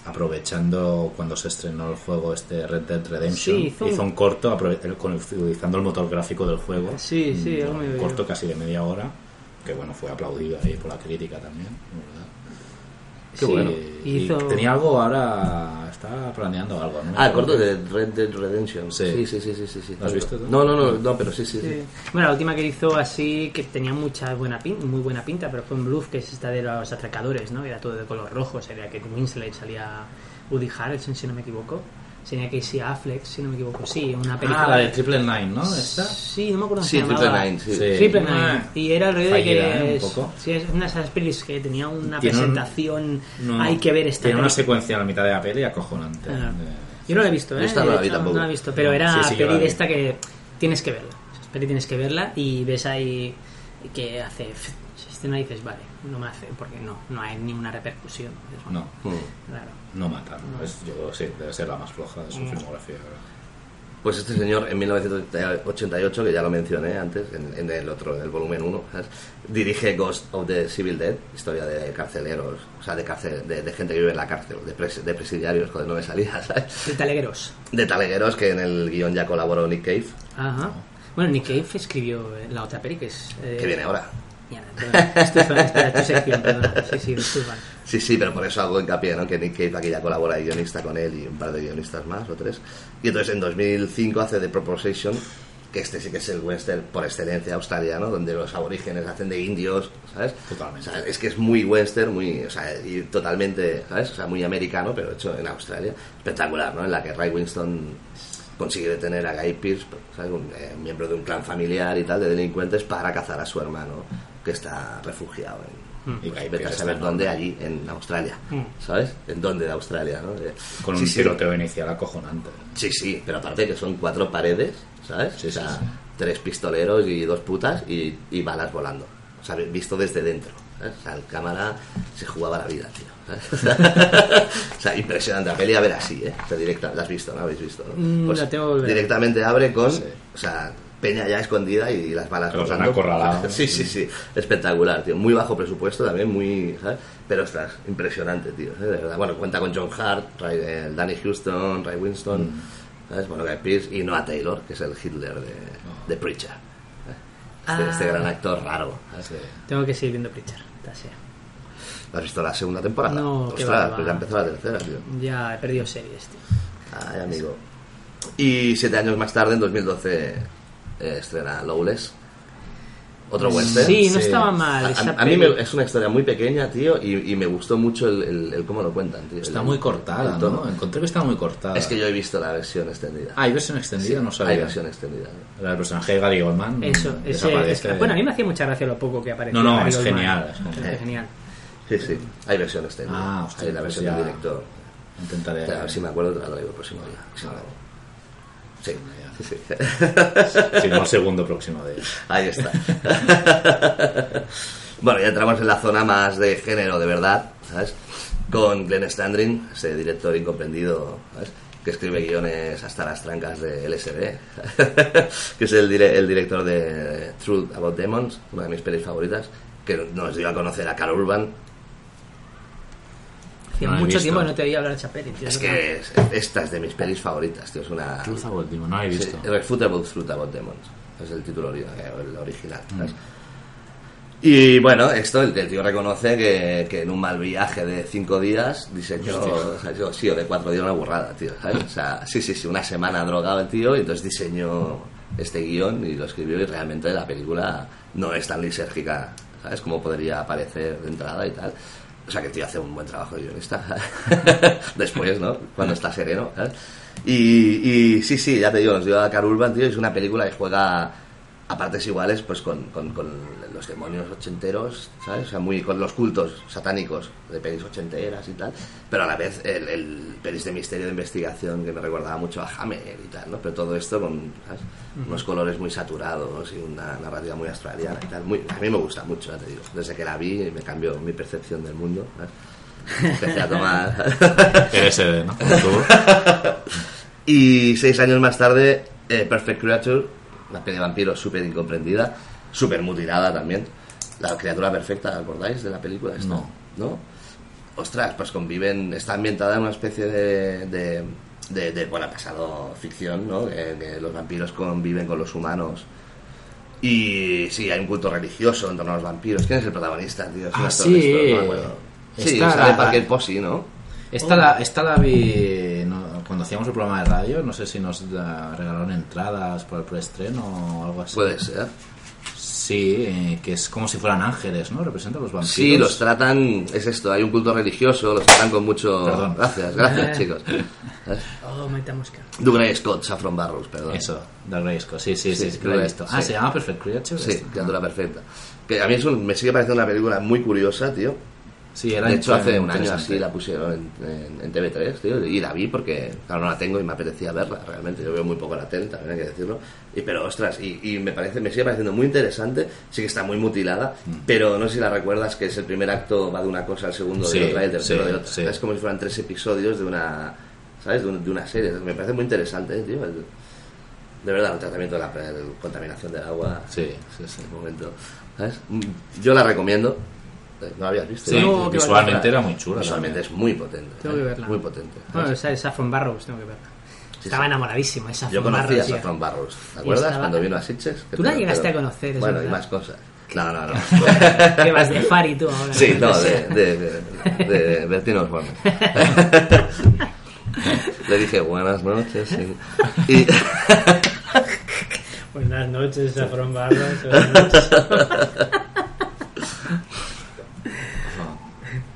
aprovechando cuando se estrenó el juego este Red Dead Redemption.
Sí, hizo un-
un corto aprove- el- con el- utilizando el motor gráfico del juego.
Sí, sí,
Mm,
algo me
un
veo.
corto casi de media hora, que bueno, fue aplaudido ahí por la crítica también, ¿verdad?
Sí,
Y- y
hizo-
tenía algo ahora, está planeando algo, ¿no?
Ah, el corto de Red Dead Redemption.
Sí.
Sí, sí, sí, sí. sí, sí.
¿Lo has visto tú?
No, no, no, no, pero sí, sí.
Sí.
sí.
Bueno, la última que hizo así, que tenía mucha buena pinta, muy buena pinta, pero fue un bluff, que es esta de los atracadores, ¿no? Era todo de color rojo, salía Kate Winslet, salía Woody Harrelson, si no me equivoco. Sería Casey Affleck, si no me equivoco. Sí, una película...
Ah, la de Triple Nine, ¿no? ¿Esta?
Sí, no me acuerdo
Sí,
cómo se llamaba.
Triple Nine, sí.
Sí.
Triple Nine.
Ah.
Y era alrededor de
Fallera, ¿eh?
que...
Un
es-
poco.
Sí, es una de esas pelis que tenía una
Tiene un-
presentación...
No,
hay que ver esta
Tiene una
peli.
secuencia a la mitad de la peli acojonante.
Ah, no.
Eh,
Yo no la he visto, ¿eh?
Yo esta no la
De
vi
hecho,
tampoco.
no la he visto, pero era
Sí, sí, yo
peli
la vi.
de esta que tienes que verla. Es peli tienes que verla y ves ahí que hace... Escena y dices, vale, no me hace, porque no, no hay ninguna repercusión. Es
no,
Mm.
Claro.
no mata. ¿no? Es, yo sí, debe ser la más floja de su
Mm.
filmografía. creo.
Pues este señor en 1988, que ya lo mencioné antes, en, en el otro, en el volumen 1, ¿sabes? dirige Ghost of the Civil Dead, historia de carceleros, o sea, de, cárcel, de, de gente que vive en la cárcel, de, pres- de presidiarios, joder, no me salía, [LAUGHS] ¿sabes?
El Talegueros.
De talegueros que en el guión ya colaboró Nick Cave,
Ajá. Bueno, Nick Cave escribió eh, la otra peli que es... eh,
que viene ahora.
Mierda, perdona. Esto es para, es para tu sección, perdona. Sí, sí, disculpa.
Sí, sí, pero por eso hago hincapié, ¿no? Que Nick Cave aquí ya colabora de guionista con él y un par de guionistas más, o tres. Y entonces en 2005 hace The Proposition, que este sí que es el western por excelencia australiano, donde los aborígenes hacen de indios, ¿sabes?
Totalmente.
O sea, es que es muy western, muy, o sea, y totalmente, ¿sabes? O sea, muy americano, pero hecho en Australia. Espectacular, ¿no? En la que Ray Winston consigue detener a Guy Pierce, ¿sabes? Un, eh, miembro de un clan familiar y tal, de delincuentes, para cazar a su hermano, que está refugiado en...
Y
pues,
Guy
vete a
Pearce
saber
está
dónde, allí, en Australia,
Mm.
¿sabes? ¿En dónde de Australia, no? Eh,
Con
sí,
un
sí.
tiroteo inicial acojonante.
Sí, sí, pero aparte que son cuatro paredes, ¿sabes?
Sí,
o sea,
sí, sí.
tres pistoleros y dos putas y, y balas volando. O sea, visto desde dentro. ¿sabes? O sea, el cámara se jugaba la vida, tío. ¿sabes? [LAUGHS] o sea, impresionante. La peli a ver así, ¿eh? O sea, directa, la has visto, ¿no? Habéis visto, ¿no? Pues
Mm, la tengo que ver.
Directamente abre con,
Sí.
o sea, peña ya escondida y las balas
Los han
volando.
acorralado.
[LAUGHS] sí, sí, sí. Espectacular, tío. Muy bajo presupuesto también, muy. ¿sabes? Pero ostras, impresionante, tío. ¿eh? De verdad. Bueno, cuenta con John Hart, Ray- eh, Danny Houston, Ray Winston, ¿sabes? Bueno, Guy Pearce y Noah Taylor, que es el Hitler de, de Preacher. ¿eh? Este,
Ah.
este gran actor raro. ¿sabes?
Tengo que seguir viendo Preacher, ya sea.
¿Has visto la segunda temporada?
No, qué
Ostras,
va,
pues
va.
ya empezó la tercera, tío.
Ya he perdido series, tío.
Ay, amigo. Y siete años más tarde, en 2012, eh, estrena Lowless. Otro western.
Sí, no
Sí.
estaba mal.
A,
esa
a- a mí
peli.
me- es una historia muy pequeña, tío, y, y me gustó mucho el, el- el cómo lo cuentan, tío.
Está
El-
muy
el
cortada,
tono.
¿no? Encontré que está muy cortada.
Es que yo he visto la versión extendida.
Ah, ¿hay versión extendida? no sabía.
Hay versión extendida. ¿no?
El personaje de Gary Goldman
Eso, ese-
desaparece.
es que- bueno, a mí me hacía mucha gracia lo poco que aparecía.
No, no,
Gary
es
Oldman.
genial, es genial.
Es genial.
Sí, sí, hay versión extendida.
Ah, hostia,
hay la
pues
versión
ya-
del director.
Intentaré...
Espera, a ver si me acuerdo, te la traigo el próximo día. si no la hago. Sí, sí, sí.
si no, el segundo próximo de ellos.
Ahí está. [LAUGHS] Bueno, ya entramos en la zona más de género, de verdad, ¿sabes? Con Glenn Standring, ese director incomprendido, ¿sabes? Que escribe guiones hasta las trancas de LSD, [LAUGHS] que es el, dire- el director de Truth About Demons, una de mis pelis favoritas, que nos dio a conocer a Carl Urban,
Hace
No la he
mucho
visto.
tiempo que no te oía hablar de esa peli, tío.
Es que es- esta es de mis pelis favoritas, tío. Es una.
Truth About Demons, no la he
Sí,
visto.
Refutable Truth About Demons. Es el título ori- eh, el original. ¿sabes? Y bueno, esto el, el tío reconoce que, que en un mal viaje de cinco días diseñó. O sea, yo- sí, o de cuatro días, una burrada, tío. ¿sabes? O sea, sí, sí, sí, una semana drogado el tío y entonces diseñó este guión y lo escribió y realmente la película no es tan lisérgica, ¿sabes? Como podría parecer de entrada y tal. O sea, que el tío hace un buen trabajo de guionista. [LAUGHS] Después, ¿no? Cuando está sereno. ¿sabes? Y, y sí, sí, ya te digo, nos dio a Carl Urban, tío, es una película que juega a partes iguales pues con, con- con los demonios ochenteros, ¿sabes? O sea, muy con los cultos satánicos de pelis ochenteras y tal, pero a la vez el, el pelis de misterio de investigación que me recordaba mucho a Hammer y tal, ¿no? Pero todo esto con ¿sabes? unos colores muy saturados y una narrativa muy australiana y tal. Muy, a mí me gusta mucho, ya te digo. Desde que la vi me cambió mi percepción del mundo, ¿sabes? Empecé a tomar...
LSD,
[LAUGHS]
¿no? Como tú.
Y seis años más tarde, eh, Perfect Creature, una peli de vampiros súper incomprendida, súper mutilada también. La criatura perfecta, ¿acordáis de la película? Esta?
No.
¿No? Ostras, pues conviven, está ambientada en una especie de. de, de- de, bueno, pasado ficción, ¿no? Que- que los vampiros conviven con los humanos. Y sí, hay un culto religioso en torno a los vampiros. ¿Quién es el protagonista, tío? Es un
Ah,
actor
sí.
de esto, no me acuerdo. Sí,
Está
sale
la-
Parker Posey, ¿no?
Esta la, esta la vi no, cuando hacíamos el programa de radio, no sé si nos da- regalaron entradas para el preestreno o algo así.
Puede ser.
Sí, eh, que es como si fueran ángeles, ¿no? Representa a los vampiros.
Sí, los tratan, es esto, hay un culto religioso, los tratan con mucho...
Perdón. [LAUGHS]
Gracias, gracias chicos.
Oh, mata mosca.
Douglas Scott, Saffron Barrows, perdón.
Eso, Dark Grayskull, sí, sí,
Sí,
sí, sí que lo he
lo-
visto. Ah,
sí.
se llama Perfect Creature. este.
Sí,
esto?
criatura perfecta. Que a mí eso me sigue pareciendo una película muy curiosa, tío.
Sí, era
De hecho, hace un año
interesante.
así la pusieron en, en- en TV3, tío, y la vi porque, claro, no la tengo y me apetecía verla, realmente. Yo veo muy poco la tele, también hay que decirlo. Y, pero, ostras, y, y me parece, me sigue pareciendo muy interesante, sí que está muy mutilada,
Mm.
pero no sé si la recuerdas que es el primer acto va de una cosa al segundo
Sí,
de otra y el tercero
sí,
de otra.
sí.
Es como si fueran tres episodios de una, ¿sabes? De, un- de una serie. Me parece muy interesante, eh, tío. el- de verdad, el tratamiento de la, la contaminación del agua.
Sí, sí, sí.
En momento. ¿sabes? Mm, Yo la recomiendo. Eh, ¿No la habías visto?
Sí,
Tengo que
visualmente era muy chula.
Visualmente es muy potente.
Tengo
¿eh?
que verla. Ah,
Muy potente.
Bueno, esa es Saffron Barrows, tengo que verla. Estaba
sí.
enamoradísimo esa
Yo
Saffron
conocí a
Barrows.
Saffron Barrows. ¿Te acuerdas
estaba-
cuando vino a Sitges? Que
Tú la
te-
llegaste
te-
a conocer, es
Bueno, y
verdad.
más cosas. No, no, no.
tía. Que vas de Fari tú ahora.
[LAUGHS] sí,
[LAUGHS]
no, de, de, de, de Bertino Osborne. [LAUGHS] Le dije buenas noches. y- y [LAUGHS]
Buenas noches, Saffron Barrows. buenas
[LAUGHS]
noches.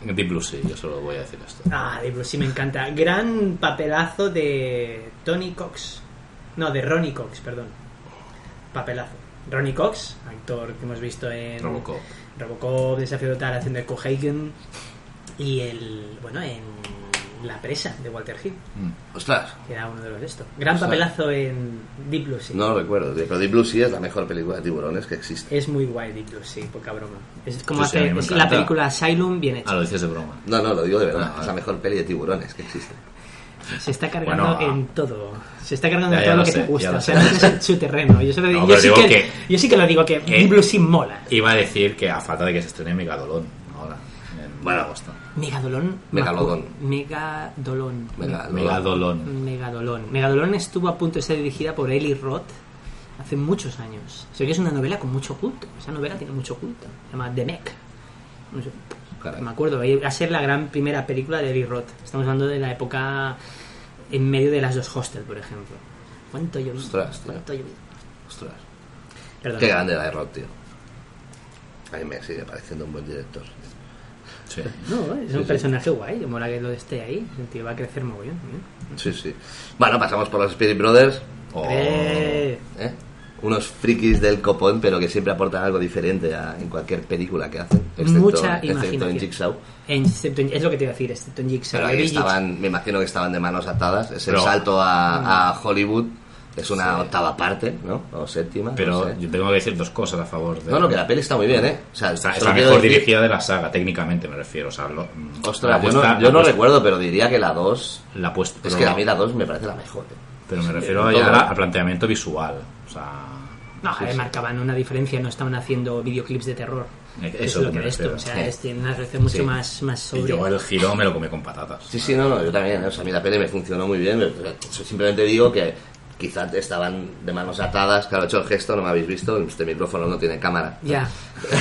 Deep Blue sí, yo solo voy a decir esto.
Ah, Deep Blue, sí me encanta. Gran papelazo de Tony Cox. No, de Ronnie Cox, perdón. Papelazo. Ronnie Cox, actor que hemos visto en
Robocop.
Robocop, Desafío Total, haciendo de Cohagen. Y el. Bueno, en La Presa de Walter Hill,
Ostras,
que era uno de los de estos. Gran
Ostras.
papelazo en Deep Blue, sí.
no lo recuerdo. tío, Pero Deep Blue sí es la mejor película de tiburones que existe.
Es muy guay Deep Blue, sí, poca broma. Es como
Sí, sí, a
hace,
mí me
es
encanta.
la película Asylum bien
Ah,
hecha.
lo dices de broma.
No, no, lo digo de
Ah,
verdad.
vale.
Es la mejor peli de tiburones que existe.
Se está cargando
Bueno,
en todo. Se está cargando
ya,
en
ya
todo lo
lo
que
sé,
te
ya
gusta.
lo
O sea,
sé.
no es en su terreno. Yo, solo digo- yo
pero
sí
digo
que,
que-
yo sí que lo digo que Deep Blue sí mola.
Iba a decir que a falta de que se estrene Megadolón ahora, en
Bueno.
agosto.
Megadolón.
Megalodón.
Macu- Megadolón.
Venga, lo-
Megadolón.
Megadolón. Megadolón estuvo a punto de ser dirigida por Eli Roth hace muchos años. Se ve que es una novela con mucho culto. Esa novela tiene mucho culto. Se llama The Mech. No sé,
Caray.
me acuerdo. Va a ser la gran primera película de Eli Roth. Estamos hablando de la época en medio de las dos hostels, por ejemplo. ¿Cuánto yo vi?
Ostras, tío.
¿Cuánto yo vi?
Ostras.
Perdón.
Qué grande la de Rod, tío. A mí me sigue pareciendo un buen director.
Sí.
No, es un personaje guay. Mola que lo esté ahí. El tío va a crecer muy bien.
Sí, sí. Bueno, pasamos por los Spirit Brothers. O-
Eh.
¿eh? Unos frikis del copón, pero que siempre aportan algo diferente a- en cualquier película que hacen. Excepto,
Mucha
excepto
imaginación.
en Jigsaw.
En- excepto en- es lo que te iba a decir, excepto en Jigsaw.
Pero ahí
Every
estaban, me imagino que estaban de manos atadas. Es el
Pero-
Mm.
salto a, a Hollywood. Es una octava parte, ¿no? O séptima.
Pero
no sé.
yo tengo que decir dos cosas a favor de.
No, no, que la peli está muy bien, ¿eh? O sea,
Está,
solo
es la
quiero
mejor
decir-
dirigida de la saga, técnicamente me refiero. O sea, lo- mm, la
Ostras, yo no,
apuesta-
yo
la
no
apuesta-
recuerdo, pero diría que la 2.
La apuesta,
Es
pero-
que a mí la 2 me parece la mejor. ¿eh?
Pero me refiero
en
ya
todo.
al planteamiento visual. O sea,
No, a ver, marcaban una diferencia, no estaban haciendo videoclips de terror.
Eh,
es
eso
lo
me
que era esto,
refiero.
o sea,
Sí.
es, tiene una reacción mucho
Sí.
más, más
y
sobria.
yo el giro me lo comí con patatas.
Sí, sí, no, no, yo también. ¿eh? O sea, a mí la peli me funcionó muy bien. pero Simplemente digo que quizás estaban de manos atadas. Claro, he hecho el gesto, no me habéis visto. Este micrófono no tiene cámara.
Ya.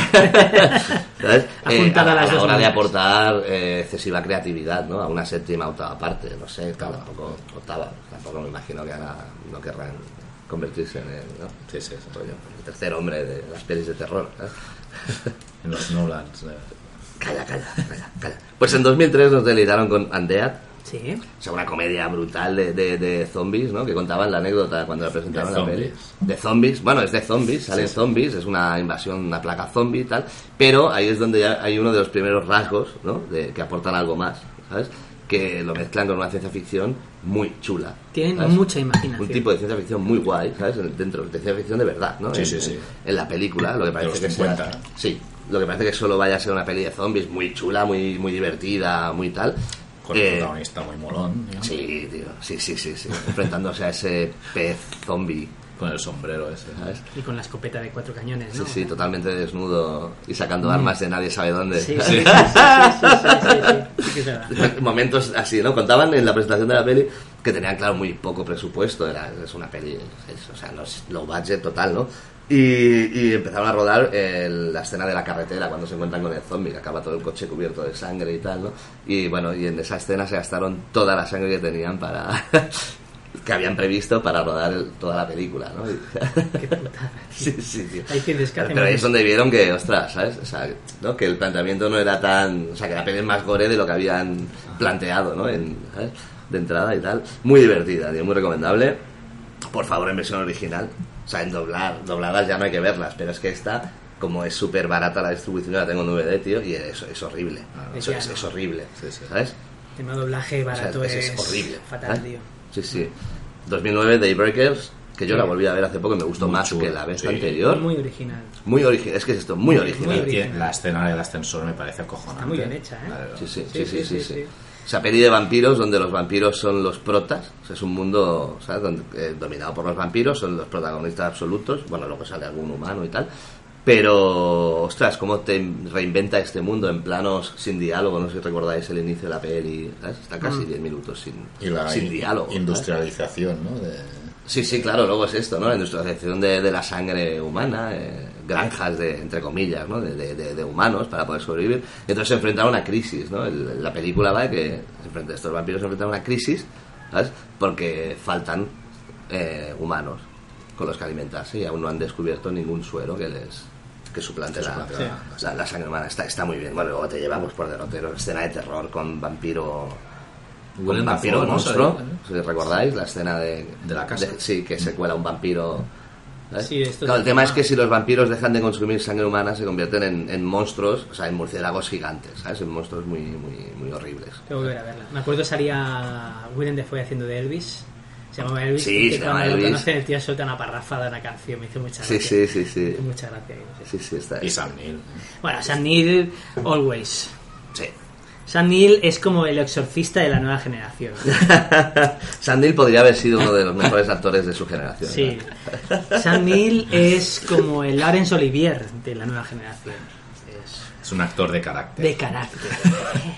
[LAUGHS]
¿Sabes? Eh,
Ha juntado
a,
las
a la
dos
hora de
maneras.
aportar eh, excesiva creatividad, ¿no? A una séptima, octava parte, no sé, claro, tampoco octava, tampoco me imagino que ahora no querrán convertirse en el, ¿no? Sí, sí, rollo, el tercer hombre de las pelis de terror. ¿eh? ¿sabes?
En los Nolans. eh.
Calla, calla, calla, calla. [LAUGHS] Pues en 2003 nos delitaron con Undead,
Sí.
o sea, una comedia brutal de, de- de zombies, ¿no? Que contaban la anécdota cuando la presentaron
De
la peli.
zombies.
De zombies. Bueno, es de zombies, salen zombies, es una invasión, una plaga zombie y tal. Pero ahí es donde ya hay uno de los primeros rasgos, ¿no? De, que aportan algo más, ¿sabes? Que lo mezclan con una ciencia ficción muy chula.
Tienen
¿sabes?
mucha imaginación.
Un tipo de ciencia ficción muy guay, ¿sabes? En- Dentro de ciencia ficción de verdad, ¿no?
Sí,
en,
sí, sí.
en- en la película, lo que parece
los
que
50,
sea.
¿eh?
Sí, lo que parece que solo vaya a ser una peli de zombies muy chula, muy, muy divertida, muy tal.
Con
Eh,
un protagonista muy molón. ¿no?
Sí, tío. Sí, sí, sí, sí. Enfrentándose a ese pez zombie,
Con el sombrero ese.
¿sabes?
Y con la escopeta de cuatro cañones,
Sí,
¿no?
sí, totalmente desnudo y sacando armas de nadie sabe dónde. [LAUGHS]
Sí, sí, sí, sí, sí, sí, sí, sí, sí que es verdad.
Momentos así, ¿no? Contaban en la presentación de la peli que tenían, claro, muy poco presupuesto. Era, es una peli, es- o sea, no es low budget total, ¿no? Y, y empezaron a rodar eh, la escena de la carretera cuando se encuentran con el zombie, que acaba todo el coche cubierto de sangre y tal, ¿no? Y bueno, y en esa escena se gastaron toda la sangre que tenían para. [LAUGHS] que habían previsto para rodar el- toda la película, ¿no? Y-
Qué putada.
[LAUGHS] Sí, sí, tío.
Hay cines que
Pero
hacen
pero ahí
eso.
es donde vieron que, ostras, ¿sabes? O sea, ¿no? Que el planteamiento no era tan... O sea, que la peli es más gore de lo que habían planteado, ¿no? En, ¿sabes? De entrada y tal. Muy divertida, tío, muy recomendable. Por favor, en versión original. O sea, en doblar, dobladas ya no hay que verlas, pero es que esta, como es súper barata la distribución, la tengo en DVD, tío, y es, es horrible.
Ah,
Eso es, es horrible, ¿sabes?
El tema doblaje
O sea,
barato
es, es horrible.
fatal,
¿eh?
tío.
Sí, sí. 2009, Daybreakers, que yo
Sí.
la volví a ver hace poco y me gustó
Muy
más
chula,
que la vez
sí.
anterior.
Muy original.
Muy original, es que es esto, muy original.
Muy
Y tiene-
original.
la escena del ascensor me parece acojonante.
Está muy bien hecha, ¿eh?
La de-
Sí, sí,
Sí, sí,
sí, sí, sí,
sí,
sí.
sí.
O sea, peli de vampiros donde los vampiros son los protas. O sea, es un mundo ¿sabes? Donde, eh, dominado por los vampiros, son los protagonistas absolutos. Bueno, luego sale algún humano y tal. Pero, ostras, cómo te reinventa este mundo en planos sin diálogo. No sé si recordáis el inicio de la peli. ¿sabes? Está casi 10 minutos sin,
Y la
sin
in-
diálogo. ¿sabes?
industrialización, ¿no? De-
Sí, sí, claro, luego es esto, ¿no? La industrialización de, de la sangre humana, eh, granjas de, entre comillas, ¿no? De, de- de- de humanos para poder sobrevivir. Entonces se enfrenta a una crisis, ¿no? El- la película va de que se enfrenta- estos vampiros se enfrentan a una crisis, ¿sabes? Porque faltan eh, humanos con los que alimentarse y aún no han descubierto ningún suero que les que suplante, la, la- la sangre humana. Está, está muy bien. Bueno, luego te llevamos por derrotero. Escena de terror con vampiro un
Huelen a
vampiro
fuego, ¿no?
monstruo.
Sale, ¿eh?
Si recordáis la escena de,
De la casa.
sí, que se cuela un vampiro. ¿sabes?
Sí, esto
claro,
es
el tema
el
es
tema.
que si los vampiros dejan de consumir sangre humana se convierten en, en monstruos, o sea, en murciélagos gigantes, ¿sabes? En monstruos muy, muy, muy horribles.
Tengo que volver a verla. Me acuerdo salía Willem Dafoe haciendo de Elvis. Se llamaba Elvis.
Sí,
y que
se llama
cuando lo
Elvis.
conocen el tío suelta una parrafada en la canción. Me hizo mucha
Sí,
gracia.
sí, sí,
Me
sí.
hizo mucha gracia. y no sé.
Sí, sí, está.
Y Sam Neill.
Bueno, Sam Neill, always.
Sí. [LAUGHS]
Sam Neill es como el exorcista de la nueva
[LAUGHS]
generación.
Sam Neill podría haber sido uno de los mejores actores de su generación.
Sí.
¿no?
Sam Neill es como el Laurence Olivier de la nueva generación. Es
Es un actor de carácter.
de carácter.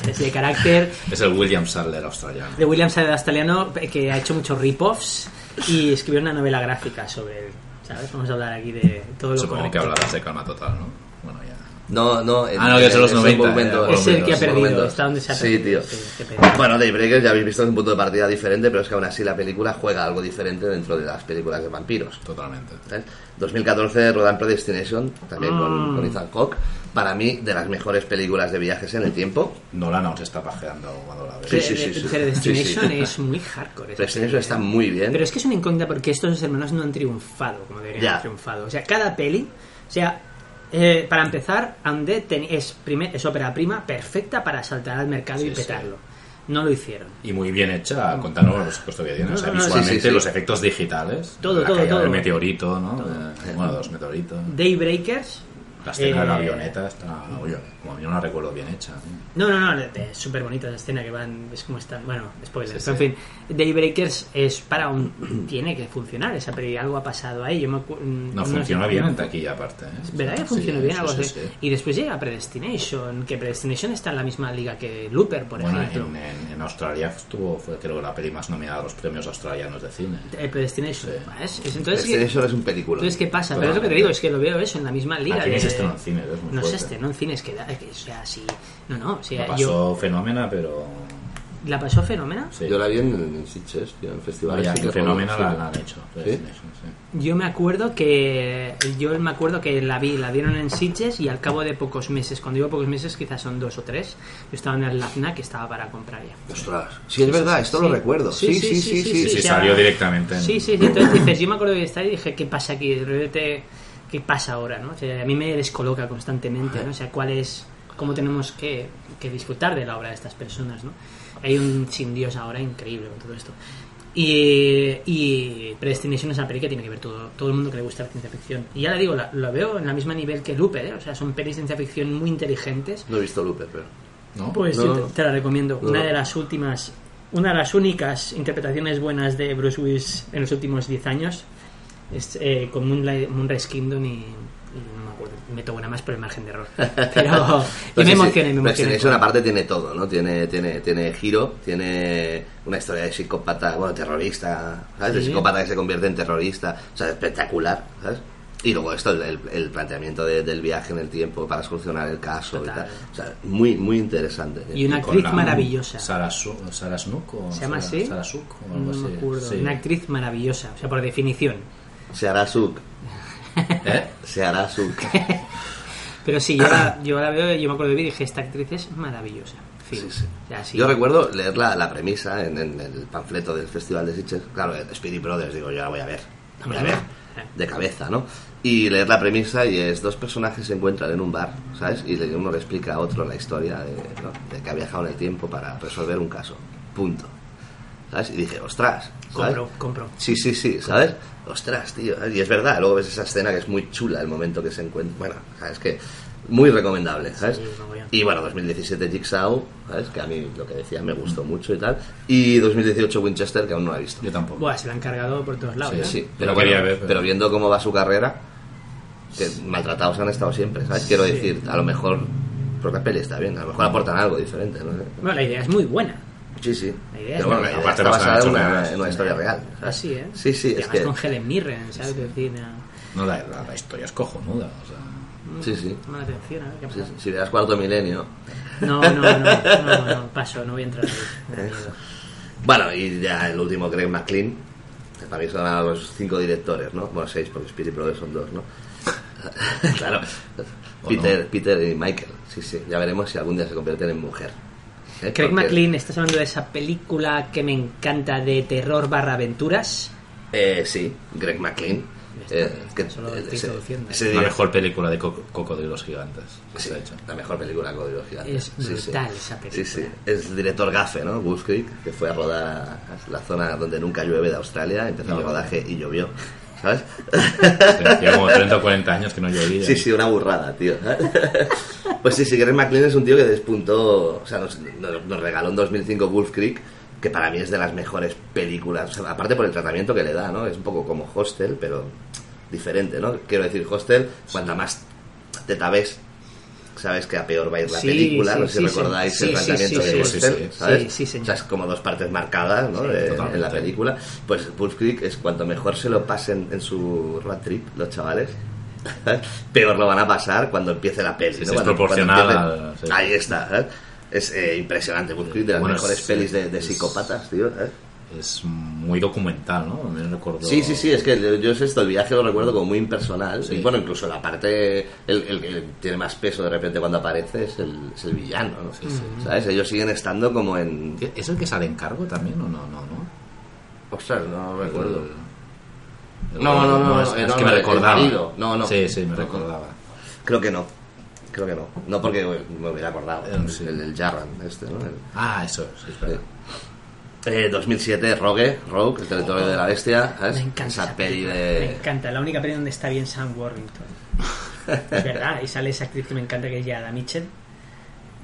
Es de carácter.
Es el William Sadler australiano.
de William Sadler Astaliano que ha hecho muchos rip-offs y escribió una novela gráfica sobre él. ¿Sabes? Vamos a hablar aquí de todo lo
Supongo
como-
que hablarás de calma total, ¿no? Bueno, ya.
No, no. en-
Ah, no, que son los
en- en
90,
momento-
ya,
Es el que ha
en
perdido,
momento.
está donde se ha
Sí,
perdido,
tío.
sí, qué pena.
Bueno, Daybreakers ya habéis visto es un punto de partida diferente, pero es que aún así la película juega algo diferente dentro de las películas de vampiros. ¿Eh?
Totalmente.
¿sabes? 2014 Rodan Predestination, también
Mm.
con, con Ethan Hawke. Para mí, de las mejores películas de viajes en el tiempo.
Nolan aún se está pajeando cuando la ve.
Sí, sí, sí, sí.
Predestination
Sí, sí.
es muy hardcore. esa
Predestination
serie,
está
¿eh?
muy bien.
Pero es que es una incógnita porque estos hermanos no han triunfado como deberían
Ya.
haber triunfado. O sea, cada peli. O sea, eh, para empezar, Undead ten- es, primer- es ópera prima perfecta para saltar al mercado y petarlo. No lo hicieron.
Y muy bien hecha, contanos los costos que tiene. O sea,
No, no, no,
visualmente,
sí, sí, sí.
los efectos digitales.
Todo,
la
todo,
caída
todo.
del meteorito, ¿no? Eh, Bueno, dos meteoritos.
Daybreakers.
La escena de la
eh,
avioneta está. Oye, como yo no la recuerdo bien hecha. ¿eh?
No, no, no, es súper bonita la escena que van, es como están, bueno, spoilers, pero en fin, Daybreakers es para un, [CLEARS THROAT] tiene que funcionar esa peli, algo ha pasado ahí, yo me acu- mm,
No,
sé.
funciona bien en taquilla, aparte. ¿eh?
¿Verdad que
Sí,
funciona bien algo
sí,
así?
sí, sí.
Y después llega Predestination, que Predestination está en la misma liga que Looper, por
Bueno,
ejemplo.
en, en- en Australia estuvo, fue creo la peli más nominada a los premios australianos de cine.
Eh, Predestination, ¿ves? Es- Entonces,
Este,
¿qué,
eso es un película.
entonces, ¿qué pasa? Pero es lo que te digo, es que lo veo eso en la misma liga.
Aquí ni
de-
se estrenó en cines, Ah, es muy
No
fuerte.
se estrenó en cines, que, da- que o sea, sí, no, no, o sea,
No pasó
yo,
fenómena, pero.
¿la pasó fenómeno?
Sí.
Yo la vi en, en Sitges, tío, en festivales.
Vaya,
sí que
qué fenómeno
recuerdo,
la,
sí.
la han hecho. Predestination, sí.
Yo me acuerdo que yo me acuerdo que la vi, la dieron en Sitges y al cabo de pocos meses, cuando digo pocos meses, quizás son dos o tres, yo estaba en el Lazna que estaba para comprar ya.
Ostras, sí, es verdad, esto lo recuerdo. Sí, sí, sí, sí.
sí,
o sea,
salió directamente en-
Sí, sí, sí, entonces dices, yo me acuerdo de estar y dije, ¿qué pasa aquí? De repente, ¿qué pasa ahora? ¿no? O sea, a mí me descoloca constantemente, ¿no? O sea, cuál es, cómo tenemos que, que disfrutar de la obra de estas personas, ¿no? Hay un sin Dios ahora increíble con todo esto. Y, y Predestination es una peli que tiene que ver todo, todo el mundo que le gusta la ciencia ficción. Y ya le digo, la, lo veo en la misma nivel que Lupe, ¿eh? O sea, son pelis de ciencia ficción muy inteligentes
No he visto Looper, pero.
¿No?
pues
No,
yo
no.
te, te la recomiendo.
No,
Una
no.
de las últimas, una de las únicas interpretaciones buenas de Bruce Willis en los últimos 10 años es eh, con Moonlight, Moonrise Kingdom y, y no me acuerdo, meto una más por el margen de error.
[LAUGHS]
Pero y
Pero
me
sí, sí,
emocioné, me
pero sí,
emocioné.
Eso pues una parte tiene todo, ¿no? Tiene, tiene, tiene giro, tiene una historia de psicópata, bueno, terrorista, ¿sabes? De
Sí.
psicópata que se convierte en terrorista, o sea, espectacular, ¿sabes? Y luego esto, el, el- el planteamiento de- del viaje en el tiempo para solucionar el caso y
Total.
tal. O sea, muy, muy interesante.
Y una
Con
actriz
la-
maravillosa.
Sara, Su- Sara Snook o
¿Se llama
Sara-
así?
Sara Suk o algo
No
así.
me acuerdo.
Sí.
Una actriz maravillosa, o sea, por definición.
Se hará suk,
¿Eh?
se hará
[LAUGHS]
suk.
Pero sí, yo la,
[CLEARS THROAT]
yo la veo, yo me acuerdo de ver y dije, esta actriz es maravillosa. Fin. O sea, sí.
Yo recuerdo leer la, la premisa en, en el panfleto del Festival de Sitges. Claro, Speedy Brothers, digo, yo la voy a ver. La voy a ver. De cabeza, ¿no? Y leer la premisa y es dos personajes se encuentran en un bar, ¿sabes? Y le- uno le explica a otro la historia de, ¿no? de que ha viajado en el tiempo para resolver un caso. Punto. ¿Sabes? Y dije, ostras. ¿sabes?
Compro, compro.
Sí, sí, sí, ¿sabes? Ostras, tío. ¿sabes? Y es verdad, luego ves esa escena que es muy chula el momento que se encuentra. Bueno, ¿sabes? Que muy recomendable, ¿sabes?
Sí, muy bien.
y bueno, 2017 Jigsaw, ¿sabes? Que a mí lo que decía me gustó mucho y tal. Y 2018 Winchester, que aún no la he visto.
Yo tampoco.
Buah, se la han cargado por todos lados.
Sí,
¿eh?
Sí,
Lo
pero,
quería
bueno,
ver, pero-
pero viendo cómo va su carrera, que maltratados han estado siempre, ¿sabes? Quiero decir, a lo mejor. Porque la peli está bien, a lo mejor aportan algo diferente, ¿no? sé.
Bueno, la idea es muy buena.
Sí, sí.
La idea es
Pero
buena.
bueno, la idea
Aparte
está
basada en
basada en
hechos
una,
reales.
en una historia real. ¿sabes?
Así, ¿eh?
Sí, sí,
Y
es
además
que.
con Helen Mirren, ¿sabes? Que tiene
No, la, la- la historia es cojonuda. O sea,
Sí, sí.
mala atención, a ver qué
Sí,
pasa.
sí, Si veas cuarto milenio.
No, no, no, no, no, paso, no voy a entrar ahí. Me da miedo.
Bueno, y ya el último, Greg McLean. que Para mí son a los cinco directores, ¿no? Bueno, seis, porque Spirit Brothers son dos, ¿no? [LAUGHS] claro. Peter, Peter y Michael. Sí, sí. Ya veremos si algún día se convierten en mujer. ¿Eh?
Craig
Porque-
McLean, estás hablando de esa película que me encanta de terror barra aventuras.
Eh, sí, Greg McLean.
Está, está, solo
eh,
estoy traduciendo.
ese
la
direct-
mejor película de co- cocodrilos gigantes que
sí,
se ha hecho.
la mejor película de Código Gigante.
Es
Sí, sí.
brutal esa película.
Sí, sí. Es el director Gaffe, ¿no? Wolf Creek, que fue a rodar a la zona donde nunca llueve de Australia, empezó el rodaje y llovió, ¿sabes?
Hacía como 30 o 40 años que no llovía.
Sí, sí, una burrada, tío. [LAUGHS] Pues sí, sí, Greg McLean es un tío que despuntó, o sea, nos, nos- nos regaló en 2005 Wolf Creek, que para mí es de las mejores películas, o sea, aparte por el tratamiento que le da, ¿no? Es un poco como Hostel, pero diferente, ¿no? Quiero decir, Hostel, cuanta más te tabes, sabes que a peor va a ir la
Sí,
película,
sí,
no sé
sí,
si recordáis
sí,
el
sí, sí,
tratamiento
sí,
de
sí,
Hostel,
sí, sí.
¿sabes?
Sí, sí, señor.
O sea, es como dos partes marcadas, ¿no? De-
totalmente.
en la película. Pues Wolf Creek es cuanto mejor se lo pasen en su road trip los chavales, [LAUGHS] peor lo van a pasar cuando empiece la peli.
Sí,
¿no?
sí, es
Cuando-
proporcional
cuando
al- sí.
Ahí está. ¿sabes? Es eh, impresionante, Wolf Creek, de las
Bueno,
mejores
sí,
pelis de, de
es-
psicópatas, tío. ¿eh?
Es muy documental, ¿no? Me recuerdo.
Sí, sí, sí, es que yo- yo es esto, el viaje lo recuerdo como muy impersonal.
Sí.
Y bueno, incluso la parte, el, el que tiene más peso de repente cuando aparece es el, es el villano, ¿no? ¿Sabes? Ellos siguen estando como en...
¿Es el que sale en cargo también o no? No, no.
Ostras, no recuerdo.
El-
No, no, no,
es,
no,
es
no,
que
no,
me
el
recordaba.
marido. No, no.
Sí, sí, me
No, no.
recordaba.
Creo que no. Creo que no. No porque me hubiera acordado.
Eh, sí.
El, el Jarran, este, ¿no? El-
Ah, eso, sí, es verdad.
Eh, 2007, Rogue, Rogue, el territorio de la bestia. ¿sabes?
Me encanta
Esa peli
Me
de.
encanta, la única peli donde está bien Sam Warrington. es verdad, y sale esa actriz que me encanta que es Yada Mitchell.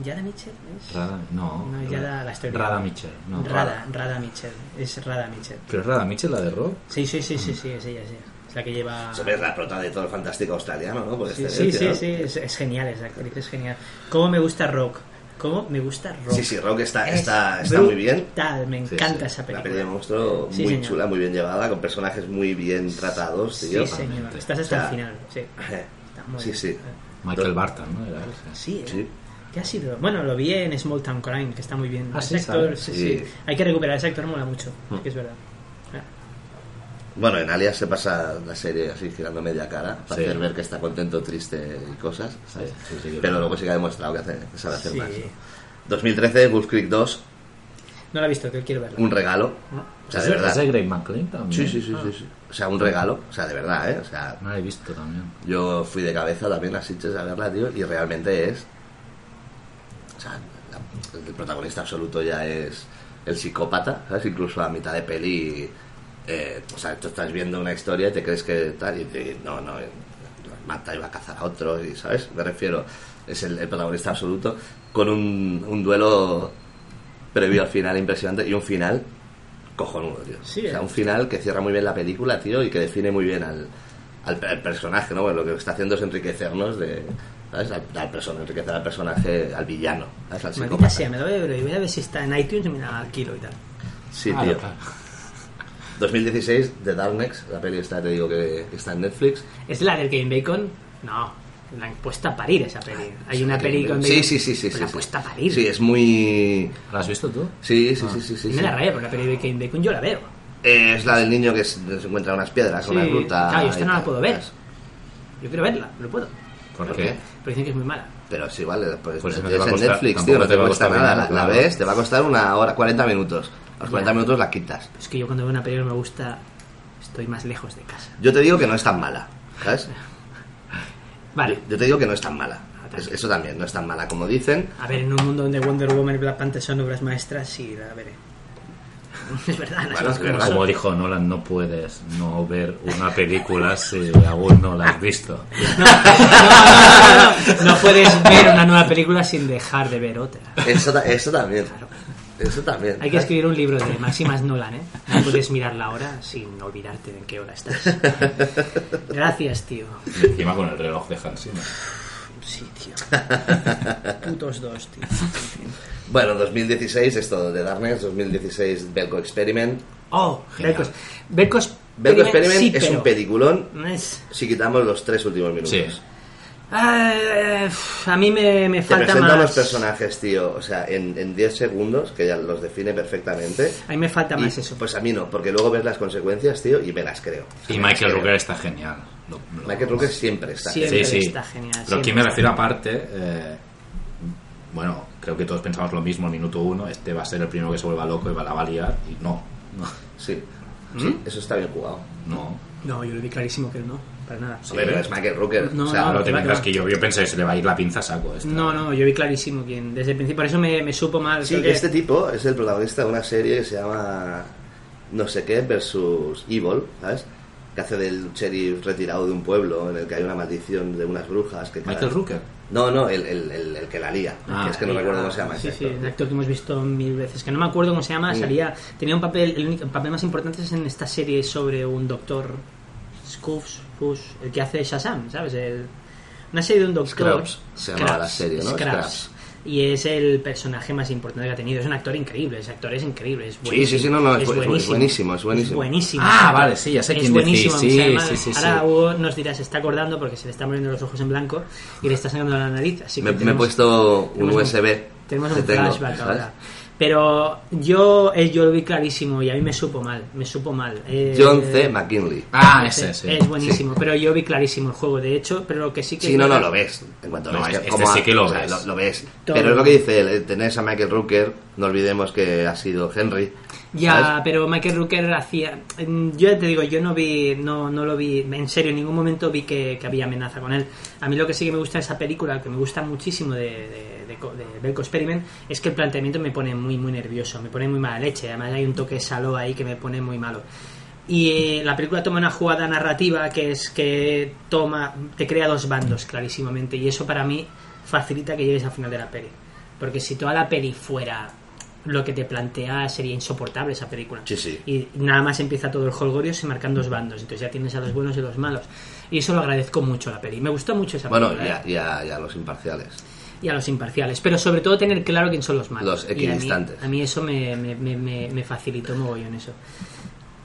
¿Yada Mitchell? ¿Es?
Rada, no.
No, ya la- la estoy
Rada
liando.
Mitchell. No.
Rada, Rada Mitchell. Es Rada Mitchell.
¿Pero es Rada Mitchell la de Rock?
Sí, sí, sí,
Mm.
sí, sí, es ella, es ella. Es la que lleva.
Se ve la prota de todo el fantástico australiano, ¿no? Por
Sí, sí,
excelencia,
sí,
Este, ¿no?
sí, es, es genial esa actriz, es genial. ¿Cómo me gusta Rock? ¿Cómo me gusta Rock?
Sí, sí, Rogue está,
Es
está, está muy bien.
brutal, me
Sí,
encanta
sí.
esa
La peli de
película.
monstruo
Sí,
muy
señor.
chula, muy bien llevada, con personajes muy bien tratados,
Sí,
tío.
señor.
Totalmente.
Estás hasta
O sea,
el final,
[LAUGHS]
sí. Está muy
Sí,
bien.
sí.
Michael Barton, ¿no? Era él, sí.
Sí, ¿eh?
Sí.
¿Qué ha sido? Bueno, lo vi en Small Town Crime, que está muy bien.
Ah,
Ese
sí,
actor,
sale.
sí,
Sí.
sí. Hay que recuperar ese actor, mola mucho,
Mm.
que es verdad. Ah,
[LAUGHS] Bueno, en Alias se pasa la serie así, girando media cara, para
Sí.
hacer ver que está contento, triste y cosas. ¿sabes?
Sí, sí, sí.
Pero luego sí que ha demostrado que, hace, que sabe hacer
Sí.
más. ¿no? 2013, Wolf Creek 2,
No la he visto, que quiero verla.
un regalo.
No.
O sea,
¿Es
de verdad.
¿Es de Greg McLean también?
Sí, sí, sí, sí, sí. O sea, un regalo, o sea, de verdad, ¿eh? O sea,
No la he visto también.
yo fui de cabeza también a Sitges a verla, tío, y realmente es... O sea, la- el protagonista absoluto ya es el psicópata, ¿sabes? Incluso a mitad de peli, eh, o sea, tú estás viendo una historia y te crees que tal, y, te- no, no, eh, mata y va a cazar a otro, y, ¿sabes? Me refiero, es el, el protagonista absoluto, con un, un duelo previo al final impresionante y un final cojonudo, tío.
Sí,
o sea,
eh.
un final que cierra muy bien la película, tío, y que define muy bien al, al, al personaje, ¿no? Bueno, lo que está haciendo es enriquecernos de... ¿Sabes? Al, al persona, enriquecer al personaje, al villano, ¿sabes? Al
Maldita
psicópata.
sea, me lo voy a ver, y voy a ver si está en iTunes y me la alquilo y tal.
Sí,
Ah,
tío.
no, claro.
2016, The Darkness, la peli esta, te digo, que, que está en Netflix.
¿Es la del Kevin Bacon? No, la han puesto a parir esa peli. Hay
Sí,
una peli con
Sí,
Bacon,
sí, sí, sí.
pero
sí,
la han
sí.
puesto a parir. Ah.
Sí, es muy...
¿La has visto tú?
Sí, sí, sí, sí, sí,
me
sí.
la raya, porque la peli de Kevin Bacon yo la veo.
Eh, es la del niño que se se encuentra unas piedras,
Sí,
una ruta...
claro, yo esta
y
no la
tal,
puedo ver.
¿sabes?
Yo quiero verla, no puedo.
¿Por
¿Por
qué?
qué?
Pero dicen que es muy mala.
Pero es igual, pues,
Pues
la
no te
tienes
va a
en
costar-
Netflix, tío,
tampoco
no te, va a costar nada.
dinero,
la, la
claro.
ves, te va a costar una hora, 40 minutos. A Los 40
Ya.
minutos la quitas.
Es que yo cuando veo una peli que no me gusta, estoy más lejos de casa.
Yo te digo que no es tan mala, ¿sabes?
Vale.
Yo te digo que no es tan mala.
Ah,
Es-
tranquilo.
eso también, no es tan mala como dicen.
A ver, en un mundo donde Wonder Woman y Black Panther son obras maestras, sí, la veré. [LAUGHS] Es verdad, las
Bueno,
cosas
es
como
verdad.
son.
Como dijo Nolan, no puedes no ver una película si aún no la has visto.
[LAUGHS] No, no, no, no, no, no puedes ver una nueva película sin dejar de ver otra.
Eso, ta- eso también. Eso también.
Hay que escribir un libro de máximas Nolan,
[LAUGHS]
¿eh? No puedes mirar la hora sin olvidarte de en qué hora estás. Gracias, tío.
Y encima con el reloj de Hans Zimmer.
Sí, tío. [LAUGHS] Putos dos, tío.
Bueno, 2016, esto de Darkness, 2016, Belco Experiment.
Oh, Belcos. Belcos.
Belco Experiment
sí,
es
pero-
un peliculón
Es-
si quitamos los tres últimos minutos.
Sí.
Ah, eh, a mí me, me
Te
falta
presenta
más.
unos personajes, tío, o sea, en en 10 segundos, que ya los define perfectamente.
A mí me falta
Y,
más eso.
Pues a mí no, porque luego ves las consecuencias, tío, y me las creo. O sea,
Y
me las
Michael
creo.
Rooker está genial. Lo- lo-
Michael Rooker siempre está.
Sí,
Sí,
Siempre
sí.
está genial,
Pero aquí
siempre
me
está
refiero aparte. eh, bueno, creo que todos pensamos lo mismo al minuto uno. Este va a ser el primero que se vuelva loco y va la va a liar. Y no, no,
Sí.
¿Mm?
Sí, eso está bien jugado.
no.
No, yo lo vi clarísimo que no, para nada.
Hombre, pero es Michael Rooker.
No,
o sea,
no,
Ahora
lo-
te
va,
mientras
va.
que yo, yo pensé que se le va a ir la pinza a saco. este. esta.
No, no, yo vi clarísimo quién. Desde el principio, por eso me, me supo mal.
Sí,
creo que-
este tipo es el protagonista de una serie que se llama No sé qué versus Evil, ¿sabes? Que hace del sheriff retirado de un pueblo en el que hay una maldición de unas brujas. Que cada-
Michael Rooker.
No, no, el, el- el- el que la lía.
Ah,
Que es que no
Ah,
recuerdo cómo se llama
Sí,
ese
sí,
actor.
un actor que hemos visto mil veces. Que no me acuerdo cómo se llama,
Mm.
salía. Tenía un papel, el único el papel más importante es en esta serie sobre un doctor. Scoops, Push, el que hace Shazam, ¿sabes? El- una serie de un doctor.
Scraps, se llamaba la serie, ¿no?
Scraps.
Scraps.
Y es el personaje más importante que ha tenido. Es un actor increíble, ese actor es increíble. Es buenísimo,
sí, sí, no, no, es bu- es bu- es buenísimo, es buenísimo.
buenísimo.
Ah, vale, sí, ya sé
es
quién
buenísimo.
decís, sí,
se llama-
sí, sí, sí.
Ahora Hugo nos dirá, se está acordando porque se le están poniendo los ojos en blanco y le está sacando la nariz. Así que
Me, me he
tenemos-
puesto un
tenemos un-
USB.
tenemos
que
un
tengo,
flashback
¿sabes?
ahora. Pero yo, eh, yo lo vi clarísimo y a mí me supo mal, me supo mal. Eh,
John C. McKinley.
Ah,
es-
ese, sí.
Es buenísimo, pero yo vi clarísimo el juego, de hecho, pero lo que sí que...
Sí, no, no, lo ves. En cuanto
No,
ves
este
cómo
sí
ha-
que lo
o sea,
ves.
lo, ves.
Todo.
Pero es lo que dice él, eh, tenés a Michael Rooker No olvidemos que ha sido Henry.
Ya,
¿sabes?
pero Michael Rooker hacía. mm, Yo ya te digo, yo no vi, no, no lo vi, en serio, en ningún momento vi que, que había amenaza con él. A mí lo que sí que me gusta de esa película, que me gusta muchísimo de, de, de Co- de Belko Experiment, es que el planteamiento me pone muy, muy nervioso, me pone muy mala leche. Además, hay un toque saló ahí que me pone muy malo. Y eh, la película toma una jugada narrativa que es que toma, te crea dos bandos clarísimamente, y eso para mí facilita que llegues al final de la peli. Porque si toda la peli fuera lo que te plantea sería insoportable esa película.
Sí, sí.
Y nada más empieza todo el holgorio, se marcan dos bandos. Entonces ya tienes a los buenos y los malos. Y eso lo agradezco mucho a la peli. Me gustó mucho esa
Bueno,
película. ¿eh?
y a, y a- y a los imparciales.
Y a los imparciales. Pero sobre todo tener claro quién son los malos.
Los
Y a mí-
equidistantes.
a mí, eso me, me, me, me, me facilitó mogollón eso.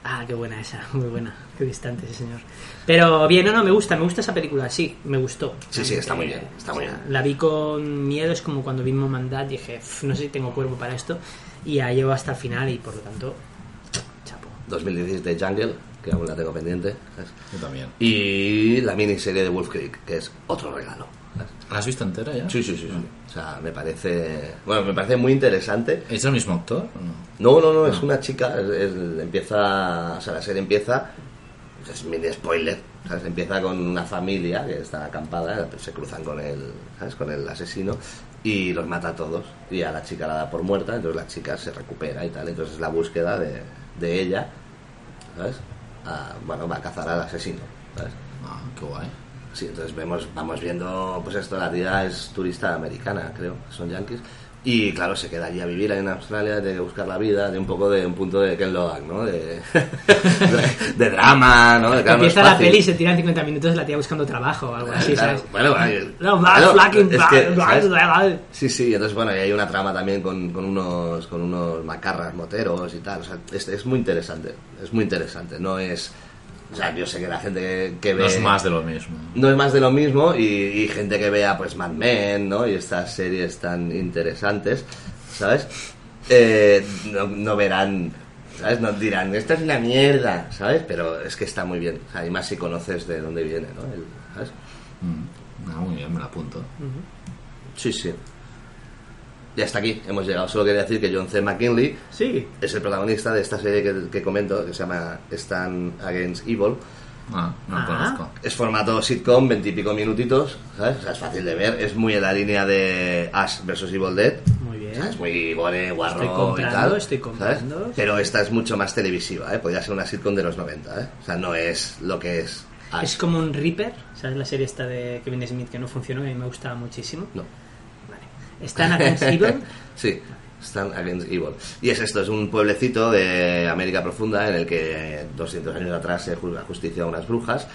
Ah, qué buena esa, [LAUGHS] muy buena. Qué distante ese señor. Pero bien, no, no, me gusta, me gusta esa película, sí, me gustó.
Sí, sí, está muy bien,
Realmente,
está muy bien.
La vi con miedo, es como cuando vi Momandad, dije, "Pf, no sé si tengo cuerpo para esto, y la llevo hasta el final y por lo tanto, chapo.
2016 de Jungle, que aún la tengo pendiente. ¿sabes?
Yo también.
Y la miniserie de Wolf Creek, que es otro regalo. ¿sabes?
¿La has visto entera ya?
Sí, sí, sí, sí. O sea, me parece. Bueno, me parece muy interesante.
¿Es el mismo actor? o no?
No, no, no, es una chica. es- es- empieza. O sea, la serie empieza. Es mini spoiler. ¿sabes? Empieza con una familia que está acampada. Se cruzan con el. ¿Sabes? Con el asesino. Y los mata a todos. Y a la chica la da por muerta. Entonces la chica se recupera y tal. Entonces es la búsqueda de, de ella. ¿Sabes? A- bueno, va a cazar al asesino. ¿Sabes?
Ah, qué guay.
Sí, entonces vemos, vamos viendo, pues esto, la tía es turista americana, creo, son yankees. Y claro, se queda allí a vivir en Australia, de buscar la vida, de un poco de un punto de Ken Loach, ¿no? De, [LAUGHS] de- de drama, ¿no? De, claro, no es
Empieza la
fácil.
peli y se tiran 50 minutos la tía buscando trabajo o algo así,
Claro,
¿sabes?
Bueno, ahí-
No,
claro,
fucking
es que,
bla-
¿sabes?
bla- bla-
Sí, sí, entonces bueno, y hay una trama también con, con unos con unos macarras moteros y tal, o sea, es, es muy interesante, es muy interesante, no es... O sea, yo sé que la gente que, que ve...
No es más de lo mismo.
no es más de lo mismo y, y gente que vea pues Mad Men ¿no? y estas series tan interesantes ¿sabes? Eh, no, no verán ¿sabes? no dirán esta es una mierda ¿sabes? pero es que está muy bien o sea, y más si conoces de dónde viene ¿no? El- ¿sabes?
Ah, muy bien, me la apunto.
sí, sí y hasta aquí hemos llegado solo quería decir que John C. McKinley
Sí.
es el protagonista de esta serie que, que comento que se llama Stand Against Evil
Ah, no
Ah.
la conozco.
Es formato sitcom, veintipico minutitos, ¿sabes? O sea, es fácil de ver, es muy en la línea de Ash vs Evil Dead.
Muy bien.
O sea, es muy gore, guarro
Estoy comprando,
y tal.
estoy comprando.
¿sabes? Pero esta es mucho más televisiva, ¿eh? Podría ser una sitcom de los 90, ¿eh? O sea, no es lo que es Ash.
Es como un Reaper, ¿sabes? La serie esta de Kevin Smith que no funcionó y a mí me gustaba muchísimo.
No.
Vale. Están Against
[LAUGHS]
Evil.
sí, Stand Against Evil. Y es esto, es un pueblecito de América Profunda en el que 200 años atrás se juzga justicia a unas brujas.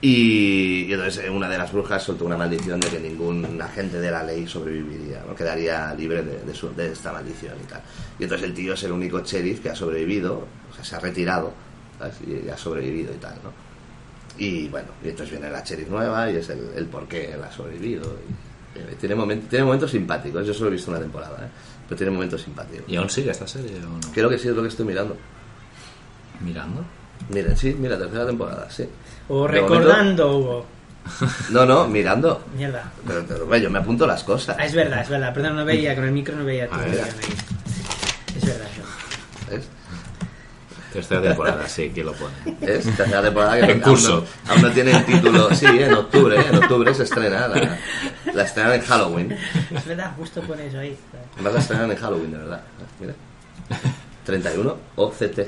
Y, y entonces eh, una de las brujas soltó una maldición de que ningún agente de la ley sobreviviría, ¿no? quedaría libre de, de su- de esta maldición y tal. Y entonces el tío es el único sheriff que ha sobrevivido, o sea, se ha retirado ¿sabes? y ha sobrevivido y tal, ¿no? Y bueno, y entonces viene la sheriff nueva y es el, el por qué él ha sobrevivido. Y, eh, tiene, momen- tiene momentos simpáticos, yo solo he visto una temporada, ¿eh? pero tiene momentos simpáticos.
¿Y aún sigue esta serie o no?
Creo que sí es lo que estoy mirando.
¿Mirando?
Mira, sí, mira, tercera temporada, sí.
O
De momento-
recordando, Hugo.
No, no, mirando.
Mierda.
Pero, pero, hombre, yo me apunto las cosas.
Ah, es verdad, es verdad. Perdón, no veía, con el micro no veía todo.
Ah,
el
mira.
guión ahí. Es verdad. es verdad.
¿Ves?
Tercera temporada, sí, que lo [LAUGHS] pone.
Es tercera temporada que
[LAUGHS] En
aún
curso.
no- Aún no, tiene el título. Sí, en octubre, ¿eh? en octubre se estrena. La, la estrenan en Halloween.
Es verdad, justo con eso ahí.
Además la estrenan en Halloween, de verdad. Mira. 31 OCT.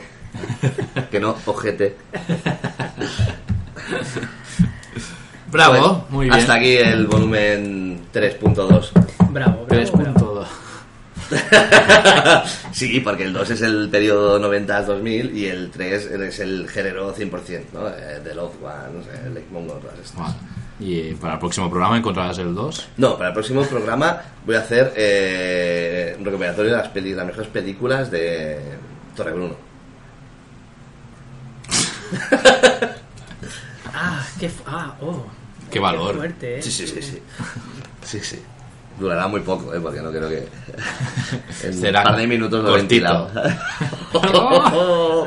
Que no OGT.
Bravo,
Bueno,
muy bien.
Hasta aquí el volumen 3.2.
Bravo, bravo. bravo.
3.2.
Sí, porque el 2 es el periodo 90-2000 y el 3 es el género 100%, ¿no? Eh, The Loved Ones, eh, Lake Mungo, todas estas.
Vale. Y para el próximo programa encontrarás el [LAUGHS] 2.
No, para el próximo programa voy a hacer eh, un recopilatorio de las, peli- las mejores películas de Torre Bruno.
Ah, qué. fu- Ah, oh.
Qué valor.
fuerte, eh.
Sí, sí,
[LAUGHS]
sí, sí. Sí, sí. Durará muy poco, ¿eh? porque no
[LAUGHS]
creo que. En
Será
un par de minutos lo he
cortito.
ventilado. Oh, oh.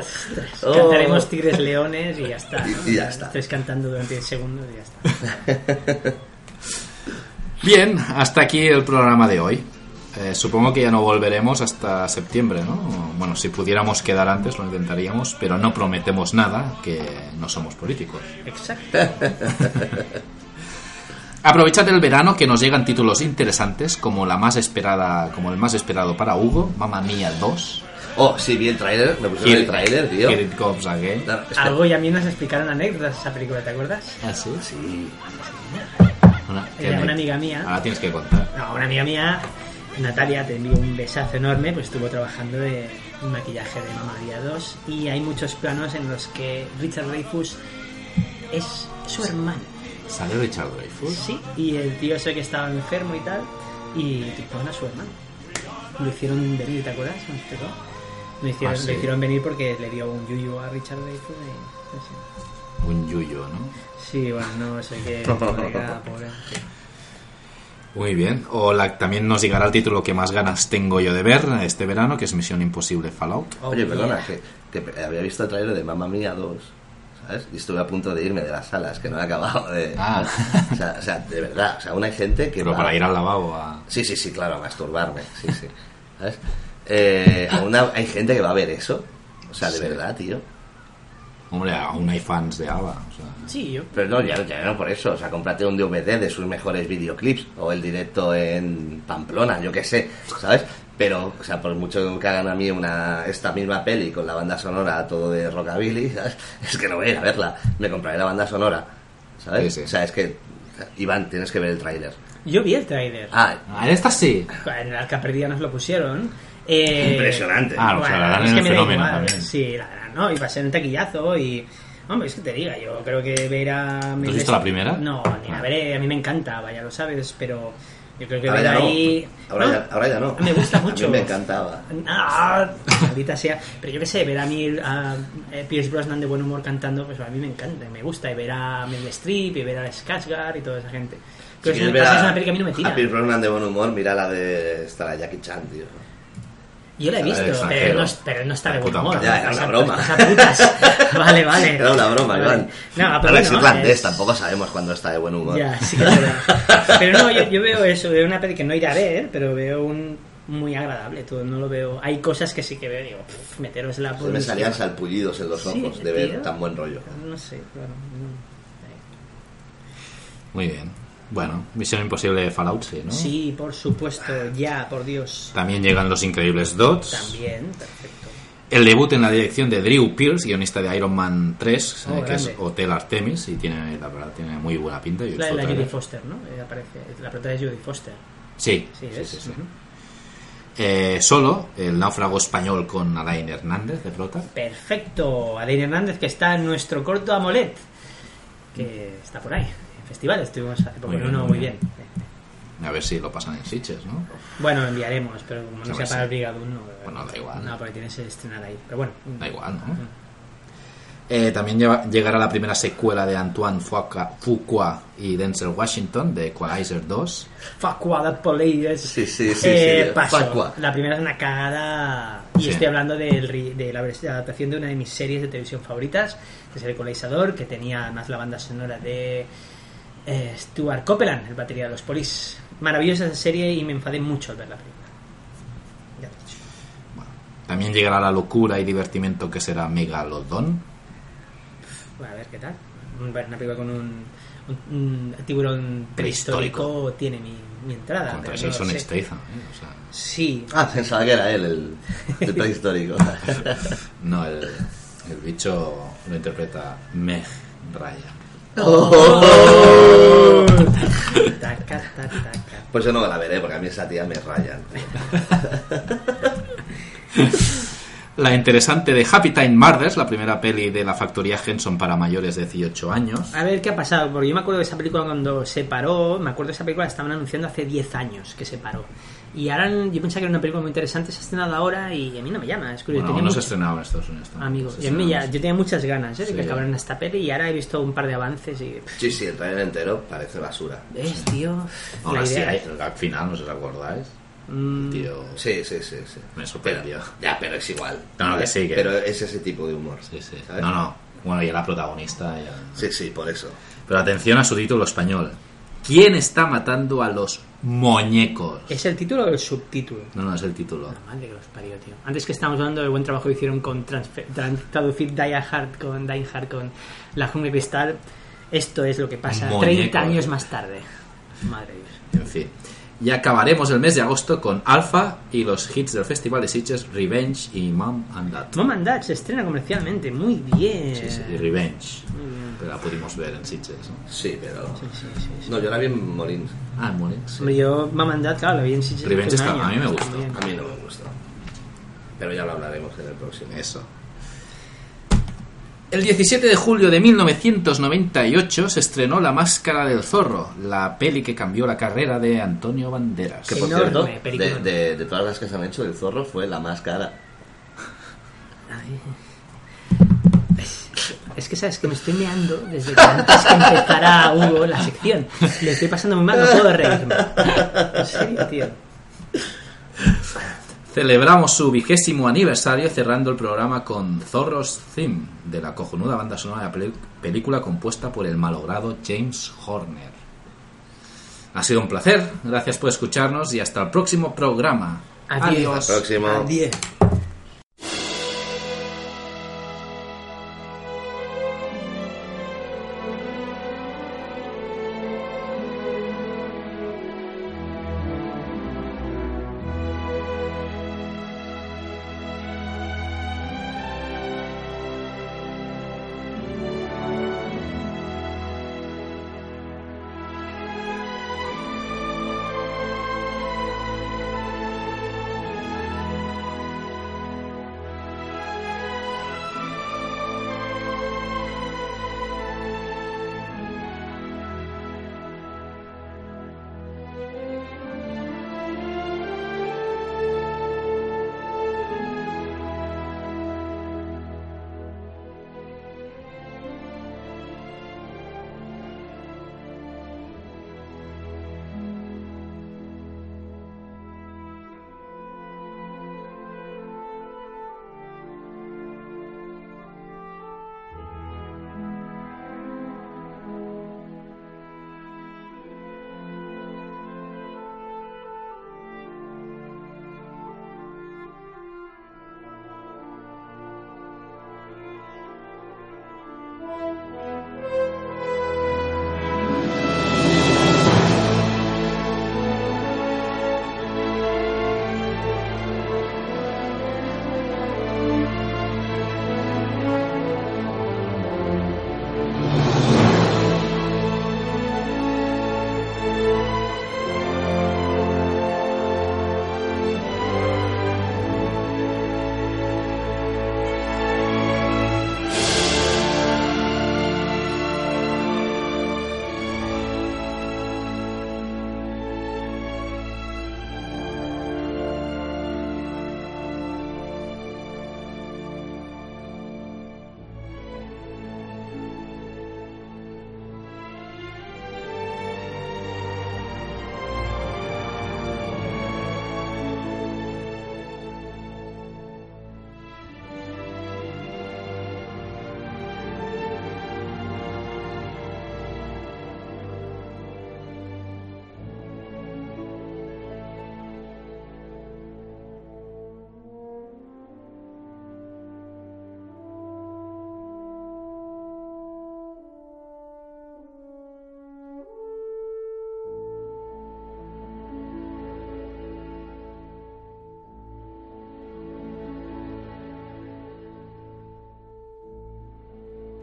Cantaremos Tigres Leones y ya está. ¿no?
[LAUGHS] Y- y ya está.
Estés cantando durante 10 segundos y ya está.
Bien, hasta aquí el programa de hoy.
Eh, supongo que ya no volveremos hasta septiembre, ¿no? Bueno, si pudiéramos quedar antes lo intentaríamos, pero no prometemos nada, que no somos políticos.
Exacto.
Aprovechad el verano que nos llegan títulos interesantes como la más esperada, como el más esperado para Hugo, Mamma Mía 2,
[LAUGHS] Oh, sí, vi el tráiler, me pusieron el tráiler, tío.
Get It Goes Again.
Claro, espera.
Algo y a mí nos explicaron anécdotas de esa película, ¿te acuerdas?
Ah, sí, sí.
Sí.
Una,
Era una amiga mía.
Ahora tienes que contar.
No, una amiga mía, Natalia, te envío un besazo enorme, pues estuvo trabajando de maquillaje de Mamma Mía 2 y hay muchos planos en los que Richard Dreyfus es su hermano,
¿Sale Richard Dreyfus?
¿sí? Y el tío ese que estaba enfermo y tal, y pintaban a su hermano. Lo hicieron venir, ¿te acuerdas? ¿Me explicó? Lo hicieron,
Ah, sí.
lo hicieron venir porque le dio un yuyu a Richard Dreyfus y... no sé.
Un yuyo, ¿no?
Sí, bueno, no sé
[LAUGHS]
qué... pobre.
Muy bien. O la, también nos llegará el título que más ganas tengo yo de ver este verano, que es Misión Imposible Fallout.
Oh,
Oye, perdona,
yeah.
que te- había visto el tráiler de Mamma Mía 2, ¿sabes? Y estuve a punto de irme de las salas, que no he acabado de...
Ah.
[LAUGHS] O sea, o sea, de verdad, o sea, aún hay gente que...
Pero
va-
para ir al lavabo a...
Sí, sí, sí, claro, a masturbarme, sí, sí. ¿Sabes? Eh, aún ha- hay gente que va a ver eso, o sea, de
Sí.
verdad, tío.
Hombre, aún hay fans de ABBA. o sea.
Sí, yo...
Pero no, ya, ya no por eso, o sea, cómprate un DVD de sus mejores videoclips o el directo en Pamplona, yo qué sé, ¿sabes? Pero, o sea, por mucho que hagan a mí una, esta misma peli con la banda sonora todo de rockabilly, ¿sabes? [LAUGHS] Es que no voy a ir a verla, me compraré la banda sonora, ¿sabes?
Sí, sí.
O sea, es que, Iván, tienes que ver el tráiler.
Yo vi el tráiler.
Ah,
Ah, esta sí.
En el Arca Perdida nos lo pusieron. Eh,
Impresionante.
Ah, o sea, la dan
es
en
que
el
me da
fenómeno
igual.
también.
Sí, la dan, ¿no? Y va a ser un taquillazo y... Hombre, es que te diga, yo creo que ver a...
¿Tú has visto la primera? Ah.
No, ni la veré, a mí me encanta, vaya, lo sabes, pero... Yo creo que
ahora
ver
ya no,
ahí...
ahora,
¿No?
ya, ahora ya no.
Me gusta
[LAUGHS] A
mucho.
mí me encantaba.
Ah, maldita sea. Pero yo qué sé, ver a mí a eh, Pierce Brosnan de buen humor cantando, pues a mí me encanta, y me gusta. Y ver a Meryl Streep, y ver a Skarsgård y toda esa gente. Pero es,
quieres
una-
ver
es
a-
una peli que a mí no me tira.
A Pierce Brosnan de buen humor, mira la de esta la Jackie Chan, tío.
Yo la he
a la del
visto,
extranjero.
pero no, es- pero no está de buen
Puta
humor.
madre.
Ya, era
Esas-
una broma.
esas
[LAUGHS]
putas. Vale, vale.
Era una broma,
Vale.
Iván.
No,
a
pero
ver, es
bueno,
irlandés,
es-
tampoco sabemos cuándo está de buen humor.
Ya, sí que es
[LAUGHS]
verdad. Pero no, yo, yo veo eso, veo una peli que no iré a ver, pero veo un muy agradable, todo, no lo veo. Hay cosas que sí que veo, digo, pff, meteros la
Se me salían salpullidos en los
Sí,
ojos de ver
tío.
tan buen rollo.
No sé, claro. no.
Muy bien. Bueno, Misión Imposible Fallout, sí, ¿no?
Sí, por supuesto, ya, por Dios.
También llegan Los Increíbles Dots.
También, perfecto.
El debut en la dirección de Drew Pierce, guionista de Iron Man 3,
Oh,
eh, que es
grande.
Hotel Artemis, y tiene, la verdad, tiene muy buena pinta. Yo he
Es la de
visto
la
el
Judy
tráiler.
Foster, ¿no? Eh, aparece, la protagonista es Judy Foster.
Sí,
Sí,
sí,
¿ves?
sí, sí.
Ujú.
Eh, solo, el náufrago español con Alain Hernández de Prota.
Perfecto, Alain Hernández, que está en nuestro corto Amolet, que está por ahí. En festival estuvimos hace poco,
Muy
no,
bien,
no,
muy
muy
bien.
bien.
A ver si lo pasan en Sitges, ¿no?
Bueno, enviaremos, pero como no
Hombre,
sea
sí.
para el Brigadón, no.
Bueno, da igual.
No, porque tienes que estrenar ahí. Pero bueno,
Da igual, ¿no? Eh, también lleva- llegará la primera secuela de Antoine Fuqua, Fuqua y Denzel Washington de Equalizer 2.
Fuck what that police.
Sí, sí, sí,
Eh,
sí,
paso.
fuck what.
La primera es una cagada. Y
Sí.
estoy hablando del ri- de la vers- adaptación de una de mis series de televisión favoritas, que es El Ecualizador, que tenía además la banda sonora de eh, Stuart Copeland, el batería de los polis. Maravillosa esa serie y me enfadé mucho al ver la película. Ya te he dicho.
También llegará la locura y divertimento que será Megalodon.
Bueno, a ver qué tal. Ver una película con un, un- un tiburón
Prehistórico.
prehistórico, tiene mi, mi entrada.
Contra
Ah, pero no lo
Jason
sé.
Statham. ¿eh? O sea,
Sí,
Ah, pensaba que era él, el,
[LAUGHS]
el prehistórico.
no, el, el bicho lo interpreta Meg Ryan.
Taca, taca, taca.
[LAUGHS] Pues yo no me la veré, porque a mí esa tía me raya. tío.
La interesante de Happy Time Murders, la primera peli de la factoría Henson para mayores de 18 años.
A ver qué ha pasado, porque yo me acuerdo de esa película cuando se paró, me acuerdo de esa película la estaban anunciando hace 10 años que se paró. Y ahora yo pensaba que era una película muy interesante, se ha estrenado ahora y a mí no me llama, es curioso.
Bueno,
tenía
aún no se ha
muchas-
estrenado en Estados Unidos. tampoco.
Amigos,
Se
yo, me ya-
estrenó en-
yo tenía muchas ganas ¿eh? de que
Sí.
acabaran esta peli y ahora he visto un par de avances y...
Sí, sí, el trailer entero parece basura.
¿Ves, tío?
Aún
la
así,
idea.
hay- al final, ¿no os acordáis?
Mm,
Tío,
Sí, sí, sí. sí.
Me sorprendió.
Pero- ya, pero es igual.
No, no, que sí, que-
Pero es ese tipo de humor.
Sí, sí.
¿sabes?
No, no. Bueno, y la protagonista. ya-
Sí, sí, por eso.
Pero atención a su título español. ¿Quién está matando a los muñecos?
¿Es el título o el subtítulo?
No, no, es el título.
Madre que los parió, tío. Antes que estábamos hablando del buen trabajo que hicieron con transfe- tran- traducir Die Hard con Die Hard con La Jungla de Cristal, esto es lo que pasa
Muñeco. eh.
30 años más tarde. Madre de Dios.
En fin. Y acabaremos el mes de agosto con Alpha y los hits del Festival de Sitges, Revenge y Mom and Dad.
Mom and Dad se estrena comercialmente, muy bien.
Sí, sí, Revenge. Que la pudimos ver en Sitges, ¿no?
Sí, pero.
sí, sí, sí.
No, yo la vi en Molins.
Ah, en Múnich, sí.
Hombre, yo Mom and Dad, claro, la vi en Sitges
Revenge
hace un
está- a mí me
Está
gustó.
muy bien.
A mí no me gustó. Pero ya lo hablaremos en el próximo.
Eso. El 17 de julio de 1998 se estrenó La Máscara del Zorro, la peli que cambió la carrera de Antonio Banderas.
Que por
Enorme
cierto, de,
película.
de- de todas las que se han hecho, el zorro fue la más cara.
Es que sabes que me estoy meando desde que antes que empezara Hugo la sección. Lo estoy pasando muy mal, no puedo reírme. En serio, tío.
Celebramos su vigésimo aniversario cerrando el programa con Zorros Theme, de la cojonuda banda sonora de la pel- película compuesta por el malogrado James Horner. Ha sido un placer, gracias por escucharnos y hasta el próximo programa.
Adiós.
Próximo.
Adiós.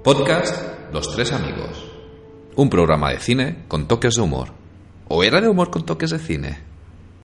Podcast Los Tres Amigos. Un programa de cine con toques de humor. ¿O era de humor con toques de cine?